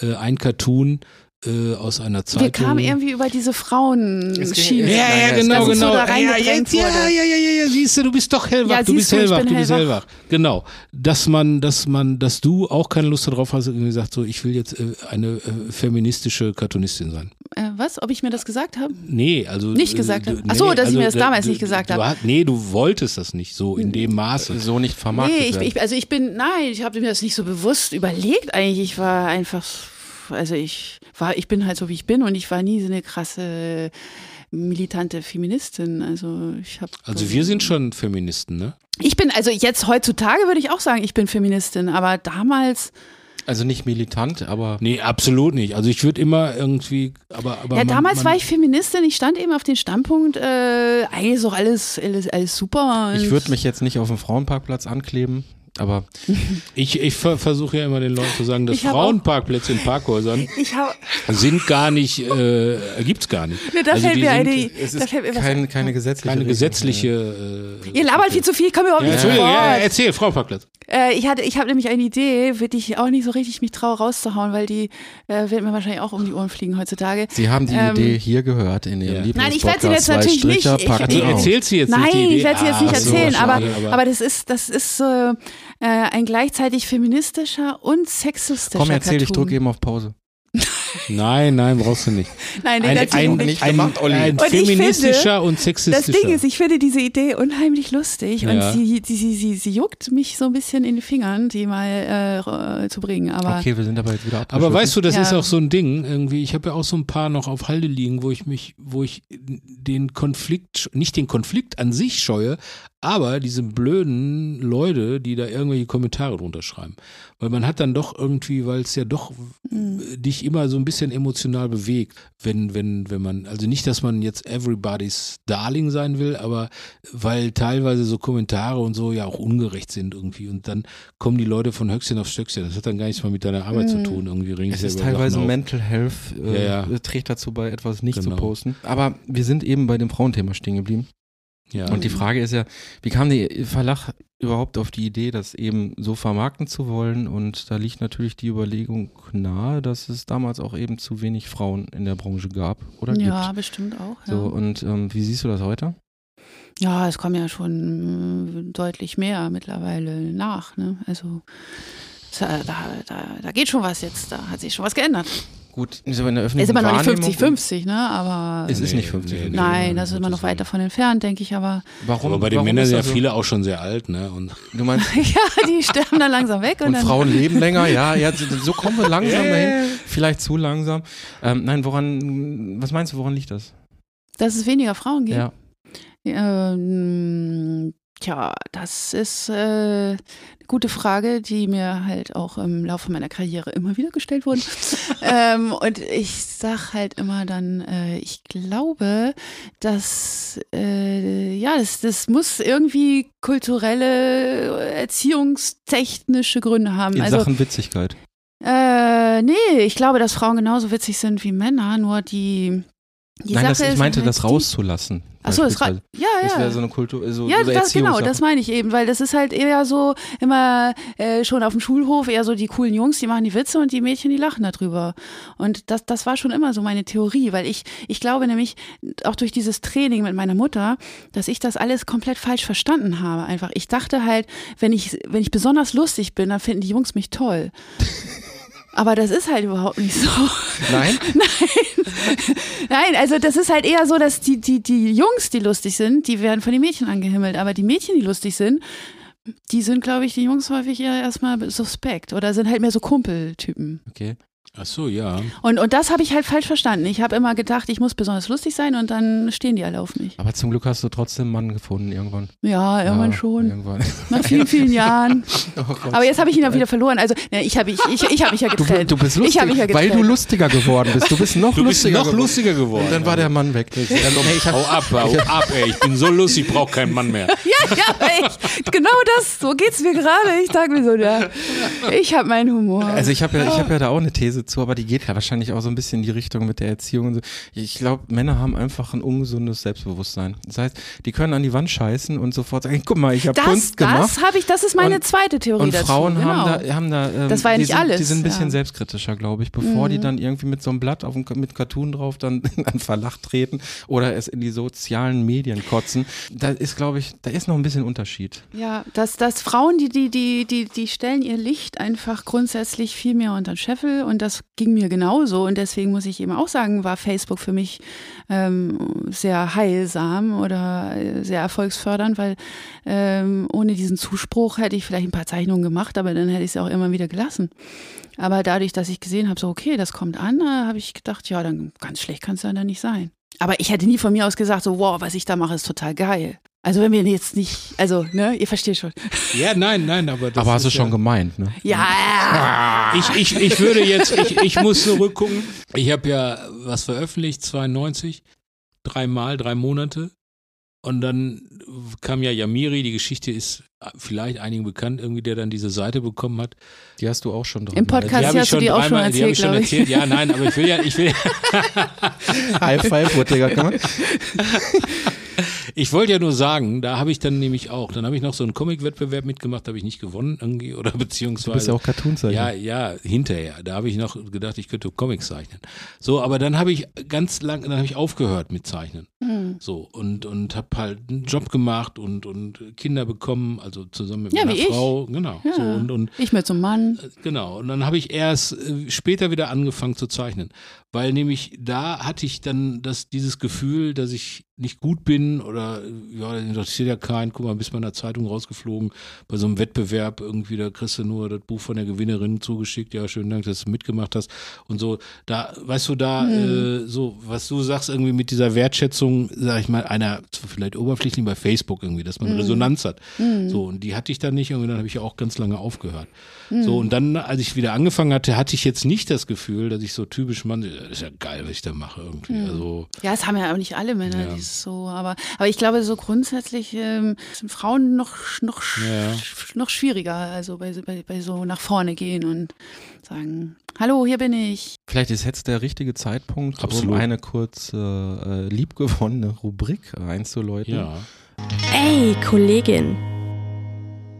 B: äh, ein Cartoon äh, aus einer Zeitung.
D: Wir kamen irgendwie über diese
B: ja,
D: Frauenschiene.
B: ja,
D: Das
B: genau,
D: Ganze so
B: genau.
D: da
B: ja, ja,
D: reingedrängt
B: jetzt, ja,
D: wurde.
B: ja, ja, ja, ja, siehst du, du bist doch hellwach,
D: Ja,
B: du bist
D: siehst du, ich
B: hellwach,
D: bin
B: du bist
D: hellwach.
B: hellwach. Genau, dass man, dass man, dass du auch keine Lust darauf hast, irgendwie gesagt, so, ich will jetzt äh, eine äh, feministische Cartoonistin sein.
D: Äh, was? Ob ich mir das gesagt habe?
B: Nee, also.
D: Nicht
B: äh,
D: gesagt
B: du-
D: hab. Ach so, dass ich mir das
B: du-
D: damals
B: du-
D: nicht gesagt
B: du
D: hab. Also,
B: hat- Nee, du wolltest das nicht so in dem Maße.
A: So nicht vermarktet
D: Nee, ich,
A: werden.
D: ich, also ich bin, nein, ich habe mir das nicht so bewusst überlegt eigentlich. Ich war einfach, also ich war, ich bin halt so wie ich bin und ich war nie so eine krasse militante Feministin. Also ich habe.
B: Also wir sind schon Feministen, ne?
D: Ich bin, also jetzt heutzutage würde ich auch sagen, ich bin Feministin, aber damals,
A: also nicht militant, aber
B: Nee, absolut nicht. Also ich würde immer irgendwie, aber, aber
D: ja,
B: man-
D: damals
B: man-
D: war ich Feministin, ich stand eben auf den Standpunkt, äh, eigentlich ist doch alles, alles, alles super.
A: ich
D: und-
A: würde mich jetzt nicht auf dem Frauenparkplatz ankleben. Aber
B: Ich, ich ver versuche ja immer den Leuten zu sagen, dass
D: Ich hab
B: Frauenparkplätze in Parkhäusern
D: Ich habe,
B: sind gar nicht, äh, gibt's gar nicht.
D: ne, da
B: Also
D: fällt
B: die
D: mir
B: sind
D: eine,
A: es
D: da
A: ist
D: fällt mir was
A: kein,
D: ein.
A: keine gesetzliche.
B: Keine
A: Regelung.
B: gesetzliche. Äh,
D: Ihr labert viel zu viel, komm überhaupt
B: ja,
D: nicht zu
B: Entschuldigung, ja,
D: Wort.
B: erzähl, Frauenparkplatz.
D: Äh, ich hatte, ich habe nämlich eine Idee, für die ich auch nicht so richtig mich traue rauszuhauen, weil die äh, wird mir wahrscheinlich auch um die Ohren fliegen heutzutage.
A: Sie haben die
D: Ähm,
A: Idee hier gehört in Ihrem
B: Ja.
A: Lieblingspodcast.
D: Nein, ich werd sie jetzt
A: Zwei
D: natürlich nicht.
A: Stricher
D: Ich-
A: packen
B: Also
D: Genau.
A: aus.
B: erzähl sie jetzt
D: Nein,
B: nicht die Idee.
D: ich werde sie jetzt
B: Ah,
D: nicht
B: ach so,
D: erzählen, aber,
B: schade,
D: aber das ist, das ist äh, äh, ein gleichzeitig feministischer und sexistischer
A: Komm, erzähl, ich
D: Cartoon.
A: drücke eben auf Pause.
B: Nein, nein, brauchst du nicht.
D: Nein, den erzähl ich nicht.
A: gemacht, Olli.
B: ein
D: Und ich
B: feministischer und
D: Das
B: sexistischer.
D: Ding ist, ich finde diese Idee unheimlich lustig und
B: Ja.
D: sie, sie, sie, sie, sie juckt mich so ein bisschen in den Fingern, die mal äh, zu bringen. Aber
A: Okay, wir sind aber jetzt wieder
B: aber weißt du, das
D: Ja.
B: ist auch so ein Ding irgendwie. Ich habe ja auch so ein paar noch auf Halde liegen, wo ich mich, wo ich den Konflikt, nicht den Konflikt an sich scheue, aber diese blöden Leute, die da irgendwelche Kommentare drunter schreiben. Weil man hat dann doch irgendwie, weil es ja doch
D: Mhm.
B: äh, dich immer so ein bisschen emotional bewegt, wenn, wenn, wenn man, also nicht, dass man jetzt everybody's Darling sein will, aber weil teilweise so Kommentare und so ja auch ungerecht sind irgendwie und dann kommen die Leute von Höchstchen auf Stöckchen. Das hat dann gar nichts mal mit deiner Arbeit
D: Mhm.
B: zu tun, irgendwie regen
A: Es
B: sich
A: ist
B: ja über
A: teilweise
B: Sachen auf.
A: Mental Health, äh,
B: Ja, ja.
A: trägt dazu bei, etwas nicht zu
B: Genau.
A: posten. Aber wir sind eben bei dem Frauenthema stehen geblieben.
B: Ja.
A: Und die Frage ist ja, wie kam der Verlag überhaupt auf die Idee, das eben so vermarkten zu wollen? Und da liegt natürlich die Überlegung nahe, dass es damals auch eben zu wenig Frauen in der Branche gab oder
D: ja,
A: gibt.
D: bestimmt auch. Ja.
A: So, und ähm, wie siehst du das heute?
D: Ja, es kommen ja schon mh, deutlich mehr mittlerweile nach. Ne? Also da, da, da, da geht schon was jetzt, da hat sich schon was geändert.
A: Gut, ist aber in der öffentlichen
D: Ist immer noch nicht
A: Hm, Wahrnehmung-
D: 50-50, ne? aber
A: Es ist
B: Nee,
A: nicht 50.
B: nee, nee.
D: nein,
B: nee,
D: das ist
B: nee,
D: immer
B: das
D: noch
B: ist
D: weit
B: nicht.
D: davon entfernt, denke ich, aber
A: Warum?
B: aber bei den
A: warum
B: Männern
A: ist
B: sind ja
A: das so?
B: viele auch schon sehr alt, ne? Und
A: Du meinst,
D: ja, die sterben dann langsam weg. Und,
A: Und
D: dann,
A: Frauen leben länger, ja, ja, so so kommen wir langsam dahin, vielleicht zu langsam. Ähm, nein, woran, was meinst du, woran liegt das?
D: Dass es weniger Frauen gibt.
A: Ja,
D: Ähm, tja, das ist äh, eine gute Frage, die mir halt auch im Laufe meiner Karriere immer wieder gestellt wurde. ähm, und ich sag halt immer dann, äh, ich glaube, dass äh, ja, das, das muss irgendwie kulturelle, erziehungstechnische Gründe haben.
A: in
D: also
A: Sachen Witzigkeit.
D: äh, nee, ich glaube, dass Frauen genauso witzig sind wie Männer, nur die, die
A: nein,
D: Sache
A: das, ich
D: ist
A: meinte,
D: halt
A: das
D: die-
A: rauszulassen.
D: Ach so, das ra-
A: beispielsweise.
D: ja, Ah, ja.
A: Das wäre so eine Kultur, so,
D: Ja,
A: so eine
D: das, genau,
A: Erziehungssache.
D: das meine ich eben, weil das ist halt eher so immer äh, schon auf dem Schulhof eher so die coolen Jungs, die machen die Witze und die Mädchen, die lachen darüber. Und das, das war schon immer so meine Theorie, weil ich, ich glaube nämlich auch durch dieses Training mit meiner Mutter, dass ich das alles komplett falsch verstanden habe. Einfach, ich dachte halt, wenn ich, wenn ich besonders lustig bin, dann finden die Jungs mich toll. Aber das ist halt überhaupt nicht so.
A: Nein?
D: Nein, also das ist halt eher so, dass die, die, die Jungs, die lustig sind, die werden von den Mädchen angehimmelt. Aber die Mädchen, die lustig sind, die sind, glaube ich, die Jungs häufig eher erstmal suspekt oder sind halt mehr so Kumpeltypen.
A: Okay.
B: Ach so, ja.
D: Und, und das habe ich halt falsch verstanden. Ich habe immer gedacht, ich muss besonders lustig sein und dann stehen die alle auf mich.
A: Aber zum Glück hast du trotzdem einen Mann gefunden irgendwann.
D: Ja, irgendwann
A: Ja,
D: schon.
A: Irgendwann.
D: Nach vielen, vielen Jahren.
A: Oh Gott.
D: Aber jetzt habe ich ihn ja wieder verloren. Also, ne, ich habe ich, ich, ich hab mich ja
A: du,
D: getrennt.
A: du bist
D: halt. ich
A: lustig,
D: habe mich ja
A: weil
D: getrennt.
A: du lustiger geworden bist. Du bist noch
B: Du bist
A: lustiger
B: noch
A: geworden.
B: lustiger geworden.
A: Und dann war der Mann weg. Ähm,
B: Komm,
A: nee, ich hab-
B: hau ab, hau ab, ey. Ich bin so lustig, ich brauch keinen Mann mehr.
D: ja, ja, aber ich, genau das. So geht's mir gerade. Ich sage mir so, ja, ich habe meinen Humor.
A: Also ich habe ja, ich hab ja da auch eine These zu, aber die geht ja wahrscheinlich auch so ein bisschen in die Richtung mit der Erziehung. Und so. Ich glaube, Männer haben einfach ein ungesundes Selbstbewusstsein. Das heißt, die können an die Wand scheißen und sofort sagen, guck mal, ich habe
D: das,
A: Kunst gemacht.
D: das habe ich, das ist meine
A: Und-
D: zweite Theorie
A: Und Frauen
D: dazu. genau.
A: haben da, haben da ähm,
D: Das war ja
A: die
D: nicht
A: sind,
D: alles,
A: Die sind ein bisschen
D: ja. Mhm.
A: selbstkritischer, glaube ich, bevor die dann irgendwie mit so einem Blatt auf dem, mit Cartoon drauf dann an Verlach treten oder es in die sozialen Medien kotzen. Da ist, glaube ich, da ist noch ein bisschen Unterschied.
D: Ja, dass, dass Frauen, die, die, die, die, die stellen ihr Licht einfach grundsätzlich viel mehr unter den Scheffel und das ging mir genauso und deswegen muss ich eben auch sagen, war Facebook für mich ähm, sehr heilsam oder äh, sehr erfolgsfördernd, weil ähm, ohne diesen Zuspruch hätte ich vielleicht ein paar Zeichnungen gemacht, aber dann hätte ich sie auch immer wieder gelassen. Aber dadurch, dass ich gesehen habe, so okay, das kommt an, äh, habe ich gedacht, ja, dann ganz schlecht kann es ja dann nicht sein. Aber ich hätte nie von mir aus gesagt, so wow, was ich da mache, ist total geil. Also wenn wir jetzt nicht, also ne, ihr versteht schon.
B: Ja, nein, nein, aber das
A: aber hast du
B: ist
A: schon
B: ja,
A: gemeint, ne?
D: Ja,
A: Ah.
B: ich, ich, ich würde jetzt, ich, ich muss zurückgucken. Ich habe ja was veröffentlicht, 92, dreimal, drei Monate. Und dann kam ja Yamiri, die Geschichte ist vielleicht einigen bekannt, irgendwie, der dann diese Seite bekommen hat.
A: Die hast du auch schon drin.
D: Im Podcast
B: hab ich
D: hast du die auch schon
B: die hab ich
D: erzählt,
B: schon
D: glaub ich.
B: erzählt. Ja, nein, aber ich will ja, ich will ja,
A: High Five, wurde dir gerade gemacht.
B: Ich wollte ja nur sagen, da habe ich dann nämlich auch, dann habe ich noch so einen Comic-Wettbewerb mitgemacht, habe ich nicht gewonnen irgendwie oder beziehungsweise.
A: Du bist ja auch Cartoonzeichner.
B: Ja, ja, hinterher. Da habe ich noch gedacht, ich könnte Comics zeichnen. So, aber dann habe ich ganz lang, dann habe ich aufgehört mit Zeichnen. So, und, und habe halt einen Job gemacht und, und Kinder bekommen, also zusammen mit
D: Ja,
B: meiner
D: wie ich.
B: Frau. Genau.
D: Ja.
B: So, und, und
D: ich mit so einem Mann.
B: Genau, und dann habe ich erst äh, später wieder angefangen zu zeichnen, weil nämlich da hatte ich dann das, dieses Gefühl, dass ich nicht gut bin oder äh, ja, das interessiert ja keinen, guck mal, bist mal in der Zeitung rausgeflogen, bei so einem Wettbewerb irgendwie, da kriegst du nur das Buch von der Gewinnerin zugeschickt, ja, schönen Dank, dass du mitgemacht hast und so, da, weißt du, da, äh, so, was du sagst, irgendwie mit dieser Wertschätzung, sag ich mal, einer, vielleicht oberflächlich bei Facebook irgendwie, dass man Resonanz hat, so, und die hatte ich dann nicht und dann habe ich auch ganz lange aufgehört. So, und dann, als ich wieder angefangen hatte, hatte ich jetzt nicht das Gefühl, dass ich so typisch Mann, das ist ja geil, was ich da mache irgendwie. Also,
D: Ja, es haben ja auch nicht alle Männer,
B: Ja.
D: dieses so, aber, aber ich glaube, so grundsätzlich ähm, sind Frauen noch, sch- noch, sch-
B: Ja.
D: sch- noch schwieriger, also bei, so- bei, bei so nach vorne gehen und sagen, hallo, hier bin ich.
A: Vielleicht ist jetzt der richtige Zeitpunkt, um
B: Absolut.
A: eine kurze äh, liebgewonnene Rubrik einzuläuten.
B: ja.
C: Ey, Kollegin.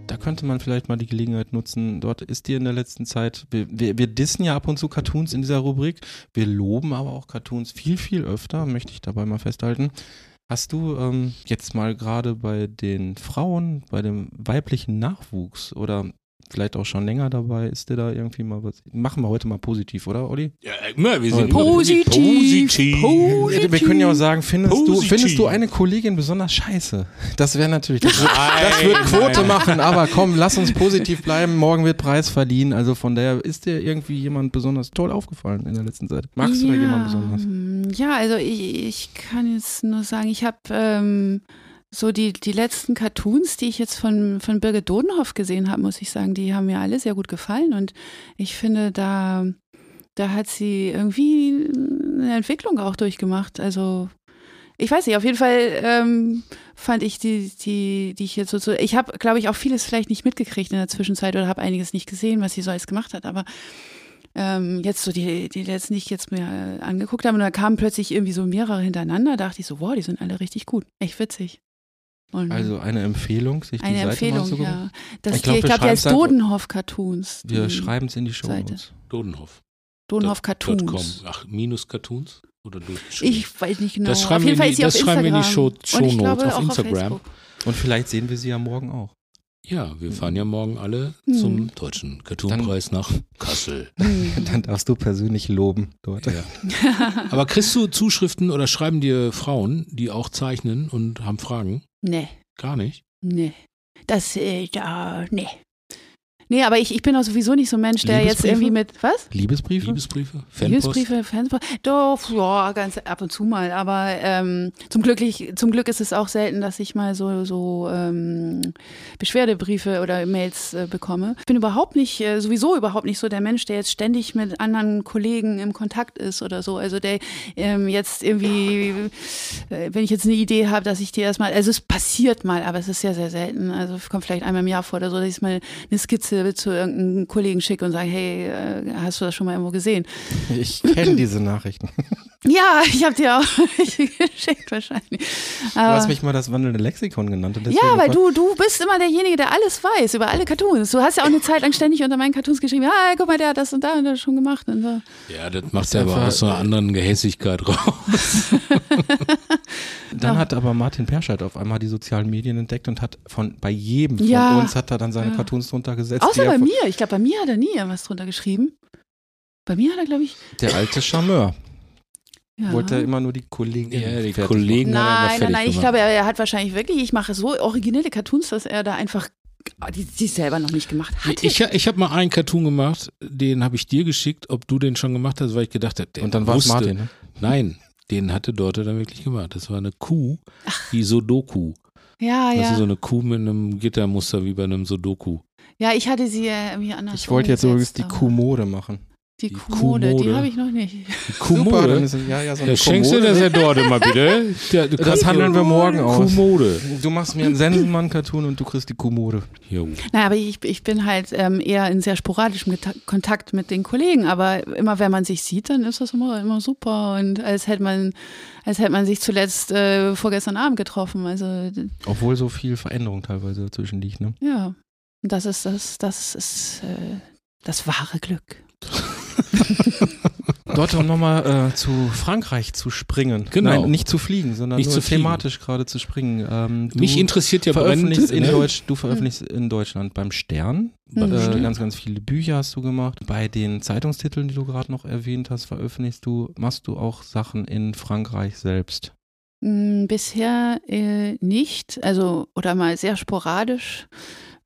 A: Da könnte man vielleicht mal die Gelegenheit nutzen. Dort ist dir in der letzten Zeit, wir, wir, wir dissen ja ab und zu Cartoons in dieser Rubrik. Wir loben aber auch Cartoons viel, viel öfter, möchte ich dabei mal festhalten. Hast du ähm, jetzt mal gerade bei den Frauen, bei dem weiblichen Nachwuchs oder vielleicht auch schon länger dabei, ist dir da irgendwie mal was? Machen wir heute mal positiv, oder, Olli?
B: ja immer, wir sind
D: Positiv,
A: Ja, Wir können ja auch sagen, findest du,
B: Positiv.
A: findest du eine Kollegin besonders scheiße? Das wäre natürlich, das, wird, das
B: Nein,
A: wird Quote
B: nein.
A: machen, aber komm, lass uns positiv bleiben. Morgen wird Preis verliehen. Also von daher ist dir irgendwie jemand besonders toll aufgefallen in der letzten Zeit. Magst du da jemanden besonders?
D: Ja, also ich, ich kann jetzt nur sagen, ich habe ähm, so die, die letzten Cartoons, die ich jetzt von, von Birgit Dodenhoff gesehen habe, muss ich sagen, die haben mir alle sehr gut gefallen und ich finde, da, da hat sie irgendwie eine Entwicklung auch durchgemacht. Also ich weiß nicht, auf jeden Fall ähm, fand ich die, die, die ich jetzt so, so ich habe, glaube ich, auch vieles vielleicht nicht mitgekriegt in der Zwischenzeit oder habe einiges nicht gesehen, was sie so alles gemacht hat, aber ähm, jetzt so die, die letzten, die ich jetzt mir äh, angeguckt habe, und da kamen plötzlich irgendwie so mehrere hintereinander, dachte ich so, wow, die sind alle richtig gut, echt witzig. Und
A: Also eine Empfehlung, sich die
D: Mhm. eine
A: Seite mal zu
D: Empfehlung,
A: gucken.
D: ja. Das
A: Ich glaub,
D: hier- ich
A: wir
D: glaube, der heißt
A: schreiben's einfach-
D: Dodenhoff-Cartoons.
A: Wir
D: die
A: schreiben es in die Show
D: Seite.
A: Notes.
B: Dodenhoff.
D: Dodenhoff-Cartoons.
B: Ach, minus Cartoons? Oder durchgeschrieben?
D: Ich weiß nicht genau.
B: Das
D: Auf
B: schreiben
D: jeden
B: wir
D: Fall
B: in die-
D: ist sie
B: das
D: auf
B: schreiben wir in die
D: Instagram.
B: Show-
D: Und ich
B: Shownotes
D: glaube
B: auf
D: auch
B: Instagram.
D: Facebook.
A: Und vielleicht sehen wir sie ja morgen auch.
B: Ja, wir fahren ja morgen alle
D: Hm.
B: zum deutschen Cartoonpreis nach Kassel.
A: Dann darfst du persönlich loben dort.
B: Ja.
D: Hm.
B: Aber kriegst du Zuschriften oder schreiben dir Frauen, die auch zeichnen und haben Fragen?
D: Nee,
B: Gar nicht.
D: nee. Das, äh, da, nee. Nee, aber ich, ich bin auch sowieso nicht so ein Mensch, der jetzt
A: Liebesbriefe?
D: irgendwie mit. Was?
A: Liebesbriefe?
B: Liebesbriefe? Fanpost?
D: Newsbriefe, Fanpost. Doch, ja, ganz ab und zu mal. Aber ähm, zum, Glück, zum Glück ist es auch selten, dass ich mal so, so ähm, Beschwerdebriefe oder Mails äh, bekomme. Ich bin überhaupt nicht, äh, sowieso überhaupt nicht so der Mensch, der jetzt ständig mit anderen Kollegen im Kontakt ist oder so. Also der ähm, jetzt irgendwie, äh, wenn ich jetzt eine Idee habe, dass ich dir erstmal, also es passiert mal, aber es ist sehr, sehr selten. Also es kommt vielleicht einmal im Jahr vor oder so, dass ich mal eine Skizze zu irgendeinem Kollegen schicke und sage, hey, äh, hast du das schon mal irgendwo gesehen?
A: Ich kenne diese Nachrichten.
D: Ja, ich habe dir auch welche geschickt wahrscheinlich.
A: Du
D: Aber,
A: hast mich mal das wandelnde Lexikon genannt. Und deswegen
D: ja, weil du, du bist immer derjenige, der alles weiß über alle Cartoons. Du hast ja auch eine Zeit lang ständig unter meinen Cartoons geschrieben, ah, guck mal, der hat das und da und das schon gemacht. Und so.
B: Ja, das macht ja aber
A: einfach-
B: aus so einer anderen Gehässigkeit raus.
A: Dann hat aber Martin Perscheid auf einmal die sozialen Medien entdeckt und hat von bei jedem von
D: Ja.
A: uns hat er dann seine Cartoons drunter gesetzt. die
D: Außer
A: er
D: bei
A: von-
D: mir. Ich glaube, bei mir hat er nie irgendwas drunter geschrieben. Bei mir hat er, glaube ich.
A: Der alte Charmeur.
D: Ja.
A: Wollte er immer nur die Kollegen.
B: Ja, die
A: fertig
B: Kollegen haben
D: Nein,
B: wir
D: nein,
B: fertig
D: nein, ich
B: gemacht.
D: glaube, er, er hat wahrscheinlich wirklich, ich mache so originelle Cartoons, dass er da einfach die, die selber noch nicht gemacht hat.
B: Ich, ich habe mal einen Cartoon gemacht, den habe ich dir geschickt, ob du den schon gemacht hast, weil ich gedacht habe, der
A: Und dann war es
B: wusste-
A: Martin. Ne?
B: Nein, den hatte Dorte dann wirklich gemacht. Das war eine Kuh, die Sudoku.
D: ja,
B: Das
D: Ah, ja.
B: ist so eine Kuh mit einem Gittermuster wie bei einem Sudoku.
D: ja, ich hatte sie äh, irgendwie anders.
A: Ich wollte jetzt übrigens
D: umgesetzt,
A: die
D: aber-
A: Kuhmode machen.
D: Die
B: die
D: Kuhmode, die
B: Kuhmode.
D: habe ich noch nicht.
B: Die Kuhmode.
A: dann ist es- ja, ja, so eine
B: Ja, schenkst du
A: Kommode.
B: das ja Dorte mal bitte? Der, du
A: ne? Das
B: kannst-
A: handeln wir morgen aus.
B: Kuhmode.
A: Du machst mir einen Sensenmann-Cartoon und du kriegst die Kuhmode.
B: Jo.
D: Naja, aber ich, ich bin halt ähm, eher in sehr sporadischem Geta Kontakt mit den Kollegen, aber immer wenn man sich sieht, dann ist das immer, immer super und als hätte man, als hätte man sich zuletzt äh, vorgestern Abend getroffen. Also d-
A: Obwohl so viel Veränderung teilweise dazwischen liegt. Ne?
D: ja, Und das ist das, das ist äh, das wahre Glück.
A: Dort um nochmal äh, zu Frankreich zu springen.
B: Genau.
A: Nein, nicht zu fliegen, sondern
B: Nicht
A: nur
B: zu fliegen.
A: thematisch gerade zu springen. Ähm, du
B: Mich interessiert ja brennend.
A: veröffentlichst in
B: ne?
A: Deutsch, du veröffentlichst in Deutschland beim Stern.
D: Beim
B: Mhm.
A: äh,
D: Stern.
A: Ganz, ganz viele Bücher hast du gemacht. Bei den Zeitungstiteln, die du gerade noch erwähnt hast, veröffentlichst du, machst du auch Sachen in Frankreich selbst.
D: Mm, Bisher äh, nicht, also oder mal sehr sporadisch,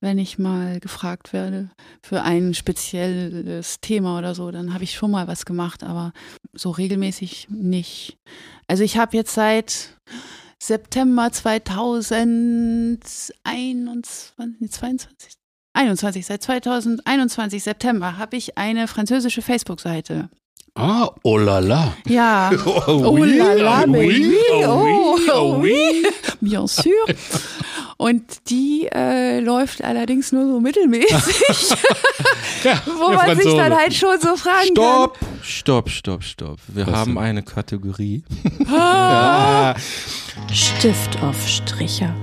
D: wenn ich mal gefragt werde für ein spezielles Thema oder so, dann habe ich schon mal was gemacht, aber so regelmäßig nicht. Also ich habe jetzt seit September 2021, 22, 21, seit 2021 September habe ich eine französische Facebook-Seite.
B: Ah, oh la la.
D: Ja.
B: Oh,
D: Oh
B: oui,
D: la la,
B: oh,
D: mais oui, oh, oh
B: oui.
D: oui, bien sûr. Und die äh, läuft allerdings nur so mittelmäßig,
B: Ja,
D: wo
B: der
D: man sich
B: Franzose.
D: dann halt schon so fragen
A: Stopp! Stopp, stopp, stopp. Wir
B: Was
A: haben
B: denn?
A: eine Kategorie.
C: Stift auf Stricher.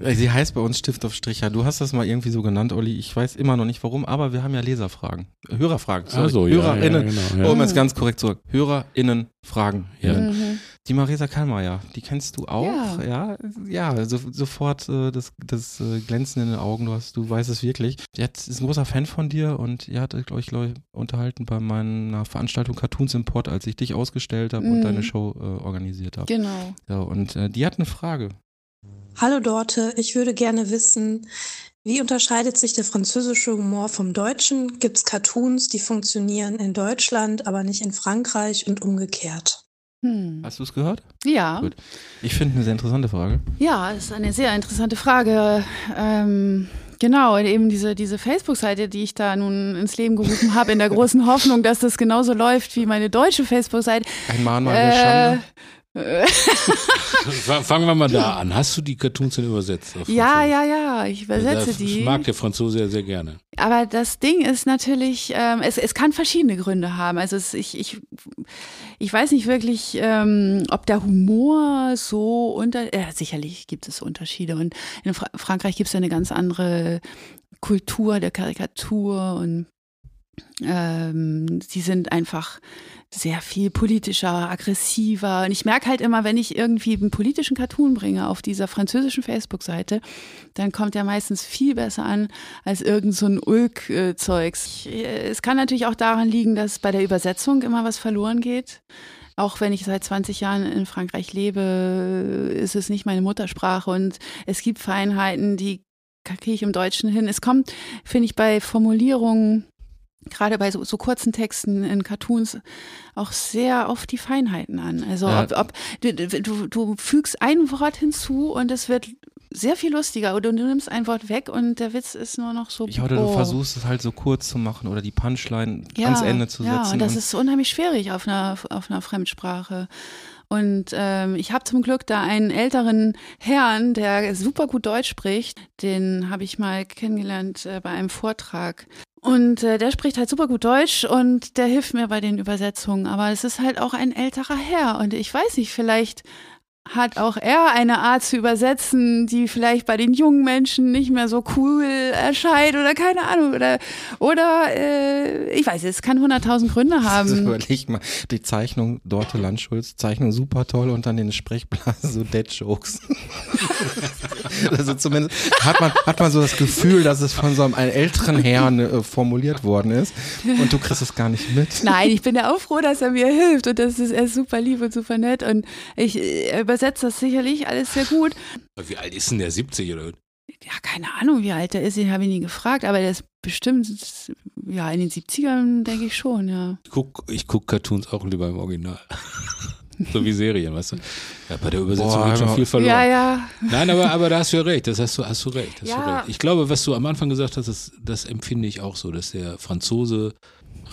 A: Äh, Sie heißt bei uns Stift auf Stricher. Du hast das mal irgendwie so genannt, Olli. Ich weiß immer noch nicht warum, aber wir haben ja Leserfragen. Hörerfragen. Sorry.
B: Also, ja, ja,
A: HörerInnen.
B: genau, ja.
A: Um es ganz korrekt zu sagen. HörerInnen-Fragen.
B: Ja.
D: kann. Mhm.
A: Die Marisa Kallmeier, die kennst du auch. Ja, ja, so, sofort äh, das, das äh, Glänzen in den Augen. Du, hast, du weißt es wirklich. Sie hat, ist ein großer Fan von dir und ihr hattet euch, glaube ich, unterhalten bei meiner Veranstaltung Cartoons Import, als ich dich ausgestellt habe und
D: Mhm.
A: deine Show äh, organisiert habe.
D: Genau.
A: Ja, und äh, die hat eine Frage.
E: Hallo Dorte, ich würde gerne wissen, wie unterscheidet sich der französische Humor vom deutschen? Gibt es Cartoons, die funktionieren in Deutschland, aber nicht in Frankreich und umgekehrt?
D: Hm.
B: Also,
A: Hast du es gehört?
D: Ja.
A: Gut. Ich finde eine sehr interessante Frage.
D: Ja, das ist eine sehr interessante Frage. Ähm, genau, eben diese, diese Facebook-Seite, die ich da nun ins Leben gerufen habe, in der großen Hoffnung, dass das genauso läuft wie meine deutsche Facebook-Seite.
A: Ein Mahnmal der Schande.
D: äh,
B: F- Fangen wir mal da an. Hast du die Cartoons denn übersetzt? Äh, auf
D: Ja,
B: Französisch?
D: ja, ja, ich übersetze
B: das
D: die.
B: mag der Franzose ja sehr gerne.
D: Aber das Ding ist natürlich, ähm, es, es kann verschiedene Gründe haben. Also es, ich, ich, ich weiß nicht wirklich, ähm, ob der Humor so unter. Ja, sicherlich gibt es Unterschiede. Und in Fra Frankreich gibt es ja eine ganz andere Kultur der Karikatur und ähm, sie sind einfach sehr viel politischer, aggressiver. Und ich merke halt immer, wenn ich irgendwie einen politischen Cartoon bringe auf dieser französischen Facebook-Seite, dann kommt der meistens viel besser an als irgend so ein Ulk-Zeugs. äh, Es kann natürlich auch daran liegen, dass bei der Übersetzung immer was verloren geht. Auch wenn ich seit 20 Jahren in Frankreich lebe, ist es nicht meine Muttersprache und es gibt Feinheiten, die kriege ich im Deutschen hin. Es kommt, finde ich, bei Formulierungen, gerade bei so, so kurzen Texten in Cartoons, auch sehr auf die Feinheiten an. Also
A: Ja.
D: ob, ob du, du, du fügst ein Wort hinzu und es wird sehr viel lustiger oder du nimmst ein Wort weg und der Witz ist nur noch so.
A: Ja, oder du
D: oh.
A: versuchst es halt so kurz zu machen oder die Punchline ans Ende zu
D: ja,
A: setzen.
D: und das
A: und-
D: ist unheimlich schwierig auf einer, auf einer Fremdsprache. Und ähm, ich habe zum Glück da einen älteren Herrn, der super gut Deutsch spricht. Den habe ich mal kennengelernt äh, bei einem Vortrag. Und äh, der spricht halt super gut Deutsch und der hilft mir bei den Übersetzungen. Aber es ist halt auch ein älterer Herr. Und ich weiß nicht, vielleicht hat auch er eine Art zu übersetzen, die vielleicht bei den jungen Menschen nicht mehr so cool erscheint oder keine Ahnung oder oder äh, ich weiß, es kann 100.000 Gründe
A: Also
D: haben.
A: Überleg mal, die Zeichnung Dorte Landschulz, Zeichnung super toll und dann den Sprechblasen so Dead-Jokes. also zumindest hat man, hat man so das Gefühl, dass es von so einem älteren Herrn äh, formuliert worden ist und du kriegst es gar nicht mit.
D: Nein, ich bin ja auch froh, dass er mir hilft und das ist er ist super lieb und super nett und ich äh, übersetze das sicherlich alles sehr gut.
B: Wie alt ist denn der? 70 oder?
D: Ja, keine Ahnung, wie alt er ist, ich habe ihn nie gefragt, aber der ist bestimmt ja in den 70ern, denke ich schon, ja.
B: Ich guck, ich guck Cartoons auch lieber im Original. so wie Serien, weißt du? Ja, bei der Übersetzung
A: Boah,
B: wird schon
A: aber-
B: viel verloren.
D: Ja, ja.
B: Nein, aber, aber da hast du ja recht. Das hast du, hast du recht. Hast du
D: Ja.
B: recht. Ich glaube, was du am Anfang gesagt hast, das, das empfinde ich auch so, dass der Franzose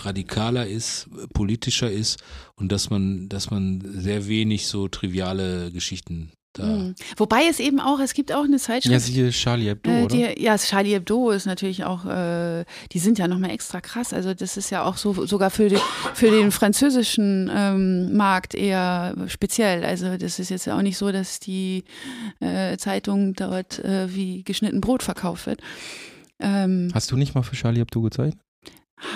B: radikaler ist, äh, politischer ist und dass man, dass man sehr wenig so triviale Geschichten da.
D: Mhm. Wobei es eben auch, es gibt auch eine Zeitschrift,
A: Ja, siehe Charlie Hebdo,
D: Äh,
A: oder?
D: die, ja, Charlie Hebdo ist natürlich auch, äh, die sind ja nochmal extra krass. Also das ist ja auch so sogar für den, für den französischen ähm, Markt eher speziell. Also das ist jetzt ja auch nicht so, dass die äh, Zeitung dort äh, wie geschnitten Brot verkauft wird. Ähm,
A: Hast du nicht mal für Charlie Hebdo gezeichnet?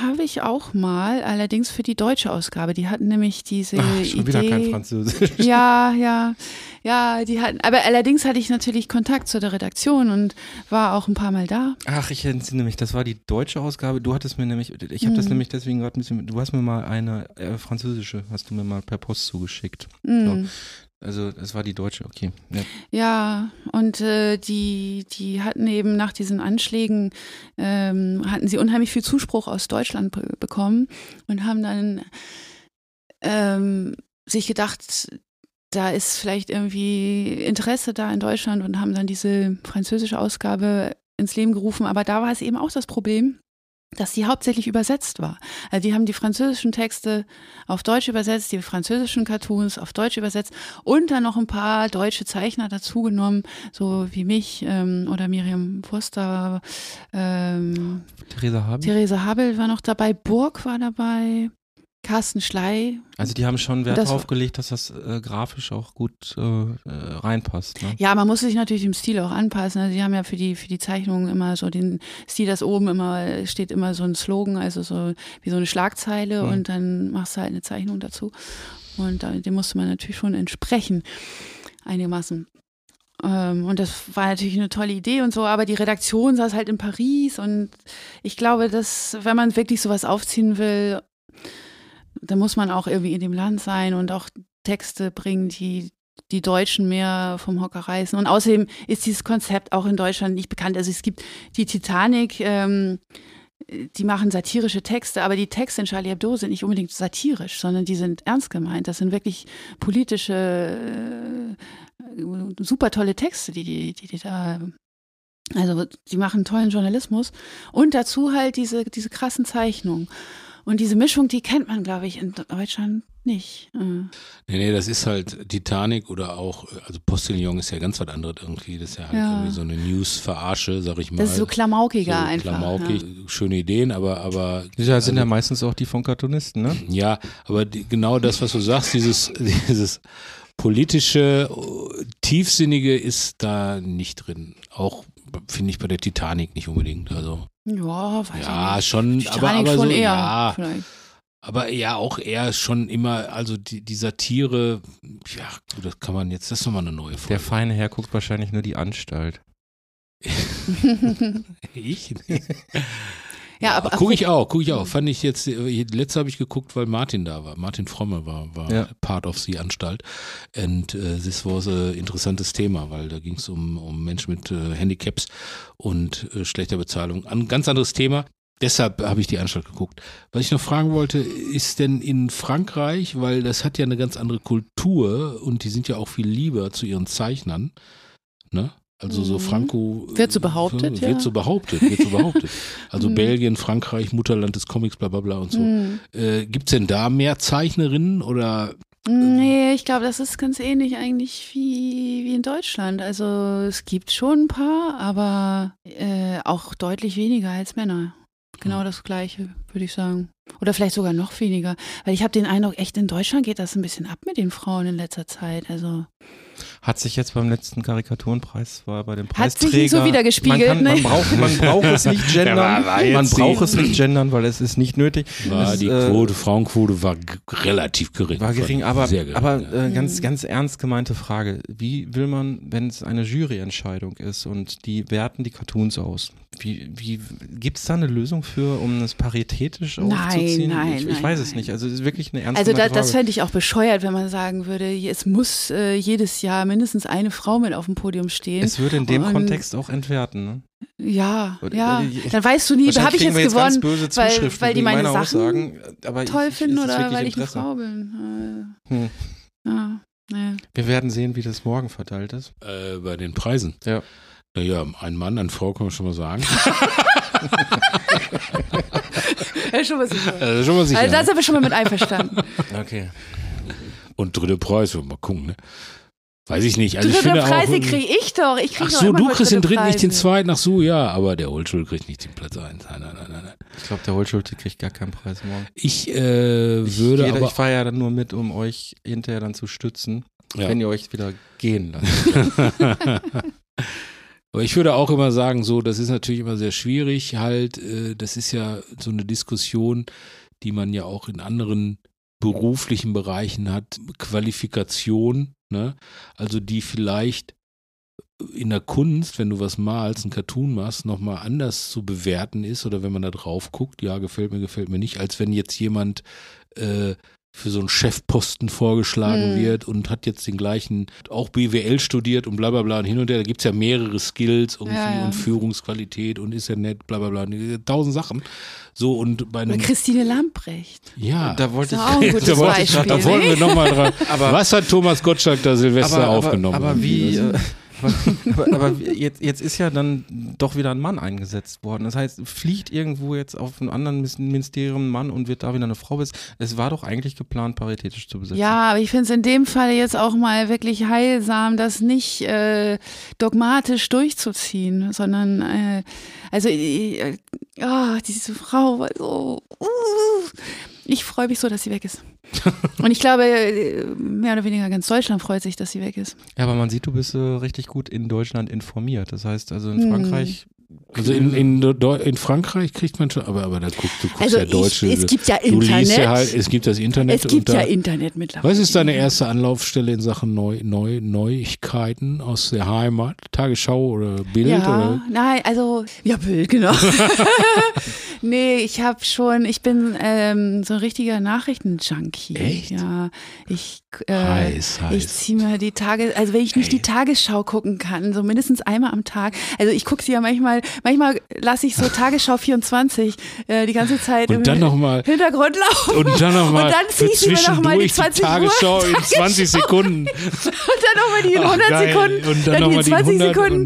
D: Habe ich auch mal, allerdings für die deutsche Ausgabe. Die hatten nämlich diese
A: Ach, schon wieder
D: Idee.
A: kein Französisch.
D: Ja, ja, ja, die hatten, aber allerdings hatte ich natürlich Kontakt zu der Redaktion und war auch ein paar Mal da.
A: Ach, ich entsinne mich, das war die deutsche Ausgabe. Du hattest mir nämlich, ich habe das
D: Mhm.
A: nämlich deswegen gerade ein bisschen, du hast mir mal eine äh, französische, hast du mir mal per Post zugeschickt.
D: Mm.
A: Also es war die deutsche, okay. Ja.
D: Ja, und äh, die, die hatten eben nach diesen Anschlägen, ähm, hatten sie unheimlich viel Zuspruch aus Deutschland be bekommen und haben dann ähm, sich gedacht, da ist vielleicht irgendwie Interesse da in Deutschland und haben dann diese französische Ausgabe ins Leben gerufen. Aber da war es eben auch das Problem, dass die hauptsächlich übersetzt war. Also die haben die französischen Texte auf Deutsch übersetzt, die französischen Cartoons auf Deutsch übersetzt und dann noch ein paar deutsche Zeichner dazugenommen, so wie mich ähm, oder Miriam Foster, ähm,
A: Theresa Haben.
D: Therese Habel war noch dabei, Burg war dabei, Carsten Schley.
A: Also die haben schon Wert
D: Das-
A: drauf gelegt, dass das äh, grafisch auch gut äh, äh, reinpasst. Ne?
D: Ja, man muss sich natürlich dem Stil auch anpassen. Also sie haben ja für die, für die Zeichnungen immer so den Stil, das oben immer steht immer so ein Slogan, also so wie so eine Schlagzeile
A: Mhm.
D: und dann machst du halt eine Zeichnung dazu. Und da, dem musste man natürlich schon entsprechen, einigermaßen. Ähm, und das war natürlich eine tolle Idee und so, aber die Redaktion saß halt in Paris und ich glaube, dass wenn man wirklich sowas aufziehen will, dann muss man auch irgendwie in dem Land sein und auch Texte bringen, die die Deutschen mehr vom Hocker reißen. Und außerdem ist dieses Konzept auch in Deutschland nicht bekannt. Also es gibt die Titanic, ähm, die machen satirische Texte, aber die Texte in Charlie Hebdo sind nicht unbedingt satirisch, sondern die sind ernst gemeint. Das sind wirklich politische, äh, super tolle Texte, die die, die, die da. Also die machen tollen Journalismus und dazu halt diese, diese krassen Zeichnungen. Und diese Mischung, die kennt man, glaube ich, in Deutschland nicht. Äh.
B: Nee, nee, das ist halt Titanic oder auch, äh, also Postillon ist ja ganz was anderes irgendwie. Das ist ja halt
D: Ja.
B: irgendwie so eine News-Verarsche, sag ich mal.
D: Das ist so klamaukiger
B: So
D: einfach. ne?
B: Klamaukig,
D: Ja.
B: schöne Ideen, aber, aber
A: Ja, sind ja
B: Also-
A: meistens auch die von Cartoonisten, ne?
B: Ja, aber die, genau das, was du sagst, dieses, dieses politische, äh, tiefsinnige ist da nicht drin. Auch finde ich bei der Titanic nicht unbedingt. Also
D: Ja, weiß
B: ja,
D: ich nicht.
B: schon,
D: Titanic
B: aber, aber
D: schon
B: so,
D: eher.
B: ja,
D: Vielleicht.
B: aber ja auch eher schon immer, also die, die Satire, ja, gut, das kann man jetzt, das ist nochmal eine neue
A: Der
B: Folge.
A: feine Herr guckt wahrscheinlich nur die Anstalt.
B: ich?
D: Ja, aber Mhm.
B: Gucke ich auch, gucke ich auch. Fand ich jetzt, äh, letzte habe ich geguckt, weil Martin da war. Martin Fromme war, war
A: Ja.
B: part of the Anstalt. Und äh, this was ein interessantes Thema, weil da ging es um, um Menschen mit äh, Handicaps und äh, schlechter Bezahlung. Ein ganz anderes Thema. Deshalb habe ich die Anstalt geguckt. Was ich noch fragen wollte, ist denn in Frankreich, weil das hat ja eine ganz andere Kultur und die sind ja auch viel lieber zu ihren Zeichnern, ne? Also so
D: Mhm.
B: Franco äh,
D: Wird so behauptet,
B: wird
D: ja.
B: so behauptet, wird so behauptet. Also
D: Mhm.
B: Belgien, Frankreich, Mutterland des Comics, bla bla bla und so.
D: Hm.
B: Äh, Gibt es denn da mehr Zeichnerinnen oder
A: Ähm.
D: Nee, ich glaube, das ist ganz ähnlich eigentlich wie, wie in Deutschland. Also es gibt schon ein paar, aber äh, auch deutlich weniger als Männer. Genau das gleiche, würde ich sagen. Oder vielleicht sogar noch weniger. Weil ich habe den Eindruck, echt in Deutschland geht das ein bisschen ab mit den Frauen in letzter Zeit. Also
A: Hat sich jetzt beim letzten Karikaturenpreis war bei dem
D: Hat sich
A: Preisträger
D: nicht so wiedergespiegelt,
A: Man, kann, man,
D: ne?
A: braucht, man braucht es nicht gendern.
B: war- war jetzt
A: man braucht
B: die-
A: es nicht gendern, weil es ist nicht nötig.
B: war
A: es,
B: die
A: äh,
B: Quote, Frauenquote war g- relativ gering?
A: War gering, aber,
B: Sehr gering,
A: aber
B: ja.
A: äh,
D: Mhm.
A: ganz, ganz ernst gemeinte Frage. Wie will man, wenn es eine Juryentscheidung ist und die werten die Cartoons aus, wie, wie gibt es da eine Lösung für, um das paritätisch
D: Nein,
A: aufzuziehen?
D: nein,
A: ich ich
D: nein,
A: weiß es
D: nein.
A: nicht. Also es ist wirklich eine ernst
D: Also da,
A: gemeinte
D: das
A: Frage.
D: fände ich auch bescheuert, wenn man sagen würde, es muss äh, jedes Jahr mindestens eine Frau mit auf dem Podium stehen.
A: es würde in dem
D: Und-
A: Kontext auch entwerten. Ne?
D: Ja,
A: Und-
D: ja.
A: ich-
D: Dann weißt du nie,
A: Wahrscheinlich
D: habe ich
A: kriegen
D: jetzt
A: wir
D: gewonnen,
A: ganz böse
D: weil,
A: Zuschriften
D: weil die
A: wegen
D: meine
A: meiner
D: Sachen
A: Aussagen, aber ich-
D: toll
A: ich,
D: finden
A: es ist
D: oder
A: wirklich
D: weil ich eine
A: Interesse.
D: Frau bin.
A: Hm.
D: Äh, ja, ne.
A: Wir werden sehen, wie das morgen verteilt ist.
B: Äh, bei den Preisen.
A: Ja.
B: Naja, ein Mann, eine Frau kann man schon mal sagen.
D: ja, schon mal sicher.
B: Also schon mal sicher. ne?
D: Also da sind wir schon mal mit einverstanden.
A: Okay.
B: Und dritte Preis, wollen wir mal gucken, ne? Weiß ich nicht. Also ich
D: Dritte
B: finde
D: Preise
B: auch,
D: kriege ich doch. Ich krieg
B: Ach
D: doch
B: so,
D: immer
B: du
D: nur
B: kriegst den
D: dritte
B: dritten, nicht den
D: Preise.
B: zweiten. Ach so, ja, aber der Holschul kriegt nicht den Platz eins. Nein, nein, nein, nein. nein.
A: Ich glaube, der Holschulte kriegt gar keinen Preis morgen.
B: Ich äh, würde
A: ich, gehe da-
B: aber
A: ich fahre ja dann nur mit, um euch hinterher dann zu stützen,
B: Ja.
A: wenn ihr euch wieder gehen lasst.
B: Aber ich würde auch immer sagen, so, das ist natürlich immer sehr schwierig, halt, äh, das ist ja so eine Diskussion, die man ja auch in anderen beruflichen Bereichen hat, Qualifikation, ne? Also die vielleicht in der Kunst, wenn du was malst, ein Cartoon machst, nochmal anders zu bewerten ist oder wenn man da drauf guckt, ja, gefällt mir, gefällt mir nicht, als wenn jetzt jemand äh, für so einen Chefposten vorgeschlagen
D: Mhm.
B: wird und hat jetzt den gleichen, auch BWL studiert und bla bla bla und hin und her, da gibt's ja mehrere Skills irgendwie
D: Ja, ja.
B: und Führungsqualität und ist ja nett, bla bla bla, tausend Sachen. So und bei
D: Oder
B: einem,
D: Christine Lambrecht.
B: ja.
A: Da
D: Das
A: wollte
D: ist auch ein
A: ich,
D: gutes
B: Da wollte ich
D: Beispiel. ne?
B: grad- da wollen wir nochmal dran.
A: Aber-
B: Was hat Thomas Gottschalk da Silvester aufgenommen? also.
A: Aber, aber wie.
B: Das-
A: Äh, aber, aber, aber jetzt, jetzt ist ja dann doch wieder ein Mann eingesetzt worden. Das heißt, fliegt irgendwo jetzt auf einem anderen Mis- Ministerium ein Mann und wird da wieder eine Frau besetzt. Es war doch eigentlich geplant, paritätisch zu besetzen.
D: Ja, aber ich finde es in dem Fall jetzt auch mal wirklich heilsam, das nicht äh, dogmatisch durchzuziehen, sondern äh, also äh, ah, diese Frau war so. Uh, ich freue mich so, dass sie weg ist. Und ich glaube, äh, mehr oder weniger ganz Deutschland freut sich, dass sie weg ist.
A: Ja, aber man sieht, du bist äh, richtig gut in Deutschland informiert. Das heißt, also in
D: Hm.
A: Frankreich.
B: also in, in, Deu- in Frankreich kriegt man schon, aber, aber da guckst du guckst
D: Also
B: ja
D: ich-
B: Deutsche.
D: es gibt ja
B: Du liest
D: Internet.
B: ja halt, es gibt das Internet.
D: es gibt
B: und da,
D: ja Internet mittlerweile.
B: was ist deine erste Anlaufstelle in Sachen Neu, Neu, Neuigkeiten aus der Heimat? Tagesschau oder Bild?
D: Ja,
B: Oder?
D: nein, also ja, Bild, genau. nee, ich habe schon, ich bin ähm, so ein richtiger Nachrichtenjunkie.
B: Echt?
D: Ja, ich äh,
B: Heiß,
D: ich
B: heiß.
D: ziehe mir die Tage, also wenn ich nicht
B: Ey.
D: die Tagesschau gucken kann, so mindestens einmal am Tag. Also ich gucke sie ja manchmal, manchmal lasse ich so Tagesschau 24 äh, die ganze Zeit im
B: Und dann nochmal.
D: Hintergrund laufen.
B: Und dann nochmal
D: Und dann zieh ich mir noch mal die
B: zwischendurch
D: 20 Uhr
B: Tagesschau in 20 Sekunden.
D: Und dann nochmal die in
B: Ach,
D: 100
B: geil.
D: Sekunden,
B: Und dann noch
D: die
B: mal
D: in
B: die
D: 20
B: 100
D: Sekunden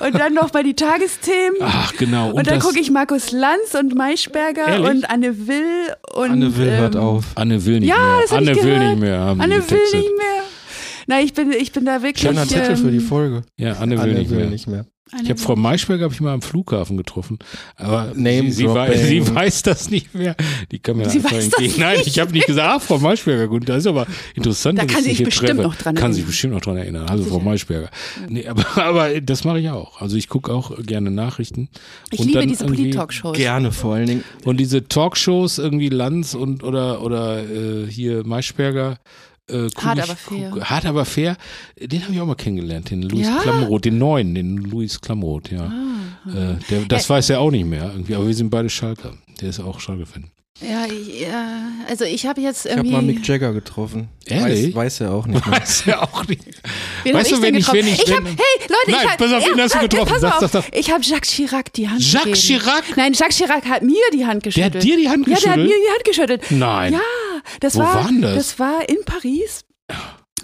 B: und
D: und dann nochmal die Tagesthemen.
B: Ach, genau.
D: Und, dann
B: das-
D: gucke ich Markus Lanz und Maischberger
B: Ehrlich?
D: und Anne Will und.
A: Anne Will hört
D: ähm,
A: auf.
B: Anne will nicht
D: Ja,
B: mehr.
D: das hab
B: Anne
D: ich
B: will
D: gehört.
B: nicht mehr. Haben die
D: Anne will
B: getextet.
D: nicht mehr. Na, ich bin, ich bin da wirklich.
A: Kleiner Titel für die
D: ähm,
A: Folge.
B: Ja, Anne will nicht mehr.
D: Anne
B: Ich habe
D: Will.
B: Frau Maischberg habe ich mal am Flughafen getroffen, aber
A: Name
B: sie, sie,
A: dropping.
B: weiß, sie weiß das nicht mehr. Die kam mir
D: Sie
B: einfach
D: weiß das
B: entgegen. Nein,
D: nicht
B: ich habe nicht gesagt, ah, Frau Maischberger, gut, das ist aber interessant,
D: Da
B: dass
D: kann
B: ich
D: sie
B: sie
D: sich
B: hier
D: bestimmt
B: treffe.
D: noch dran
B: Kann sich
D: erinnern.
B: bestimmt noch dran erinnern. Also Frau
D: Sicher.
B: Maischberger. Nee, aber, aber das mache ich auch. Also ich gucke auch gerne Nachrichten.
D: Ich
B: Und
D: liebe
B: dann
D: diese
B: irgendwie-
D: Polit-Talkshows.
A: Gerne vor allen Dingen.
B: Und diese Talkshows irgendwie Lanz und oder oder äh, hier Maischberger. Äh, guck
D: Hart
B: ich-
D: aber fair.
B: guck- hart aber fair. Den habe ich auch mal kennengelernt, den Louis
D: Ja?
B: Klamroth, den neuen, den Louis Klamroth, ja.
D: Ah,
B: Äh, der, das weiß er auch nicht mehr irgendwie, aber wir sind beide Schalker. Der ist auch Schalker-Fan.
D: Ja, ich, ja also ich habe jetzt
A: Ich habe
D: irgendwie.
A: mal Mick Jagger getroffen.
B: Ehrlich?
A: Weiß, weiß er auch nicht mehr.
B: Weiß er auch nicht.
D: wen hab
B: weißt du,
D: ich denn
B: wen ich-
D: getroffen?
B: wen ich-
D: ich hab,
B: wen-
D: hey, Leute,
B: Nein,
D: ich hab,
B: pass auf, wen hast du
D: nein,
B: getroffen?
D: Pass
B: Sag,
D: auf,
B: sag, sag.
D: Ich habe Jacques Chirac die Hand
B: Jacques
D: gegeben.
B: Chirac?
D: Nein, Jacques Chirac hat mir die Hand
B: Der
D: geschüttelt.
B: hat dir die Hand
D: Ja, der hat mir
B: geschüttelt?
D: die Hand geschüttelt.
B: Nein.
D: Ja, das
B: Wo
D: war.
B: waren das?
D: Das war in Paris.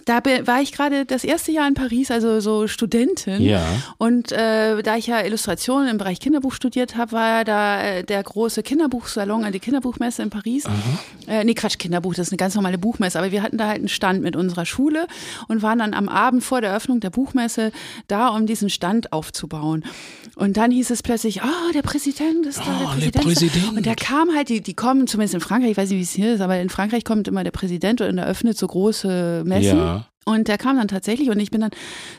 D: Da be- war ich gerade das erste Jahr in Paris, also so Studentin.
B: Ja.
D: Und äh, da ich ja Illustrationen im Bereich Kinderbuch studiert habe, war ja da äh, der große Kinderbuchsalon, äh, die Kinderbuchmesse in
B: Mhm.
D: Paris. Äh, nee, Quatsch, Kinderbuch, das ist eine ganz normale Buchmesse. Aber wir hatten da halt einen Stand mit unserer Schule und waren dann am Abend vor der Eröffnung der Buchmesse da, um diesen Stand aufzubauen. Und dann hieß es plötzlich, oh, der Präsident ist da,
B: Oh, der
D: der Präsident. ist da.
B: Präsident.
D: Und da kam halt, die, die kommen, zumindest in Frankreich, ich weiß nicht, wie es hier ist, aber in Frankreich kommt immer der Präsident und eröffnet so große Messen.
B: Ja.
D: Und der kam dann tatsächlich und ich bin dann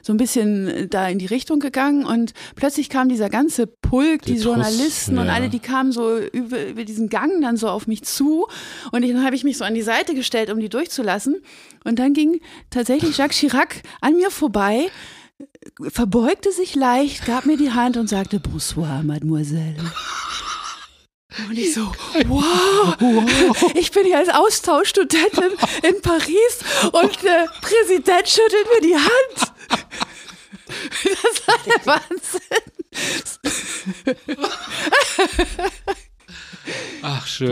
D: so ein bisschen äh, da in die Richtung gegangen und plötzlich kam dieser ganze Pulk, die
B: Der Truss,
D: Journalisten und
B: ja.
D: alle, die kamen so über, über diesen Gang dann so auf mich zu und ich, dann habe ich mich so an die Seite gestellt, um die durchzulassen und dann ging tatsächlich Jacques Chirac an mir vorbei, verbeugte sich leicht, gab mir die Hand und sagte Bonsoir, Mademoiselle. Und ich so, wow, ich bin hier als Austauschstudentin in Paris und der Präsident schüttelt mir die Hand. Das war der Wahnsinn.
B: Ach, schön.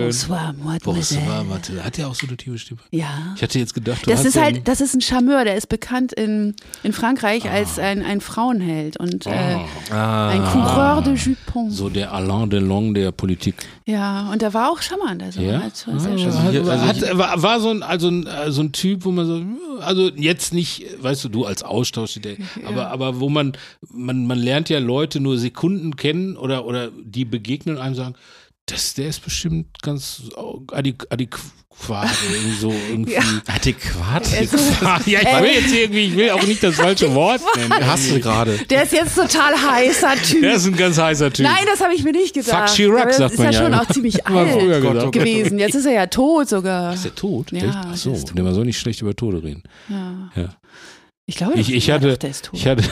B: Bonsoir,
D: Bonsoir, Mademoiselle.
B: Mathe. Hat der auch so eine tiefe Stimme?
D: Ja.
B: Ich hatte jetzt gedacht, du
D: Das
B: hast
D: ist
B: so
D: halt,
B: einen-
D: das ist ein Charmeur, der ist bekannt in, in
B: Ah.
D: Frankreich als ein, ein Frauenheld und äh, ein Coureur de Jupons.
B: Ah. so der Alain Delon der Politik.
D: Ja, und der war auch charmant. Also
B: Ja?
D: also,
B: Ah,
D: sehr
B: also
D: charmant.
B: hier-
A: Also
B: hat, war, war so ein, also ein, äh, so ein Typ, wo man so, also jetzt nicht, weißt du, du als Austausch, der, aber, aber wo man, man, man lernt ja Leute nur Sekunden kennen oder, oder die begegnen und einem sagen, das, der ist bestimmt ganz adäqu- adäquat oder irgendwie so irgendwie.
A: Adäquat?
B: ja, ich will jetzt irgendwie, ich will auch nicht das falsche Wort nennen.
A: Hast du gerade.
D: Der ist jetzt total heißer Typ.
B: Der ist ein ganz heißer Typ.
D: Nein, das habe ich mir nicht gedacht.
B: Fuck Chirac,
D: Aber das
B: sagt
D: ist
B: man
D: ja
B: ja.
D: schon auch ziemlich
B: Hat man früher gesagt.
D: alt
B: Gott, oh
D: gewesen. Jetzt ist er ja tot sogar.
B: Ist der tot?
D: Ja,
B: Echt? Ach so,
D: der ist tot.
B: nee, man soll nicht schlecht über Tode reden.
D: Ja.
B: Ja.
D: Ich glaube,
B: Ich,
D: doch,
B: ich hatte,
D: doch, der ist tot.
B: ich hatte,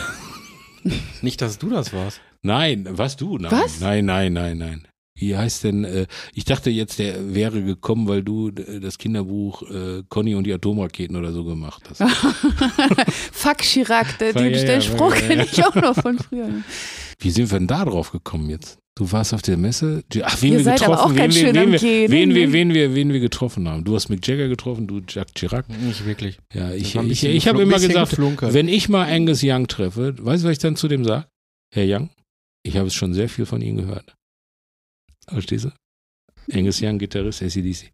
A: Nicht, dass du das warst.
B: nein, was du? Nein,
D: Was?
B: nein, nein, nein, nein. Wie heißt denn, äh, ich dachte jetzt, der wäre gekommen, weil du äh, das Kinderbuch äh, Conny und die Atomraketen oder so gemacht hast.
D: Fuck Chirac, der,
B: Ja,
D: den,
B: ja, ja,
D: den Spruch
B: ja, ja.
D: kenne ich auch noch von früher.
B: Wie sind wir denn da drauf gekommen jetzt? Du warst auf der Messe. Die- Ach, wen
D: Ihr
B: wir
D: seid aber
B: getroffen, wen,
D: auch ganz
B: wir,
D: schön
B: wen,
D: am
B: wir,
D: Gehen,
B: wen, wir,
D: ne?
B: wen wir, wen wir getroffen haben. Du hast Mick Jagger getroffen, du Jack Chirac.
A: Nicht wirklich.
B: Ja, ich,
A: war ein
B: ich,
A: bisschen
B: ich habe
A: geflun-
B: immer
A: bisschen
B: gesagt,
A: geflunkert.
B: wenn ich mal Angus Young treffe, weißt du, was ich dann zu dem sage? Herr Young, ich habe es schon sehr viel von Ihnen gehört. Verstehst du? Angus Young, Gitarrist, ACDC.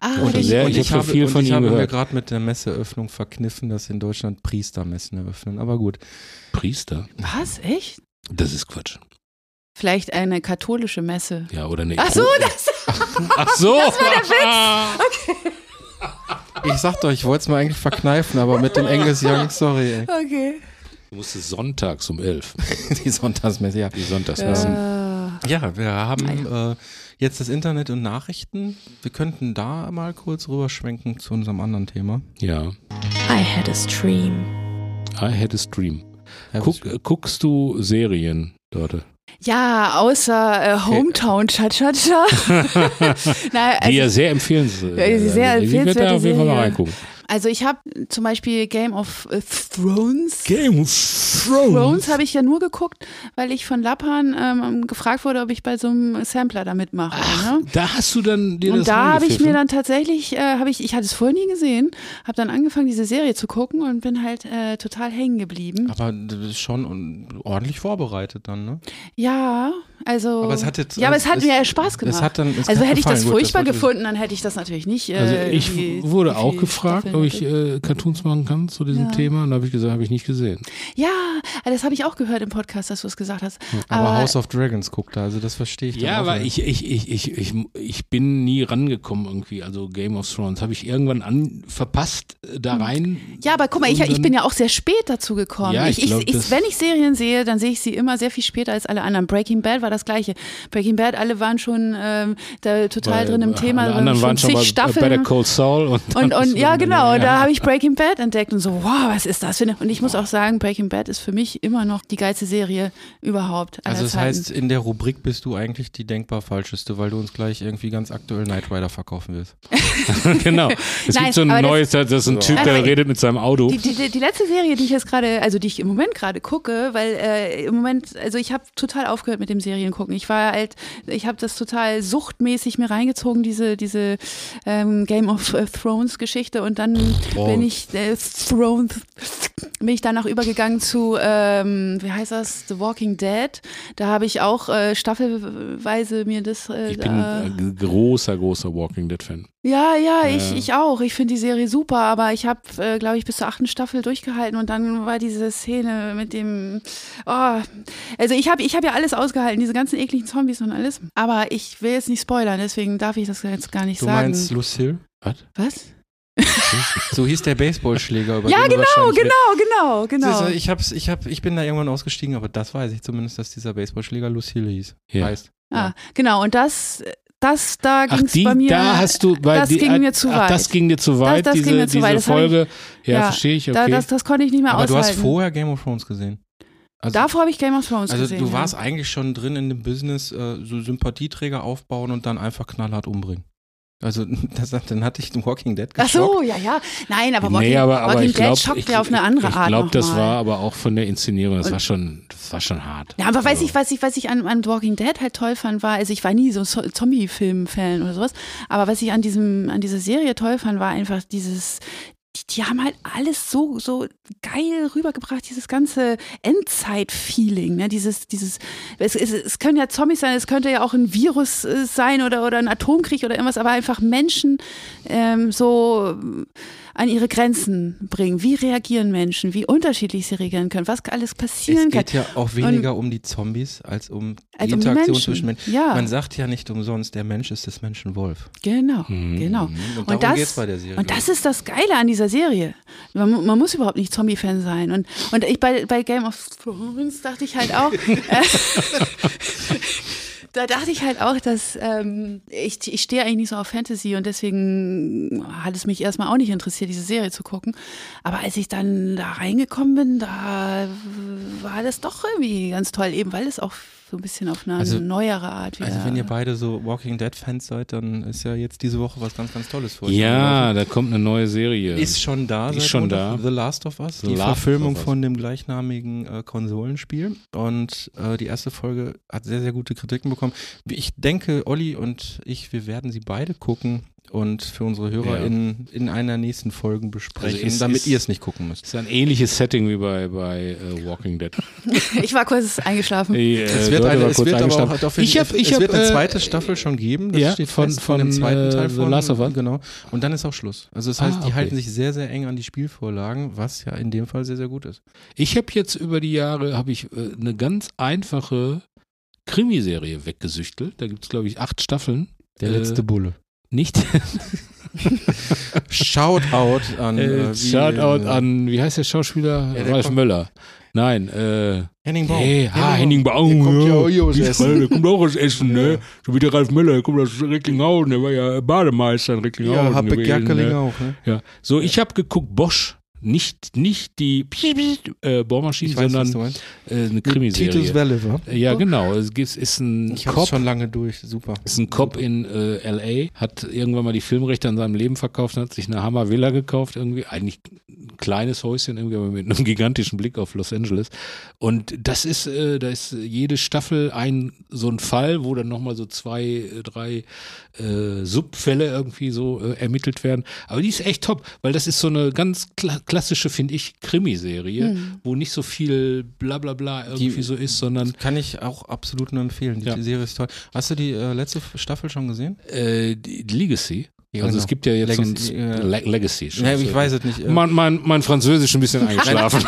D: Ah,
B: Und
D: ich,
B: sehr- ich hab schon viel
A: und
B: von
A: ich
B: ihm
A: habe mir
B: gehört.
A: gerade mit der Messeöffnung verkniffen, dass in Deutschland Priestermessen eröffnen. Aber gut.
B: Priester?
D: was? Echt?
B: Das ist Quatsch.
D: Vielleicht eine katholische Messe.
B: Ja, oder nicht? Oh,
D: Ach so, das,
B: Ach so. Das war der Witz.
A: Ich sagte euch, ich wollte es mir eigentlich verkneifen, aber mit dem Angus Young, sorry. Ey.
D: okay.
B: Du musstest sonntags um elf.
A: Die Sonntagsmesse, ja.
B: Die Sonntagsmessen.
D: Äh,
A: Ja, wir haben äh, jetzt das Internet und Nachrichten. Wir könnten da mal kurz rüberschwenken zu unserem anderen Thema.
B: Ja.
C: I had a stream.
B: I had a stream.
A: Ja,
B: Guck,
A: was-
B: äh, guckst du Serien, Leute?
D: Äh, ja, außer äh, Hometown Cha-Cha-Cha. Nein,
B: Die
D: also
B: ja sehr empfehlenswert
D: Ja, die
B: sind.
D: sehr
B: Ich werde
D: empfehlenswerte
B: da auf jeden Fall mal
D: Serie.
B: reingucken.
D: Also ich habe zum Beispiel Game of äh, Thrones.
B: Game of
D: Thrones habe ich ja nur geguckt, weil ich von Lappan ähm, gefragt wurde, ob ich bei so einem Sampler da mitmache. ne?
B: Da hast du dann dir das
D: Und da habe ich mir
B: reingepfiffen?
D: dann tatsächlich, äh, habe ich, ich hatte es vorher nie gesehen, habe dann angefangen, diese Serie zu gucken und bin halt äh, total hängen geblieben.
A: Aber du bist schon un- ordentlich vorbereitet dann, ne?
D: Ja, also.
A: Aber es hat jetzt-
D: ja, aber es hat
A: es-
B: also
D: mir ja Spaß gemacht.
A: es hat dann- es
D: also
A: hat
D: hätte ich das
A: gefallen. Gut, das
D: furchtbar
A: wollte ich-
D: gefunden, dann hätte ich das natürlich nicht. Äh,
B: Also ich
D: irgendwie-
B: wurde
D: wie
B: auch
D: viel
B: gefragt,
D: Staffeln
B: ob
D: hatte.
B: ich äh, Cartoons machen kann zu diesem
D: Ja.
B: Thema. Und da habe ich gesagt, habe ich nicht gesehen.
D: Ja, äh, das habe ich auch gehört im Podcast, dass du es gesagt hast.
A: Aber,
D: Aber-
A: House of Dragons guckt da, also das verstehe ich. dann
B: Ja,
A: auch
B: aber
A: nicht.
B: ich, ich, ich, ich, ich, ich bin nie rangekommen irgendwie. Also Game of Thrones habe ich irgendwann an, verpasst äh, da rein.
D: Hm. Ja, aber guck mal, ich,
B: Und
D: ich
B: dann-
D: bin ja auch sehr spät dazu gekommen.
B: Ja, ich glaub, das-
D: wenn ich Serien sehe, dann sehe ich sie immer sehr viel später als alle anderen. Breaking Bad war das das Gleiche. Breaking Bad, alle waren schon ähm, da total drin im Thema.
B: Alle
D: waren
B: anderen waren schon
D: zig
B: bei
D: Staffeln.
B: Better Call Saul und, dann
D: Und,
B: ist
D: und
B: man-
D: ja, genau, und da habe ich Breaking Bad entdeckt und so, wow, was ist das für eine. Und ich muss auch sagen, Breaking Bad ist für mich immer noch die geilste Serie überhaupt. aller
A: Also das
D: Zeiten.
A: heißt, in der Rubrik bist du eigentlich die denkbar falscheste, weil du uns gleich irgendwie ganz aktuell Knight Rider verkaufen willst.
B: genau. Es
D: Nein,
B: gibt so ein
D: aber das-
B: neues, das, das ist ein Typ, der
D: Aber-
B: redet mit seinem Auto.
D: Die, die, die, die letzte Serie, die ich jetzt gerade, also die ich im Moment gerade gucke, weil äh, im Moment, also ich habe total aufgehört mit dem Seriengucken. Ich war halt, ich habe das total suchtmäßig mir reingezogen, diese, diese ähm, Game of äh, Thrones Geschichte und dann bin ich äh, Thrones, bin ich danach übergegangen zu, ähm, wie heißt das, The Walking Dead. Da habe ich auch äh, staffelweise mir das. Äh,
B: Ich bin
D: da-
B: ein großer, großer Walking Dead Fan.
D: ja, ja, ich,
B: Ja.
D: ich auch. Ich finde die Serie super, aber ich habe, äh, glaube ich, bis zur achten Staffel durchgehalten und dann war diese Szene mit dem. Oh, also ich habe ich hab ja alles ausgehalten, diese ganzen ekligen Zombies und alles. Aber ich will jetzt nicht spoilern, deswegen darf ich das jetzt gar nicht
A: Du
D: sagen.
A: meinst Lucille?
D: Was?
A: So hieß der Baseballschläger. Über
D: Ja,
A: den du
D: Oh,
A: wahrscheinlich-
D: genau, genau,
A: Das
D: genau.
A: ist, äh, Ich, hab's, ich, hab, ich bin da irgendwann ausgestiegen, aber das weiß ich zumindest, dass dieser Baseballschläger Lucille hieß.
B: Ja.
A: Heißt.
D: Ah, genau, und das, das da
B: Ach,
D: ging es
B: die,
D: bei mir.
B: da hast du, bei
D: das
B: die,
D: ging
B: ah,
D: mir zu
B: ach,
D: weit.
B: das ging dir zu weit,
D: das ging
B: diese,
D: mir zu
B: diese
D: weit, das hab
B: Folge. ja,
D: ja,
B: verstehe ich,
D: da,
B: okay.
D: das, das konnte ich nicht mehr
A: Aber du
D: aushalten.
A: hast vorher Game of Thrones gesehen. Also,
D: Davor habe ich Game of Thrones
A: also
D: gesehen.
A: du
D: ja.
A: warst eigentlich schon drin in dem Business, äh, so Sympathieträger aufbauen und dann einfach knallhart umbringen. Also das, dann hatte ich den Walking Dead geschockt.
D: Ach so, ja, ja. Nein, aber Walking,
B: nee, aber, aber
D: Walking
B: ich
D: Dead
B: glaube,
D: schockt
B: ich,
D: ja auf eine andere
B: ich
D: Art.
B: glaube, das
D: nochmal.
B: war aber auch von der Inszenierung, das
D: Und-
B: war schon, das war schon hart.
D: Ja, aber weiß
B: Also-
D: ich, was ich, was ich an, an Walking Dead halt toll fand, war, also ich war nie so ein Zo- Zombie-Film-Fan oder sowas, aber was ich an diesem, an dieser Serie toll fand, war einfach dieses, die, die haben halt alles so, so geil rübergebracht, dieses ganze Endzeit-Feeling, ne, dieses, dieses, es, es, es können ja Zombies sein, es könnte ja auch ein Virus äh, sein oder, oder ein Atomkrieg oder irgendwas, aber einfach Menschen ähm, so ähm, an ihre Grenzen bringen. Wie reagieren Menschen? Wie unterschiedlich sie reagieren können? Was alles passieren
A: Es
D: kann?
A: geht ja auch weniger um die Zombies als um die
D: Als um die
A: Interaktion
D: Menschen.
A: zwischen Menschen.
D: Ja.
A: Man sagt ja nicht umsonst, der Mensch ist des Menschen Wolf.
D: Genau, genau.
A: Mhm. Und,
D: Und
A: darum
D: das,
A: geht's bei der Serie.
D: und das ist das Geile an dieser Serie. Man, mu- man muss überhaupt nicht Zombie-Fan sein. Und, und ich bei, bei Game of Thrones dachte ich halt auch, äh, da dachte ich halt auch, dass ähm, ich, ich stehe eigentlich nicht so auf Fantasy und deswegen hat es mich erstmal auch nicht interessiert, diese Serie zu gucken. Aber als ich dann da reingekommen bin, da war das doch irgendwie ganz toll, eben weil es auch so ein bisschen auf eine
A: Also-
D: neuere Art wieder.
A: also wenn ihr beide so Walking Dead Fans seid, dann ist ja jetzt diese Woche was ganz, ganz Tolles für euch.
B: Ja, da kommt eine neue Serie.
A: Ist schon da.
B: Ist
A: seit
B: schon
A: Montag.
B: da.
A: The Last of Us,
B: The
A: die
B: Last of
A: Verfilmung
B: Us.
A: von dem gleichnamigen äh, Konsolenspiel. Und äh, die erste Folge hat sehr, sehr gute Kritiken bekommen. Ich denke, Olli und ich, wir werden sie beide gucken und für unsere Hörer
B: Ja.
A: in, in einer nächsten Folge besprechen,
B: Also es
A: damit
B: ist-
A: ihr es nicht gucken müsst.
B: ist ein ähnliches Setting wie bei, bei äh, Walking Dead.
D: ich war kurz eingeschlafen.
B: Die, äh,
A: Es wird,
B: Leute
A: eine,
B: waren
A: es
B: kurz
A: wird aber
B: eingeschlafen.
A: auch auf
B: ich hab, ich
A: es
B: hab,
A: wird eine
B: äh,
A: zweite Staffel schon geben. Das
B: ja,
A: steht
B: von-
A: fest, von, dem
B: von,
A: zweiten
B: äh,
A: Teil
B: The
A: von
B: Last of Us.
A: Genau. Und dann ist auch Schluss. Also das heißt,
B: Ah,
A: die
B: okay.
A: halten sich sehr, sehr eng an die Spielvorlagen, was ja in dem Fall sehr, sehr gut ist.
B: Ich habe jetzt über die Jahre habe ich äh, eine ganz einfache Krimiserie weggesüchtelt. Da gibt es, glaube ich, acht Staffeln.
A: Der
B: Äh,
A: letzte Bulle.
B: Nicht.
A: Shoutout an
B: Äh,
A: äh, wie,
B: Shoutout
A: äh,
B: an, wie heißt der Schauspieler?
A: Ja, der
B: Ralf
A: kommt-
B: Möller. Nein, äh,
A: Henning Baum. genau.
B: hey, ha, Henning Baum.
A: Der kommt ja
B: ja,
A: auch hier aus
B: die
A: Essen.
B: Frage, Der kommt auch aus Essen, ne? So wie der Ralf Möller, der kommt aus Recklinghausen, der war ja Bademeister in Recklinghausen.
A: Ja, Happe
B: gewesen,
A: Gerkeling
B: ne?
A: auch. Ne?
B: Ja, so ich habe geguckt Bosch, nicht nicht die Piep, Piep, äh, Bohrmaschine,
A: Ich weiß, was du
B: sondern
A: meinst.
B: äh, eine Krimiserie.
A: Titus Welliver.
B: ja, genau. Es gibt- ist ein
A: Ich hab's
B: Cop,
A: schon lange durch. Super.
B: ist ein Cop in äh, L.A. hat irgendwann mal die Filmrechte an seinem Leben verkauft, und hat sich eine Hammer Villa gekauft irgendwie, eigentlich ein kleines Häuschen irgendwie, aber mit einem gigantischen Blick auf Los Angeles. Und das ist, äh, da ist jede Staffel ein so ein Fall, wo dann nochmal so zwei, äh, drei äh, Subfälle irgendwie so äh, ermittelt werden. Aber die ist echt top, weil das ist so eine ganz kla klassische, finde ich, Krimiserie, wo nicht so viel Blablabla irgendwie so ist, sondern
A: Kann ich auch absolut nur empfehlen. Die
B: Ja.
A: Serie ist toll. Hast du die äh, letzte F- Staffel schon gesehen?
B: äh, die Legacy. Also
A: genau.
B: es gibt ja jetzt
A: Legacy,
B: so
A: äh,
B: ein Le Legacy.
A: Nee, ich weiß
B: ne?
A: es nicht. äh,
B: Mein, mein, mein Französisch ein bisschen eingeschlafen.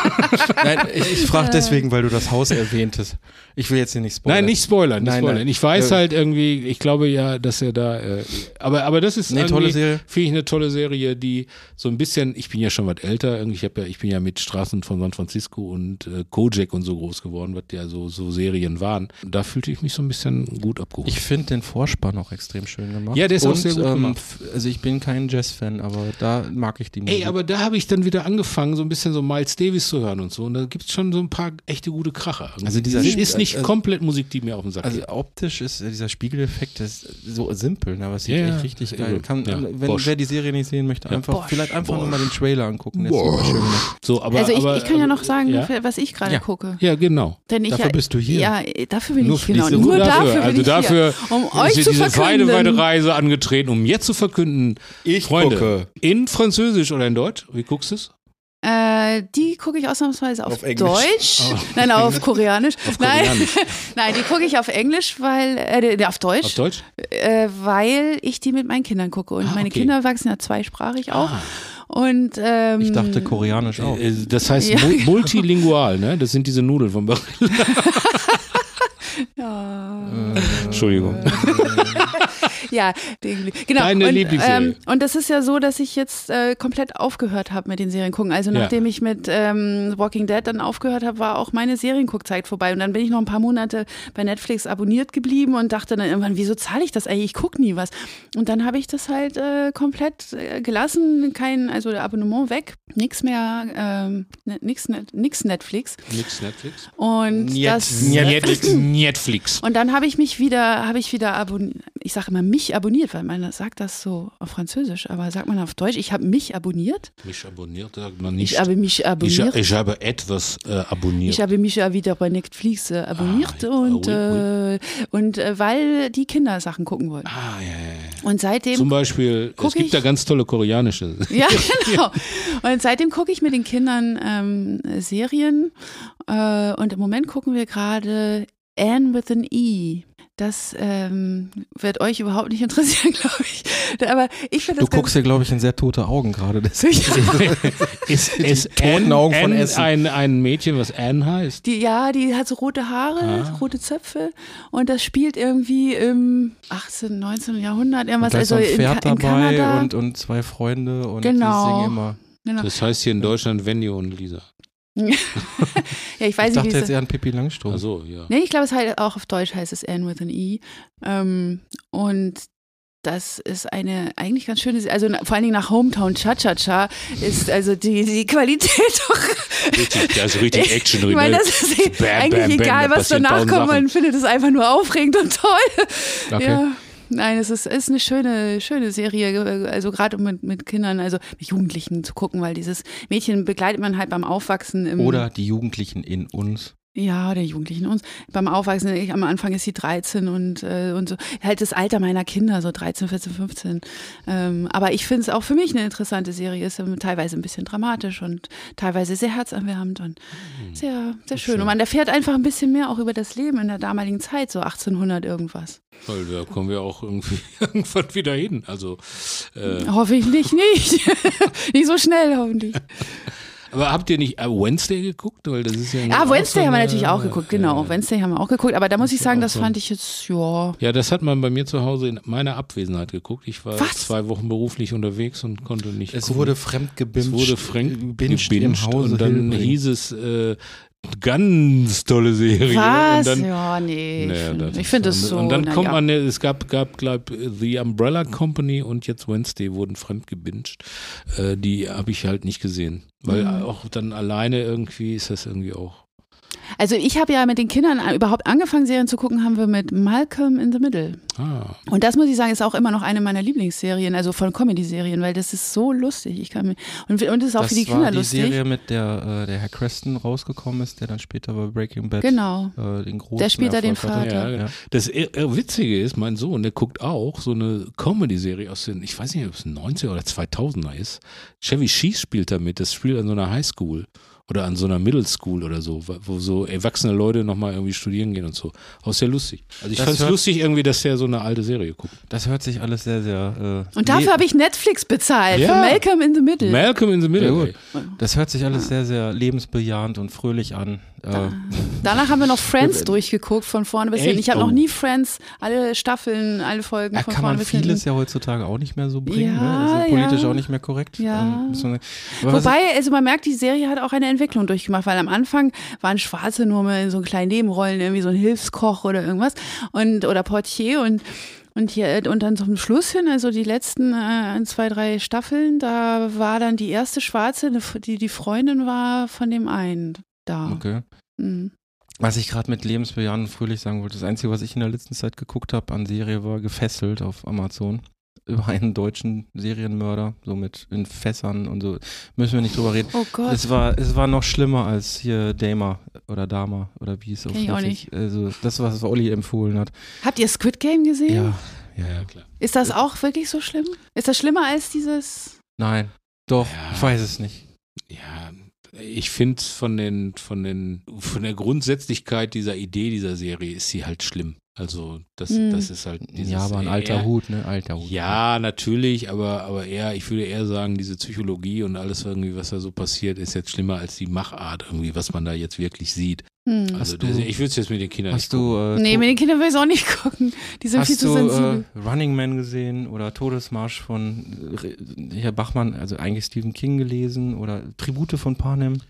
A: Nein, ich, ich frage deswegen, weil du das Haus erwähntest. Ich will jetzt hier nicht spoilern.
B: Nein, nicht spoilern. Nicht
A: Nein,
B: spoilern.
A: nein.
B: Ich weiß
A: Äh,
B: halt irgendwie, ich glaube ja, dass er da. Äh, aber, aber das ist
A: Nee,
B: irgendwie-
A: tolle Serie.
B: Finde ich eine tolle Serie, die so ein bisschen. Ich bin ja schon was älter. Irgendwie, ich, hab ja, ich bin ja mit Straßen von San Francisco und äh, Kojak und so groß geworden, was ja so, so Serien waren. Da fühlte ich mich so ein bisschen gut abgeholt.
A: Ich finde den Vorspann auch extrem schön gemacht.
B: Ja, der ist auch
A: Und,
B: sehr gut gemacht.
A: f- Also ich bin kein Jazz-Fan, aber da mag ich die Musik.
B: Ey, aber da habe ich dann wieder angefangen, so ein bisschen so Miles Davis zu hören und so. Und da gibt es schon so ein paar echte gute Kracher.
A: Also dieser
B: Die
A: Sp-
B: ist nicht
A: also-
B: komplett Musik, die mir auf den Sack
A: also
B: geht.
A: optisch ist äh, dieser Spiegeleffekt das ist so simpel, ne, aber es sieht
B: Ja, ja.
A: echt richtig geil.
B: Ja,
A: Kann, ähm,
B: ja.
A: wenn,
B: Bosch.
A: wer die Serie nicht sehen möchte, einfach vielleicht einfach nur mal den Trailer angucken. Der ist
F: Boah.
A: super schön. gemacht.
B: So, aber,
D: also ich,
B: aber,
D: ich kann ja
B: aber-
D: noch sagen,
B: ja,
D: was ich gerade
A: Ja.
D: gucke.
B: ja genau.
D: Denn ich,
A: Dafür
D: ja-
A: bist du hier.
D: Ja, äh, dafür bin ich
B: für
D: genau.
B: diese-
D: Nur
B: dafür.
D: dafür bin
B: also
D: ich
B: dafür
D: hier, um
B: ist
D: euch
B: hier
D: zu
B: diese
D: verkünden.
B: weite, weite Reise angetreten, um jetzt zu verkünden,
A: Ich
B: Freunde,
A: gucke.
B: in Französisch oder in Deutsch, wie guckst du es?
D: Äh, die gucke ich ausnahmsweise auf,
F: Auf Englisch.
D: Deutsch. Nein, auf Koreanisch.
B: Oh. Koreanisch.
D: Nein, Nein die gucke ich auf Englisch, weil, äh, nee, auf Deutsch,
B: Auf Deutsch?
D: Äh, weil ich die mit meinen Kindern gucke. Und
B: Ah,
D: meine
B: okay. Ah.
D: Kinder wachsen ja zweisprachig auch. Und, ähm,
A: Ich dachte koreanisch auch.
B: Äh, Das heißt
D: Ja, genau.
B: mul- multilingual, ne? Das sind diese Nudeln vom Bar.
D: Ja.
B: Äh, Entschuldigung.
D: Ja, den, genau.
B: Deine
D: und,
B: Lieblingsserie.
D: Ähm, und das ist ja so, dass ich jetzt äh, komplett aufgehört habe mit den Serien gucken. Also
B: Ja.
D: nachdem ich mit ähm, Walking Dead dann aufgehört habe, war auch meine Serienguckzeit vorbei. Und dann bin ich noch ein paar Monate bei Netflix abonniert geblieben und dachte dann irgendwann, wieso zahle ich das eigentlich? Ich gucke nie was. Und dann habe ich das halt äh, komplett äh, gelassen, kein, also Abonnement weg, nix mehr, ähm, ne- nix, ne- nix Netflix.
B: Nix Netflix.
D: Und das
B: Netflix. Netflix.
D: und dann habe ich mich wieder, habe ich wieder abonniert, ich sage immer mich abonniert, weil man sagt das so auf Französisch, aber sagt man auf Deutsch, ich habe mich abonniert.
B: Mich abonniert sagt man
D: Ich,
B: nicht.
D: habe mich
B: Ich,
D: abonniert. Ich,
B: ich habe etwas äh, abonniert.
D: habe mich ja wieder bei Netflix äh, abonniert
B: Ah,
D: und,
B: ui, ui.
D: Äh, und äh, weil die Kinder Sachen gucken wollten.
B: ah, ja, ja, ja.
D: Und seitdem
B: Zum Beispiel,
D: guck
B: es gibt
D: ich-
B: da ganz tolle koreanische.
D: Ja, genau. Und seitdem gucke ich mit den Kindern ähm, Serien. Äh, und im Moment gucken wir gerade Anne with an E. Das ähm, wird euch überhaupt nicht interessieren, glaube ich. Aber ich finde
A: Du
D: das
A: guckst dir, glaube ich, in sehr tote Augen gerade. deswegen.
D: ganz sicher.
B: ist ist
A: toten
B: Anne,
A: Augen von
B: Anne
A: Essen.
B: ein, ein Mädchen, was Anne heißt?
D: Die, ja, die hat so rote Haare,
B: Ah.
D: rote Zöpfe und das spielt irgendwie im 18., 19. Jahrhundert
A: Und
D: irgendwas,
A: da ist so
D: also
A: ein
D: in, Ka-
A: Pferd
D: in Kanada.
A: dabei und, und zwei Freunde und die
D: Genau.
A: singen immer.
D: genau.
B: Das heißt hier in Deutschland Venjo und Lisa.
D: Ja, ich
A: Ich
D: weiß nicht,
A: dachte
D: wie
A: jetzt
D: es
A: eher an Pippi Langstrumpf.
B: Also ja.
D: Nee, ich glaube, es halt auch auf Deutsch heißt es Anne with an E. Ähm, und das ist eine eigentlich ganz schöne, Se- also na- vor allen Dingen nach Hometown Cha-Cha-Cha ist also die, die Qualität doch.
B: Richtig, da ist richtig Action drin,
D: Ich meine,
B: ne?
D: das ist
B: Bam, bam,
D: eigentlich
B: bam,
D: egal,
B: da
D: was
B: passieren
D: danach
B: tausend
D: kommt.
B: Sachen.
D: Man findet es einfach nur aufregend und toll.
B: Okay.
D: Ja. Nein, es ist, ist eine schöne, schöne Serie, äh, also gerade um mit, mit Kindern, also mit Jugendlichen zu gucken, weil dieses Mädchen begleitet man halt beim Aufwachsen im
A: Oder die Jugendlichen in uns.
D: ja, der Jugendlichen uns. Beim Aufwachsen, ich, am Anfang ist sie 13 und, äh, und so, halt das Alter meiner Kinder, so 13, 14, 15. Ähm, aber ich finde es auch für mich eine interessante Serie, ist ähm, teilweise ein bisschen dramatisch und teilweise sehr herzerwärmend und sehr, sehr schön. Und man erfährt einfach ein bisschen mehr auch über das Leben in der damaligen Zeit, so 1800 irgendwas.
B: Toll, da kommen wir auch irgendwie irgendwann wieder hin. Also, äh,
D: Hoffentlich nicht. nicht so schnell, hoffentlich.
B: aber habt ihr nicht äh, Wednesday geguckt? Weil das ist ja
D: Ah,
B: auch
D: Wednesday
B: so
D: haben wir
B: eine-
D: natürlich auch geguckt, genau.
B: äh,
D: Wednesday haben wir auch geguckt, aber da muss ich sagen,
B: auch
D: das
B: so.
D: fand ich jetzt, ja.
B: Ja, das hat man bei mir zu Hause in meiner Abwesenheit geguckt. Ich war
D: Was?
B: zwei Wochen beruflich unterwegs und konnte nicht.
A: Es
B: gucken.
A: wurde fremdgebimst.
B: es wurde fremd
A: gebinged im
B: gebinged
A: Hause.
B: und dann
A: Hilbring.
B: hieß es äh, ganz tolle Serie.
D: Was?
B: Und dann,
D: ja, nee. ich
B: Naja,
D: find-
B: das
D: ich
B: ist-
D: finde es
B: und-
D: so.
B: Und dann
D: na
B: kommt
D: ja.
B: man, ne, es gab, gab, glaub, The Umbrella Company und jetzt Wednesday wurden fremdgebinged. Äh, die habe ich halt nicht gesehen. Weil
D: Mhm.
B: auch dann alleine irgendwie ist das irgendwie auch.
D: Also ich habe ja mit den Kindern an- überhaupt angefangen, Serien zu gucken, haben wir mit Malcolm in the Middle.
B: Ah,
D: Und das muss ich sagen, ist auch immer noch eine meiner Lieblingsserien, also von Comedy-Serien, weil das ist so lustig. Ich kann mir, und und es ist auch
A: das
D: für die
A: war
D: Kinder
A: die
D: lustig.
A: Serie, mit der äh, der Herr Creston rausgekommen ist, der dann später bei Breaking Bad
D: Genau.
A: äh, den großen
D: Der spielt ja den
A: Erfolg hatte.
D: Vater.
A: Ja, ja.
B: genau. das Ir- Ir- Witzige ist, mein Sohn, der guckt auch so eine Comedy-Serie aus den, ich weiß nicht, ob es 90er oder 2000er ist. Chevy Cheese spielt damit, das spielt an so einer Highschool. Oder an so einer Middle School oder so, wo- wo so erwachsene Leute nochmal irgendwie studieren gehen und so. Auch sehr lustig. Also ich
A: Das
B: fand es
A: hört-
B: lustig irgendwie, dass der so eine alte Serie guckt.
A: Das hört sich alles sehr, sehr. Äh,
D: Und dafür
A: le-
D: habe ich Netflix bezahlt.
B: Ja.
D: Für Malcolm in the Middle.
B: Malcolm in the Middle.
A: Ja, gut.
B: ey.
A: Das hört sich alles sehr, sehr lebensbejahend und fröhlich an. Äh,
D: Danach haben wir noch Friends durchgeguckt, von vorne bis
B: Äh, Echt?
D: hinten. Ich habe
B: Oh.
D: noch nie Friends, alle Staffeln, alle Folgen
A: ja,
D: von
A: kann
D: vorne
A: man
D: bis hinten.
A: vieles ja heutzutage auch nicht mehr so bringen.
D: Ja,
A: ne? Das ist ja politisch
D: ja.
A: auch nicht mehr korrekt.
D: Ja.
A: Ähm, muss man sagen. Aber was
D: Wobei, also man merkt, die Serie hat auch eine Entwicklung durchgemacht, weil am Anfang waren Schwarze nur mal in so kleinen Nebenrollen, irgendwie so ein Hilfskoch oder irgendwas und oder Portier und und hier äh, und dann zum Schluss hin, also die letzten äh, ein, zwei, drei Staffeln, da war dann die erste Schwarze, eine F- die die Freundin war von dem einen
A: ich-
D: da.
A: okay.
D: Mhm.
A: Was ich gerade mit lebensbejahend und fröhlich sagen wollte, das Einzige, was ich in der letzten Zeit geguckt habe an Serie, war gefesselt auf Amazon über einen deutschen Serienmörder, so mit in Fässern und so. Müssen wir nicht drüber reden.
D: Oh Gott.
A: Es war, es war noch schlimmer als hier Dama oder Dama oder wie es auf
D: Kenn ich auch
A: Netflix- Also das, was Olli empfohlen hat.
D: Habt ihr Squid Game gesehen?
A: Ja, ja, ja.
B: Ja, klar.
D: Ist das auch wirklich so schlimm? Ist das schlimmer als dieses?
A: Nein, doch,
B: Ja.
A: ich weiß es nicht.
B: Ja, ich finde von den, von den, von der Grundsätzlichkeit dieser Idee dieser Serie ist sie halt schlimm. Also das,
D: Hm.
B: das ist halt dieses
A: ja, aber ein alter
B: eher,
A: Hut, ne? Alter Hut.
B: Ja, natürlich, aber, aber eher, ich würde eher sagen, diese Psychologie und alles irgendwie, was da so passiert, ist jetzt schlimmer als die Machart irgendwie, was man da jetzt wirklich sieht.
D: Hm.
B: Also
A: Hast du-
B: das, ich würde es jetzt mit den Kindern
A: Hast
B: nicht
A: du, äh,
D: nee,
A: To-
D: mit den Kindern will ich es auch nicht gucken. Die sind
A: hast
D: viel zu
A: du
D: sensibel.
A: Äh, Running Man gesehen oder Todesmarsch von äh, Re- Herr Bachmann, also eigentlich Stephen King gelesen oder Tribute von Panem?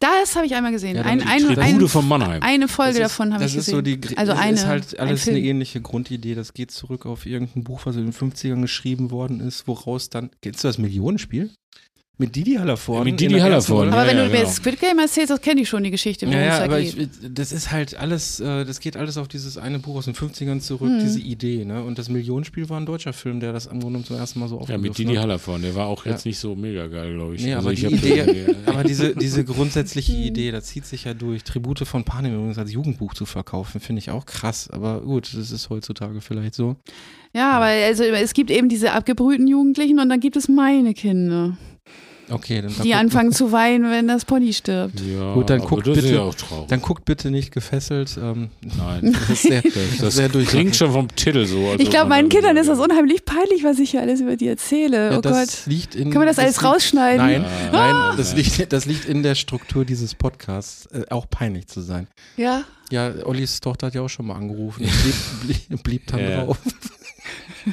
D: Das habe ich einmal gesehen.
A: Ja, dann
D: ein,
A: die
D: ein,
B: gucken.
D: ein,
B: Tribute von Mannheim.
D: eine Folge
A: Das ist-
D: davon habe ich
A: Das ist
D: gesehen.
A: so die, Gr-
D: also
A: das
D: eine,
A: ist halt
D: ein
A: alles
D: Film.
A: eine ähnliche Grundidee. Das geht zurück auf irgendein Buch, was in den 50ern geschrieben worden ist, woraus dann. Kennst du das Millionenspiel? Mit Didi Hallervorden.
B: Mit Didi
A: in der ersten
B: Hallervorden,
A: Rolle.
D: Aber
B: Ja,
D: wenn
B: ja,
D: du mir
B: genau.
D: jetzt Squid Game erzählst, das kenne ich schon die Geschichte. worum
A: Ja,
D: es
A: ja,
D: da
A: aber
D: geht.
A: ich, das ist halt alles, äh, das geht alles auf dieses eine Buch aus den 50ern zurück,
D: Mhm.
A: diese Idee, ne? Und das Millionenspiel war ein deutscher Film, der das im Grunde genommen zum ersten Mal so
B: gucken. Ja, mit
A: aufgegriffen
B: Didi
A: hat.
B: Hallerforn, der war auch
A: Ja.
B: jetzt nicht so mega geil, glaube ich.
A: Nee,
B: Also
A: aber
B: ich
A: die
B: hab-
A: Idee, aber diese, diese grundsätzliche Idee, das zieht sich ja durch. Tribute von Panem übrigens als Jugendbuch zu verkaufen, finde ich auch krass, aber gut, das ist heutzutage vielleicht so.
D: ja, aber also, es gibt eben diese abgebrühten Jugendlichen und dann gibt es meine Kinder,
A: Okay, dann,
D: die
A: dann, guckt,
D: anfangen zu weinen, wenn das Pony stirbt.
B: ja,
A: Gut, dann
B: aber
A: guckt
B: das Ist
A: bitte-
B: ja auch traurig.
A: dann guckt bitte nicht gefesselt. Ähm,
B: Nein,
A: das ist sehr,
B: das,
A: das
B: das
A: ist sehr
B: klingt
A: durchschnittlich.
B: schon vom Titel so. also
D: ich glaube,
B: man-
D: meinen Kindern ist das unheimlich peinlich, was ich hier alles über die erzähle.
A: Ja,
D: oh
A: das
D: Gott.
A: liegt in,
D: Kann man das alles
A: liegt-
D: rausschneiden?
A: Nein,
B: Ah.
A: nein, das liegt, das liegt in der Struktur dieses Podcasts, äh, auch peinlich zu sein.
D: Ja.
A: Ja, Ollis Tochter hat ja auch schon mal angerufen. Blieb, blieb, blieb dann
B: Ja.
A: drauf.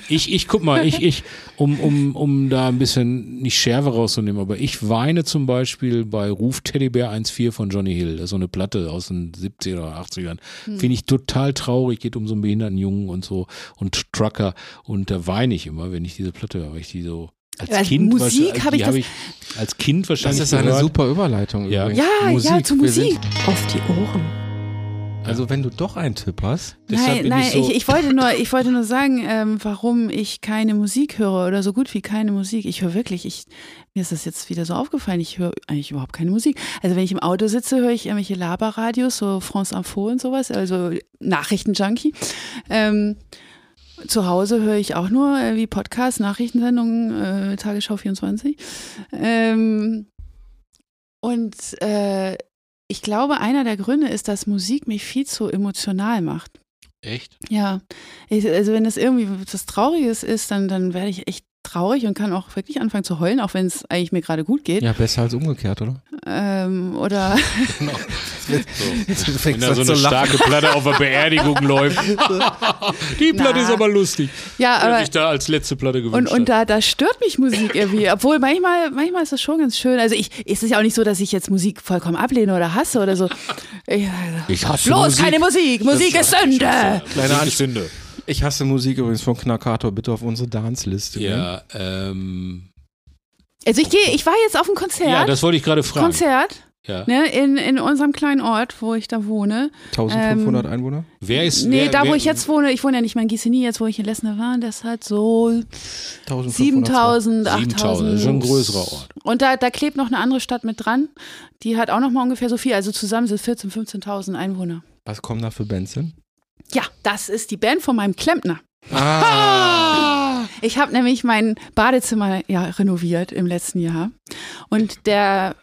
B: Ich, ich guck mal, ich, ich, um, um, um da ein bisschen nicht Schärfe rauszunehmen, aber ich weine zum Beispiel bei Ruf Teddybär 1.4 von Johnny Hill. Das ist so eine Platte aus den 70er oder 80ern.
D: Hm.
B: Finde ich total traurig, geht um so einen behinderten Jungen und so und Trucker. Und da weine ich immer, wenn ich diese Platte höre, weil ich die so als
D: Als
B: Kind
D: Musik
B: wahrscheinlich-
D: hab
B: die
D: ich
B: hab
D: das-
B: ich als Kind wahrscheinlich gehört.
A: Überleitung
B: Ja.
D: Ja, ja, zur
A: Wir sind-
D: Musik.
C: Auf die Ohren.
A: also wenn du doch einen Tipp hast,
B: Deshalb
D: Nein,
B: bin
D: nein,
B: ich, so,
D: ich, ich, wollte nur, ich wollte nur sagen, ähm, warum ich keine Musik höre oder so gut wie keine Musik. Ich höre wirklich, ich, mir ist das jetzt wieder so aufgefallen, ich höre eigentlich überhaupt keine Musik. Also wenn ich im Auto sitze, höre ich irgendwelche Laberradios, so France Info und sowas, also Nachrichtenjunkie. Ähm, zu Hause höre ich auch nur äh, wie Podcasts, Nachrichtensendungen, äh, Tagesschau 24. Ähm, und äh, ich glaube, einer der Gründe ist, dass Musik mich viel zu emotional macht.
B: echt?
D: Ja, ich, also wenn das irgendwie was Trauriges ist, dann, dann werde ich echt traurig und kann auch wirklich anfangen zu heulen, auch wenn es eigentlich mir gerade gut geht.
A: ja besser als umgekehrt, oder?
D: Ähm, oder
B: Genau.
A: Jetzt
B: So.
A: fängst
B: Wenn
A: du
B: da so
A: an
B: eine
A: zu lachen.
B: starke Platte auf der Beerdigung läuft. die Platte
D: Na.
B: ist aber lustig.
D: ja,
B: Aber,
D: aber
B: ich da als letzte Platte gewünscht
D: und,
B: hatte.
D: und da, da stört mich Musik irgendwie. Obwohl manchmal, manchmal ist das schon ganz schön. Also ich, es ist ja auch nicht so, dass ich jetzt Musik vollkommen ablehne oder hasse oder so. Ich, also,
B: Ich hasse
D: bloß
B: Musik.
D: keine Musik, Musik ist Sünde.
B: Kleine
A: Musik ist
B: Ansünde.
A: Ich hasse Musik übrigens von Knackator, bitte auf unsere Dance-Liste. ne?
B: Ja, ähm,
D: Also ich gehe, ich war jetzt auf einem Konzert.
B: ja, das wollte ich gerade fragen.
D: Konzert,
B: Ja.
D: ne, in, in unserem kleinen Ort, wo ich da wohne.
A: 1500
D: Ähm,
A: Einwohner?
B: Wer ist
D: Nee,
B: wer,
D: da
B: wer,
D: wo ich jetzt wohne, ich wohne ja nicht mehr in Gießenie, jetzt wo ich in Lesne war, das hat so
A: 1500.
D: 7000,
B: 7000, schon ein
D: 8000.
B: größerer Ort.
D: Und da, da klebt noch eine andere Stadt mit dran, die hat auch noch mal ungefähr so viel, also zusammen sind 14.000, 15.000 Einwohner.
A: Was kommen da für Bands hin?
D: Ja, das ist die Band von meinem Klempner.
A: Ah!
D: Ich habe nämlich mein Badezimmer ja renoviert im letzten Jahr. Und der,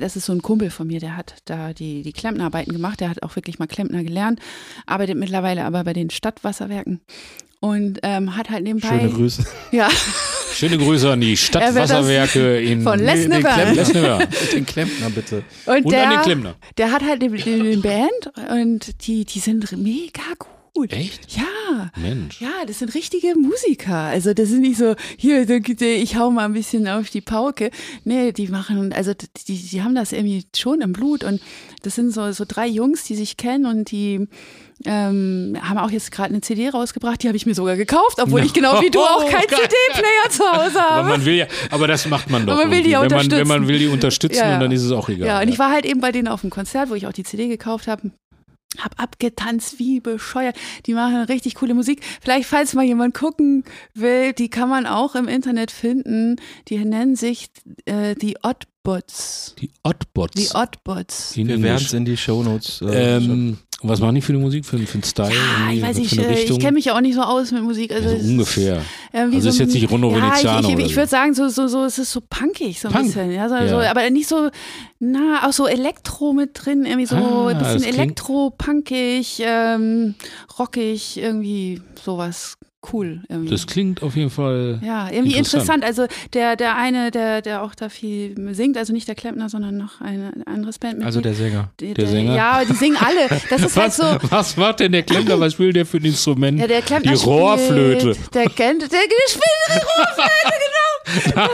D: das ist so ein Kumpel von mir, der hat da die, die Klempnerarbeiten gemacht. Der hat auch wirklich mal Klempner gelernt, arbeitet mittlerweile aber bei den Stadtwasserwerken und ähm, hat halt nebenbei.
A: Schöne Grüße.
D: Ja,
B: Schöne Grüße an die Stadtwasserwerke in
D: von Lesnever.
B: Lesnever.
A: Den Klempner bitte.
D: und
B: Und an den
D: der,
B: Klempner.
D: der hat halt eine eine Band und die, die sind mega gut.
B: Echt?
D: Ja.
B: Mensch.
D: Ja, das sind richtige Musiker. Also das sind nicht so, hier, da geht der- ich hau mal ein bisschen auf die Pauke. Nee, die machen, also die, die haben das irgendwie schon im Blut. Und das sind so, so drei Jungs, die sich kennen und die ähm, haben auch jetzt gerade eine CD rausgebracht. Die habe ich mir sogar gekauft, obwohl ich genau wie du auch keinen
B: Oh, Geil.
D: CD-Player zu Hause
B: Aber
D: habe.
B: man will ja, aber das macht man doch.
D: Aber man will die
B: irgendwie. wenn, man,
D: unterstützen.
B: wenn man will die unterstützen
D: Ja.
B: und dann ist es auch egal.
D: Ja, und ich war halt eben bei denen auf dem Konzert, wo ich auch die CD gekauft habe. Hab abgetanzt, wie bescheuert. Die machen richtig coole Musik. Vielleicht, falls mal jemand gucken will, die kann man auch im Internet finden. Die nennen sich äh, die Oddbots.
B: die Oddbots.
D: Die Oddbots.
B: In
A: Wir werden
B: Englisch.
A: es in die Shownotes. Äh,
B: Ähm, und was machen die für eine Musik? Für, für einen Style?
D: Ja,
B: irgendwie?
D: ich weiß
B: Für
D: nicht,
B: eine
D: äh, ich
B: Richtung?
D: kenne mich ja auch nicht so aus mit Musik. Also,
B: Also
D: es ist,
B: ungefähr.
D: äh, wie
B: Also
D: so
B: ist jetzt
D: ein-
B: nicht Rondo
D: ja,
B: Veneziano
D: Ich, ich,
B: oder
D: ich
B: so.
D: würde sagen, so, so, so, es ist so punkig, so ein
B: Punk.
D: bisschen. Ja, so,
B: Ja.
D: So, aber nicht so, na, auch so Elektro mit drin, irgendwie so
B: Ah,
D: ein bisschen
B: das klingt-
D: elektro-punkig, ähm, rockig, irgendwie sowas cool. Irgendwie.
B: Das klingt auf jeden Fall.
D: ja, irgendwie interessant.
B: interessant.
D: Also der, der eine, der, der auch da viel singt, also nicht der Klempner, sondern noch ein ein anderes Band mit
A: also der Sänger.
D: der,
B: Sänger.
D: Ja, aber die singen alle. Das ist halt
B: Was,
D: so.
B: was macht denn der Klempner? Was will der für ein Instrument?
D: Ja, der Klempner
B: Die Rohrflöte.
D: Spielt, der kennt, der spielt die Rohrflöte, genau.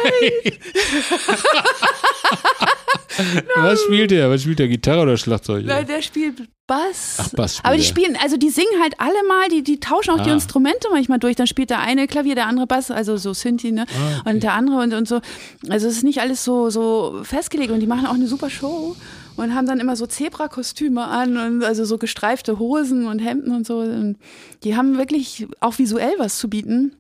B: Was spielt der? Was spielt der? Gitarre oder Schlagzeug?
D: Nein, der spielt Bass.
B: Ach, Bass spielt
D: Aber die
B: er.
D: spielen, also die singen halt alle mal, die, die tauschen auch die
B: Ah.
D: Instrumente manchmal durch. Dann spielt der eine Klavier, der andere Bass, also so Synthi, ne?
B: Ah.
D: Und der andere und, und so. Also es ist nicht alles so, so festgelegt und die machen auch eine super Show und haben dann immer so Zebra-Kostüme an und also so gestreifte Hosen und Hemden und so. Und die haben wirklich auch visuell was zu bieten.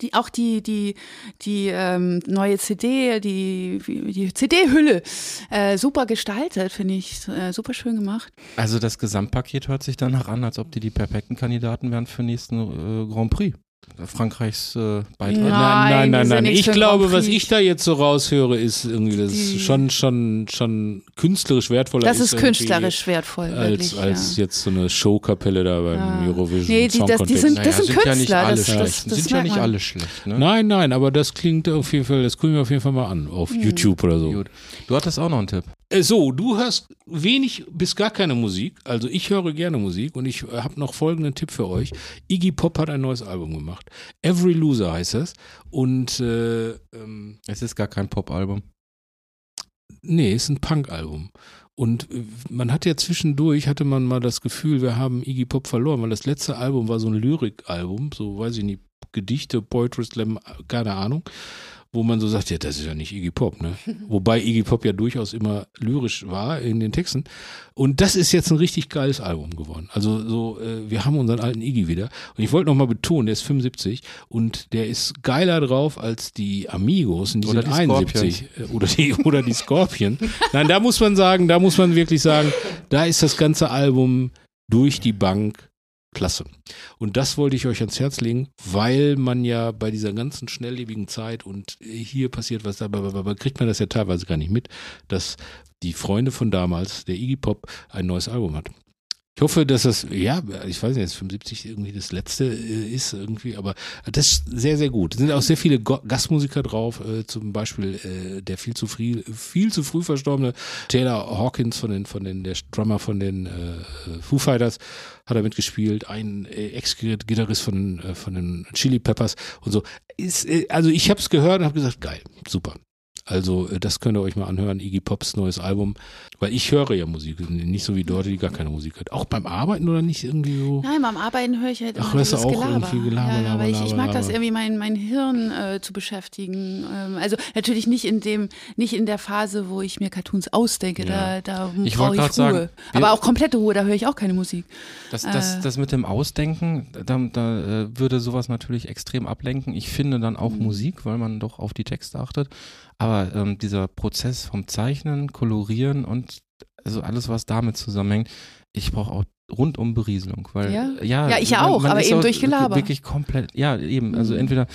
D: Die, auch die, die, die ähm, neue CD, die, die CD-Hülle, äh, super gestaltet, finde ich, äh, super schön gemacht.
A: Also das Gesamtpaket hört sich danach an, als ob die die perfekten Kandidaten wären für den nächsten äh, Grand Prix. Frankreichs äh, Beitrag.
D: Ja.
B: nein,
D: Nein, wir
B: nein,
D: sind
B: nein.
D: nichts
B: Ich
D: für den
B: glaube,
D: Grand
B: was
D: Prix.
B: ich da jetzt so raushöre, ist irgendwie, dass
D: Die-
B: es schon, schon, schon künstlerisch wertvoller
D: Das ist
B: irgendwie
D: künstlerisch wertvoll,
B: Als,
D: wirklich.
B: als
D: ja.
B: jetzt so eine Showkapelle da beim
D: Ja.
B: Eurovision
D: Nee, die-
B: Song
D: das- die
B: Contest.
D: sind- das sind
A: ja nicht
D: Künstler,
A: alle
D: das- das-
A: schlecht.
D: das
A: sind ja
D: merkt
A: nicht
D: man.
A: alle schlecht. Ne?
B: Nein, nein, aber das klingt auf jeden Fall, das gucken wir auf jeden Fall mal an, auf
D: Mhm.
B: YouTube oder so.
A: Gut. Du hattest auch noch einen Tipp.
B: Äh, So, du hörst wenig bis gar keine Musik. Also ich höre gerne Musik und ich habe noch folgenden Tipp für euch. Iggy Pop hat ein neues Album gemacht. Every Loser heißt das. Und äh, ähm,
A: Es ist gar kein Pop-Album.
B: nee, ist ein Punk-Album. Und äh, man hat ja zwischendurch, hatte man mal das Gefühl, wir haben Iggy Pop verloren, weil das letzte Album war so ein Lyrik-Album, so weiß ich nicht, Gedichte, Poetry Slam, äh, keine Ahnung, wo man so sagt, ja, das ist ja nicht Iggy Pop, ne? Wobei Iggy Pop ja durchaus immer lyrisch war in den Texten. Und das ist jetzt ein richtig geiles Album geworden. Also so, äh, wir haben unseren alten Iggy wieder. Und ich wollte nochmal betonen, der ist 75 und der ist geiler drauf als die Amigos und die
A: Oder
B: sind
A: die
B: 71. Äh, Oder die, oder die Scorpion. Nein, da muss man sagen, da muss man wirklich sagen, da ist das ganze Album durch die Bank klasse. Und das wollte ich euch ans Herz legen, weil man ja bei dieser ganzen schnelllebigen Zeit und äh, hier passiert was, aber kriegt man das ja teilweise gar nicht mit, dass die Freunde von damals, der Iggy Pop, ein neues Album hat. Ich hoffe, dass das, ja, ich weiß nicht, jetzt 75 irgendwie das letzte äh, ist irgendwie, aber das ist sehr, sehr gut. Es sind auch sehr viele Go Gastmusiker drauf, äh, zum Beispiel äh, der viel zu früh, viel zu früh verstorbene Taylor Hawkins von den, von den, der Drummer von den äh, Foo Fighters hat er mitgespielt, ein äh, Ex-Gitarrist von, äh, von den Chili Peppers und so. Ist, äh, also ich habe es gehört und habe gesagt, geil, super. Also äh, das könnt ihr euch mal anhören, Iggy Pops neues Album, weil ich höre ja Musik, nicht so wie Leute, die gar keine Musik hört. Auch beim Arbeiten oder nicht irgendwie so?
D: Nein, beim Arbeiten höre ich halt immer
B: Ach, hörst du
D: dieses
B: auch
D: Gelaber.
B: irgendwie Gelaber,
D: ja, ja,
B: Laber,
D: weil ich, ich
B: Laber,
D: mag das
B: Laber.
D: irgendwie, mein, mein Hirn äh, zu beschäftigen. Ähm, also natürlich nicht in dem, nicht in der Phase, wo ich mir Cartoons ausdenke. Da,
B: Ja.
D: da
A: Ich wollte
D: brauche ich Ruhe.
A: gerade sagen, wir-
D: Aber auch komplette Ruhe, da höre ich auch keine Musik.
A: Das, das,
D: Äh.
A: das mit dem Ausdenken, da, da äh, würde sowas natürlich extrem ablenken. Ich finde dann auch
D: Mhm.
A: Musik, weil man doch auf die Texte achtet. Aber ähm, dieser Prozess vom Zeichnen, Kolorieren und also alles, was damit zusammenhängt, ich brauche auch rundum Berieselung, weil
D: Ja?
A: ja,
D: Ja, ich
A: man-
D: auch,
A: man
D: aber
A: ist
D: eben
A: auch
D: durch Gelaber.
A: Wirklich komplett, ja, eben. Also
D: Mhm.
A: entweder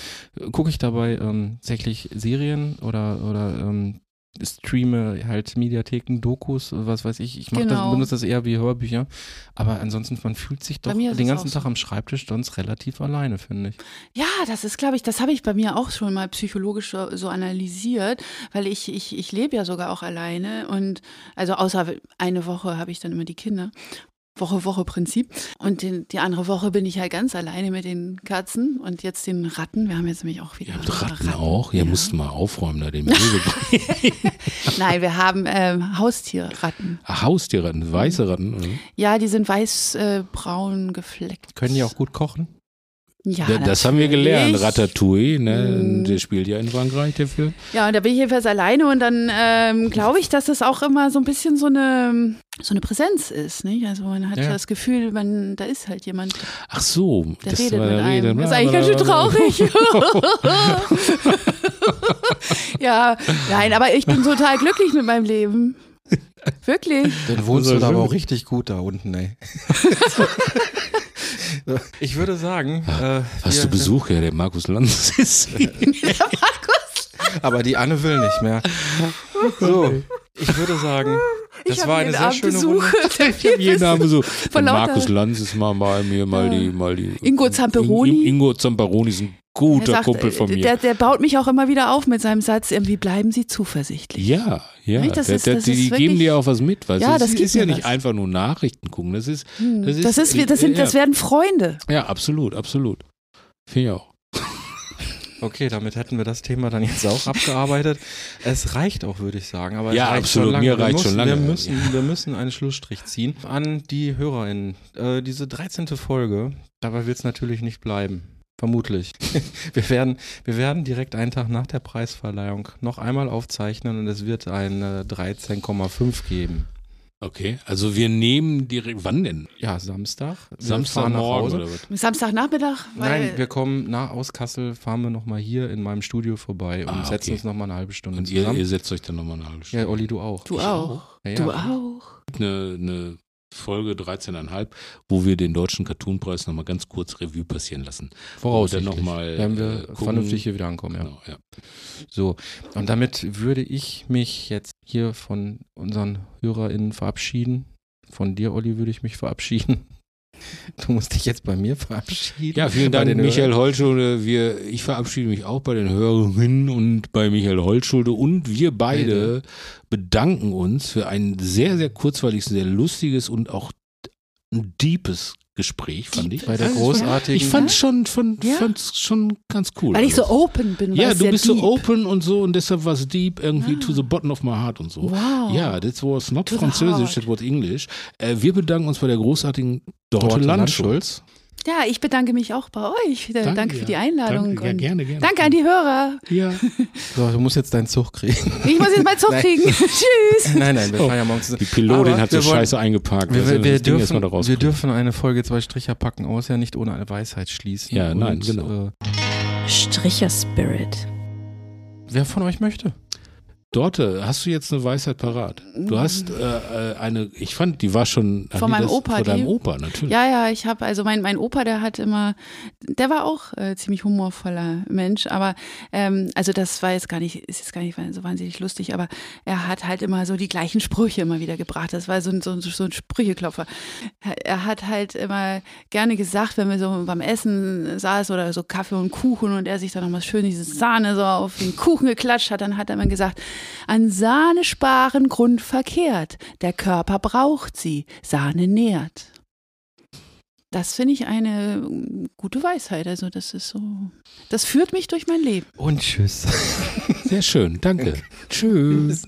A: gucke ich dabei ähm, tatsächlich Serien oder oder ähm, streame halt Mediatheken, Dokus, was weiß ich. Ich mach das,
D: Genau.
A: benutze das eher wie Hörbücher, aber ansonsten man fühlt sich
D: Bei
A: doch
D: mir ist
A: den
D: es
A: ganzen
D: auch so.
A: Tag am Schreibtisch sonst relativ alleine, finde ich.
D: Ja, das ist, glaube ich, das habe ich bei mir auch schon mal psychologisch so, so analysiert, weil ich, ich, ich lebe ja sogar auch alleine und also außer eine Woche habe ich dann immer die Kinder. Woche, Woche Prinzip. Und den, die andere Woche bin ich halt ganz alleine mit den Katzen und jetzt den Ratten. Wir haben jetzt nämlich auch wieder.
B: Ihr habt Ratten auch? Ihr
D: Ja.
B: müsst mal aufräumen da den Möbel.
D: Nein, wir haben ähm, Haustierratten.
B: Ach, Haustierratten, weiße Ratten. Mhm. Oder?
D: Ja, die sind weiß-braun gefleckt.
A: Können die auch gut kochen?
D: Ja,
B: Da- das haben wir gelernt,
D: natürlich.
B: Ratatouille, ne?
D: Mhm.
B: Der spielt ja in Frankreich, der Film.
D: Ja, und da bin ich jedenfalls alleine und dann ähm, glaube ich, dass es auch immer so ein bisschen so eine, so eine Präsenz ist. Nicht? Also man hat
A: Ja.
D: das Gefühl, man, da ist halt jemand,
B: Ach so,
D: der
B: das
D: redet
B: war- ne?
D: mit
B: da redet-
D: einem. Das ist eigentlich ganz schön traurig. ja, nein, aber ich bin total glücklich mit meinem Leben. Wirklich.
A: Dann wohnst
B: Also
A: du da aber
B: schön.
A: auch richtig gut da unten, ey. ich würde sagen, äh,
B: Hast
A: wir-
B: du Besuch, ja, der Markus Lanz ist.
D: Markus,
A: Aber die Anne will nicht mehr. So, ich würde sagen, das
D: ich
A: war
D: habe
A: eine
D: jeden
A: sehr
D: Abend
A: schöne Runde.
D: Besuch.
B: Jeden Abend Besuch.
D: Von
B: Der
D: lauter-
B: Markus Lanz ist mal bei mir, mal
D: Ja.
B: die, mal die.
D: Ingo Zamperoni.
B: In, Ingo Zamperoni ist ein
D: Er
B: guter
D: sagt,
B: Kumpel von
D: äh,
B: mir.
D: Der, der baut mich auch immer wieder auf mit seinem Satz, irgendwie bleiben Sie zuversichtlich.
B: ja, ja.
D: Nicht, das
B: Der-
D: ist-
B: der-
D: das
B: die
D: ist
B: die
D: wirklich-
B: geben dir auch was mit, weißt
D: Ja,
B: du?
D: das
B: Es
D: gibt
B: ist ja
D: mir
B: nicht
D: was.
B: einfach nur Nachrichten gucken. Das ist,
D: Hm.
B: das ist-
D: das, ist, wie- das, sind,
B: ja.
D: das werden Freunde.
B: ja, absolut, absolut. Finde ich auch.
A: Okay, damit hätten wir das Thema dann jetzt auch abgearbeitet. Es reicht auch, würde ich sagen. Aber
B: Ja,
A: es reicht
B: absolut.
A: Schon lange.
B: Mir
A: wir
B: reicht
A: müssen,
B: schon lange.
A: Wir müssen, wir müssen einen Schlussstrich ziehen an die HörerInnen. Äh, diese 13. Folge, dabei wird es natürlich nicht bleiben. Vermutlich. Wir werden, wir werden direkt einen Tag nach der Preisverleihung noch einmal aufzeichnen und es wird eine 13,5 geben.
B: Okay, also wir nehmen direkt, wann denn?
A: Ja, Samstag. Wir fahren nach
B: Samstagmorgen
A: Hause.
B: oder was?
D: Samstagnachmittag? Weil
A: Nein, wir kommen nach aus Kassel, fahren wir nochmal hier in meinem Studio vorbei und
B: Ah, okay.
A: setzen uns nochmal eine halbe Stunde
B: Und ihr,
A: zusammen.
B: ihr setzt euch dann nochmal eine halbe Stunde.
A: ja, Olli, du auch.
D: du auch.
A: Ja, ja.
D: Du auch.
B: eine, eine Folge 13,5, wo wir den deutschen Cartoonpreis nochmal ganz kurz Revue passieren lassen.
A: Voraussichtlich.
B: Und dann noch mal,
A: Wenn
B: äh,
A: wir
B: gucken.
A: vernünftig hier wieder ankommen, ja.
B: Genau, ja.
A: So, und damit würde ich mich jetzt hier von unseren HörerInnen verabschieden. Von dir, Olli, würde ich mich verabschieden. Du musst dich jetzt bei mir verabschieden.
B: ja, vielen
A: Bei
B: Dank,
A: den
B: Michael Holschulde. Wir, ich verabschiede mich auch bei den Hörerinnen und bei Michael Holschulde. Und wir beide bedanken uns für ein sehr, sehr kurzweiliges, sehr lustiges und auch ein deepes Gespräch, fand ich.
A: Bei der großartigen.
B: Ich fand schon, fand,
D: Ja?
B: fand's schon ganz cool.
D: Weil ich so
B: Also,
D: open bin. war
B: Ja,
D: es
B: du
D: sehr
B: bist
D: deep.
B: so open und so und deshalb war es deep irgendwie
D: Ah.
B: to the bottom of my heart und so.
D: Wow.
B: Ja, das was not
D: To the
B: Französisch,
D: heart.
B: das was Englisch. Äh, wir bedanken uns bei der großartigen Dorte,
A: Dorte
B: Landschulz.
D: ja, ich bedanke mich auch bei euch. Danke, Danke für die
B: ja.
D: Einladung.
B: Danke, ja,
D: und
B: gerne, gerne.
D: Danke an die Hörer.
B: Ja.
A: So, du musst jetzt deinen Zug kriegen.
D: Ich muss jetzt mal Zug
A: Nein.
D: kriegen. Tschüss.
A: Nein, nein, wir
B: Oh,
A: fahren ja morgen zusammen.
B: Die Pilotin
A: Aber
B: hat so
A: wir wollen-
B: scheiße eingeparkt.
A: Wir,
B: Also
A: wir,
B: das
A: wir,
B: Ding erstmal
A: dürfen,
B: da
A: wir
B: rauskriegen.
A: dürfen eine Folge zwei Stricher packen aus, ja nicht ohne eine Weisheit schließen.
B: Ja, nein,
A: Und,
B: genau.
A: Äh,
C: Stricher Spirit.
A: wer von euch möchte?
B: Dorte, hast du jetzt eine Weisheit parat? Du hast äh, äh, eine, ich fand, die war schon.
D: Von
B: hat die
D: Mm. meinem
B: das-
D: Opa,
B: Von deinem
D: die-
B: Opa, natürlich.
D: Ja, ja, ich habe, also mein, mein Opa, der hat immer, der war auch äh, ziemlich humorvoller Mensch, aber ähm, also das war jetzt gar nicht, ist jetzt gar nicht so wahnsinnig lustig, aber er hat halt immer so die gleichen Sprüche immer wieder gebracht. Das war so ein, so, ein- so ein Sprücheklopfer. Er hat halt immer gerne gesagt, wenn wir so beim Essen saßen oder so Kaffee und Kuchen und er sich dann nochmal schön diese Sahne so auf den Kuchen geklatscht hat, dann hat er immer gesagt, an Sahne sparen grundverkehrt. Der Körper braucht sie. Sahne nährt. Das finde ich eine mm, gute Weisheit. Also, das ist so. Das führt mich durch mein Leben.
A: Und tschüss.
B: Sehr schön, danke. Tschüss.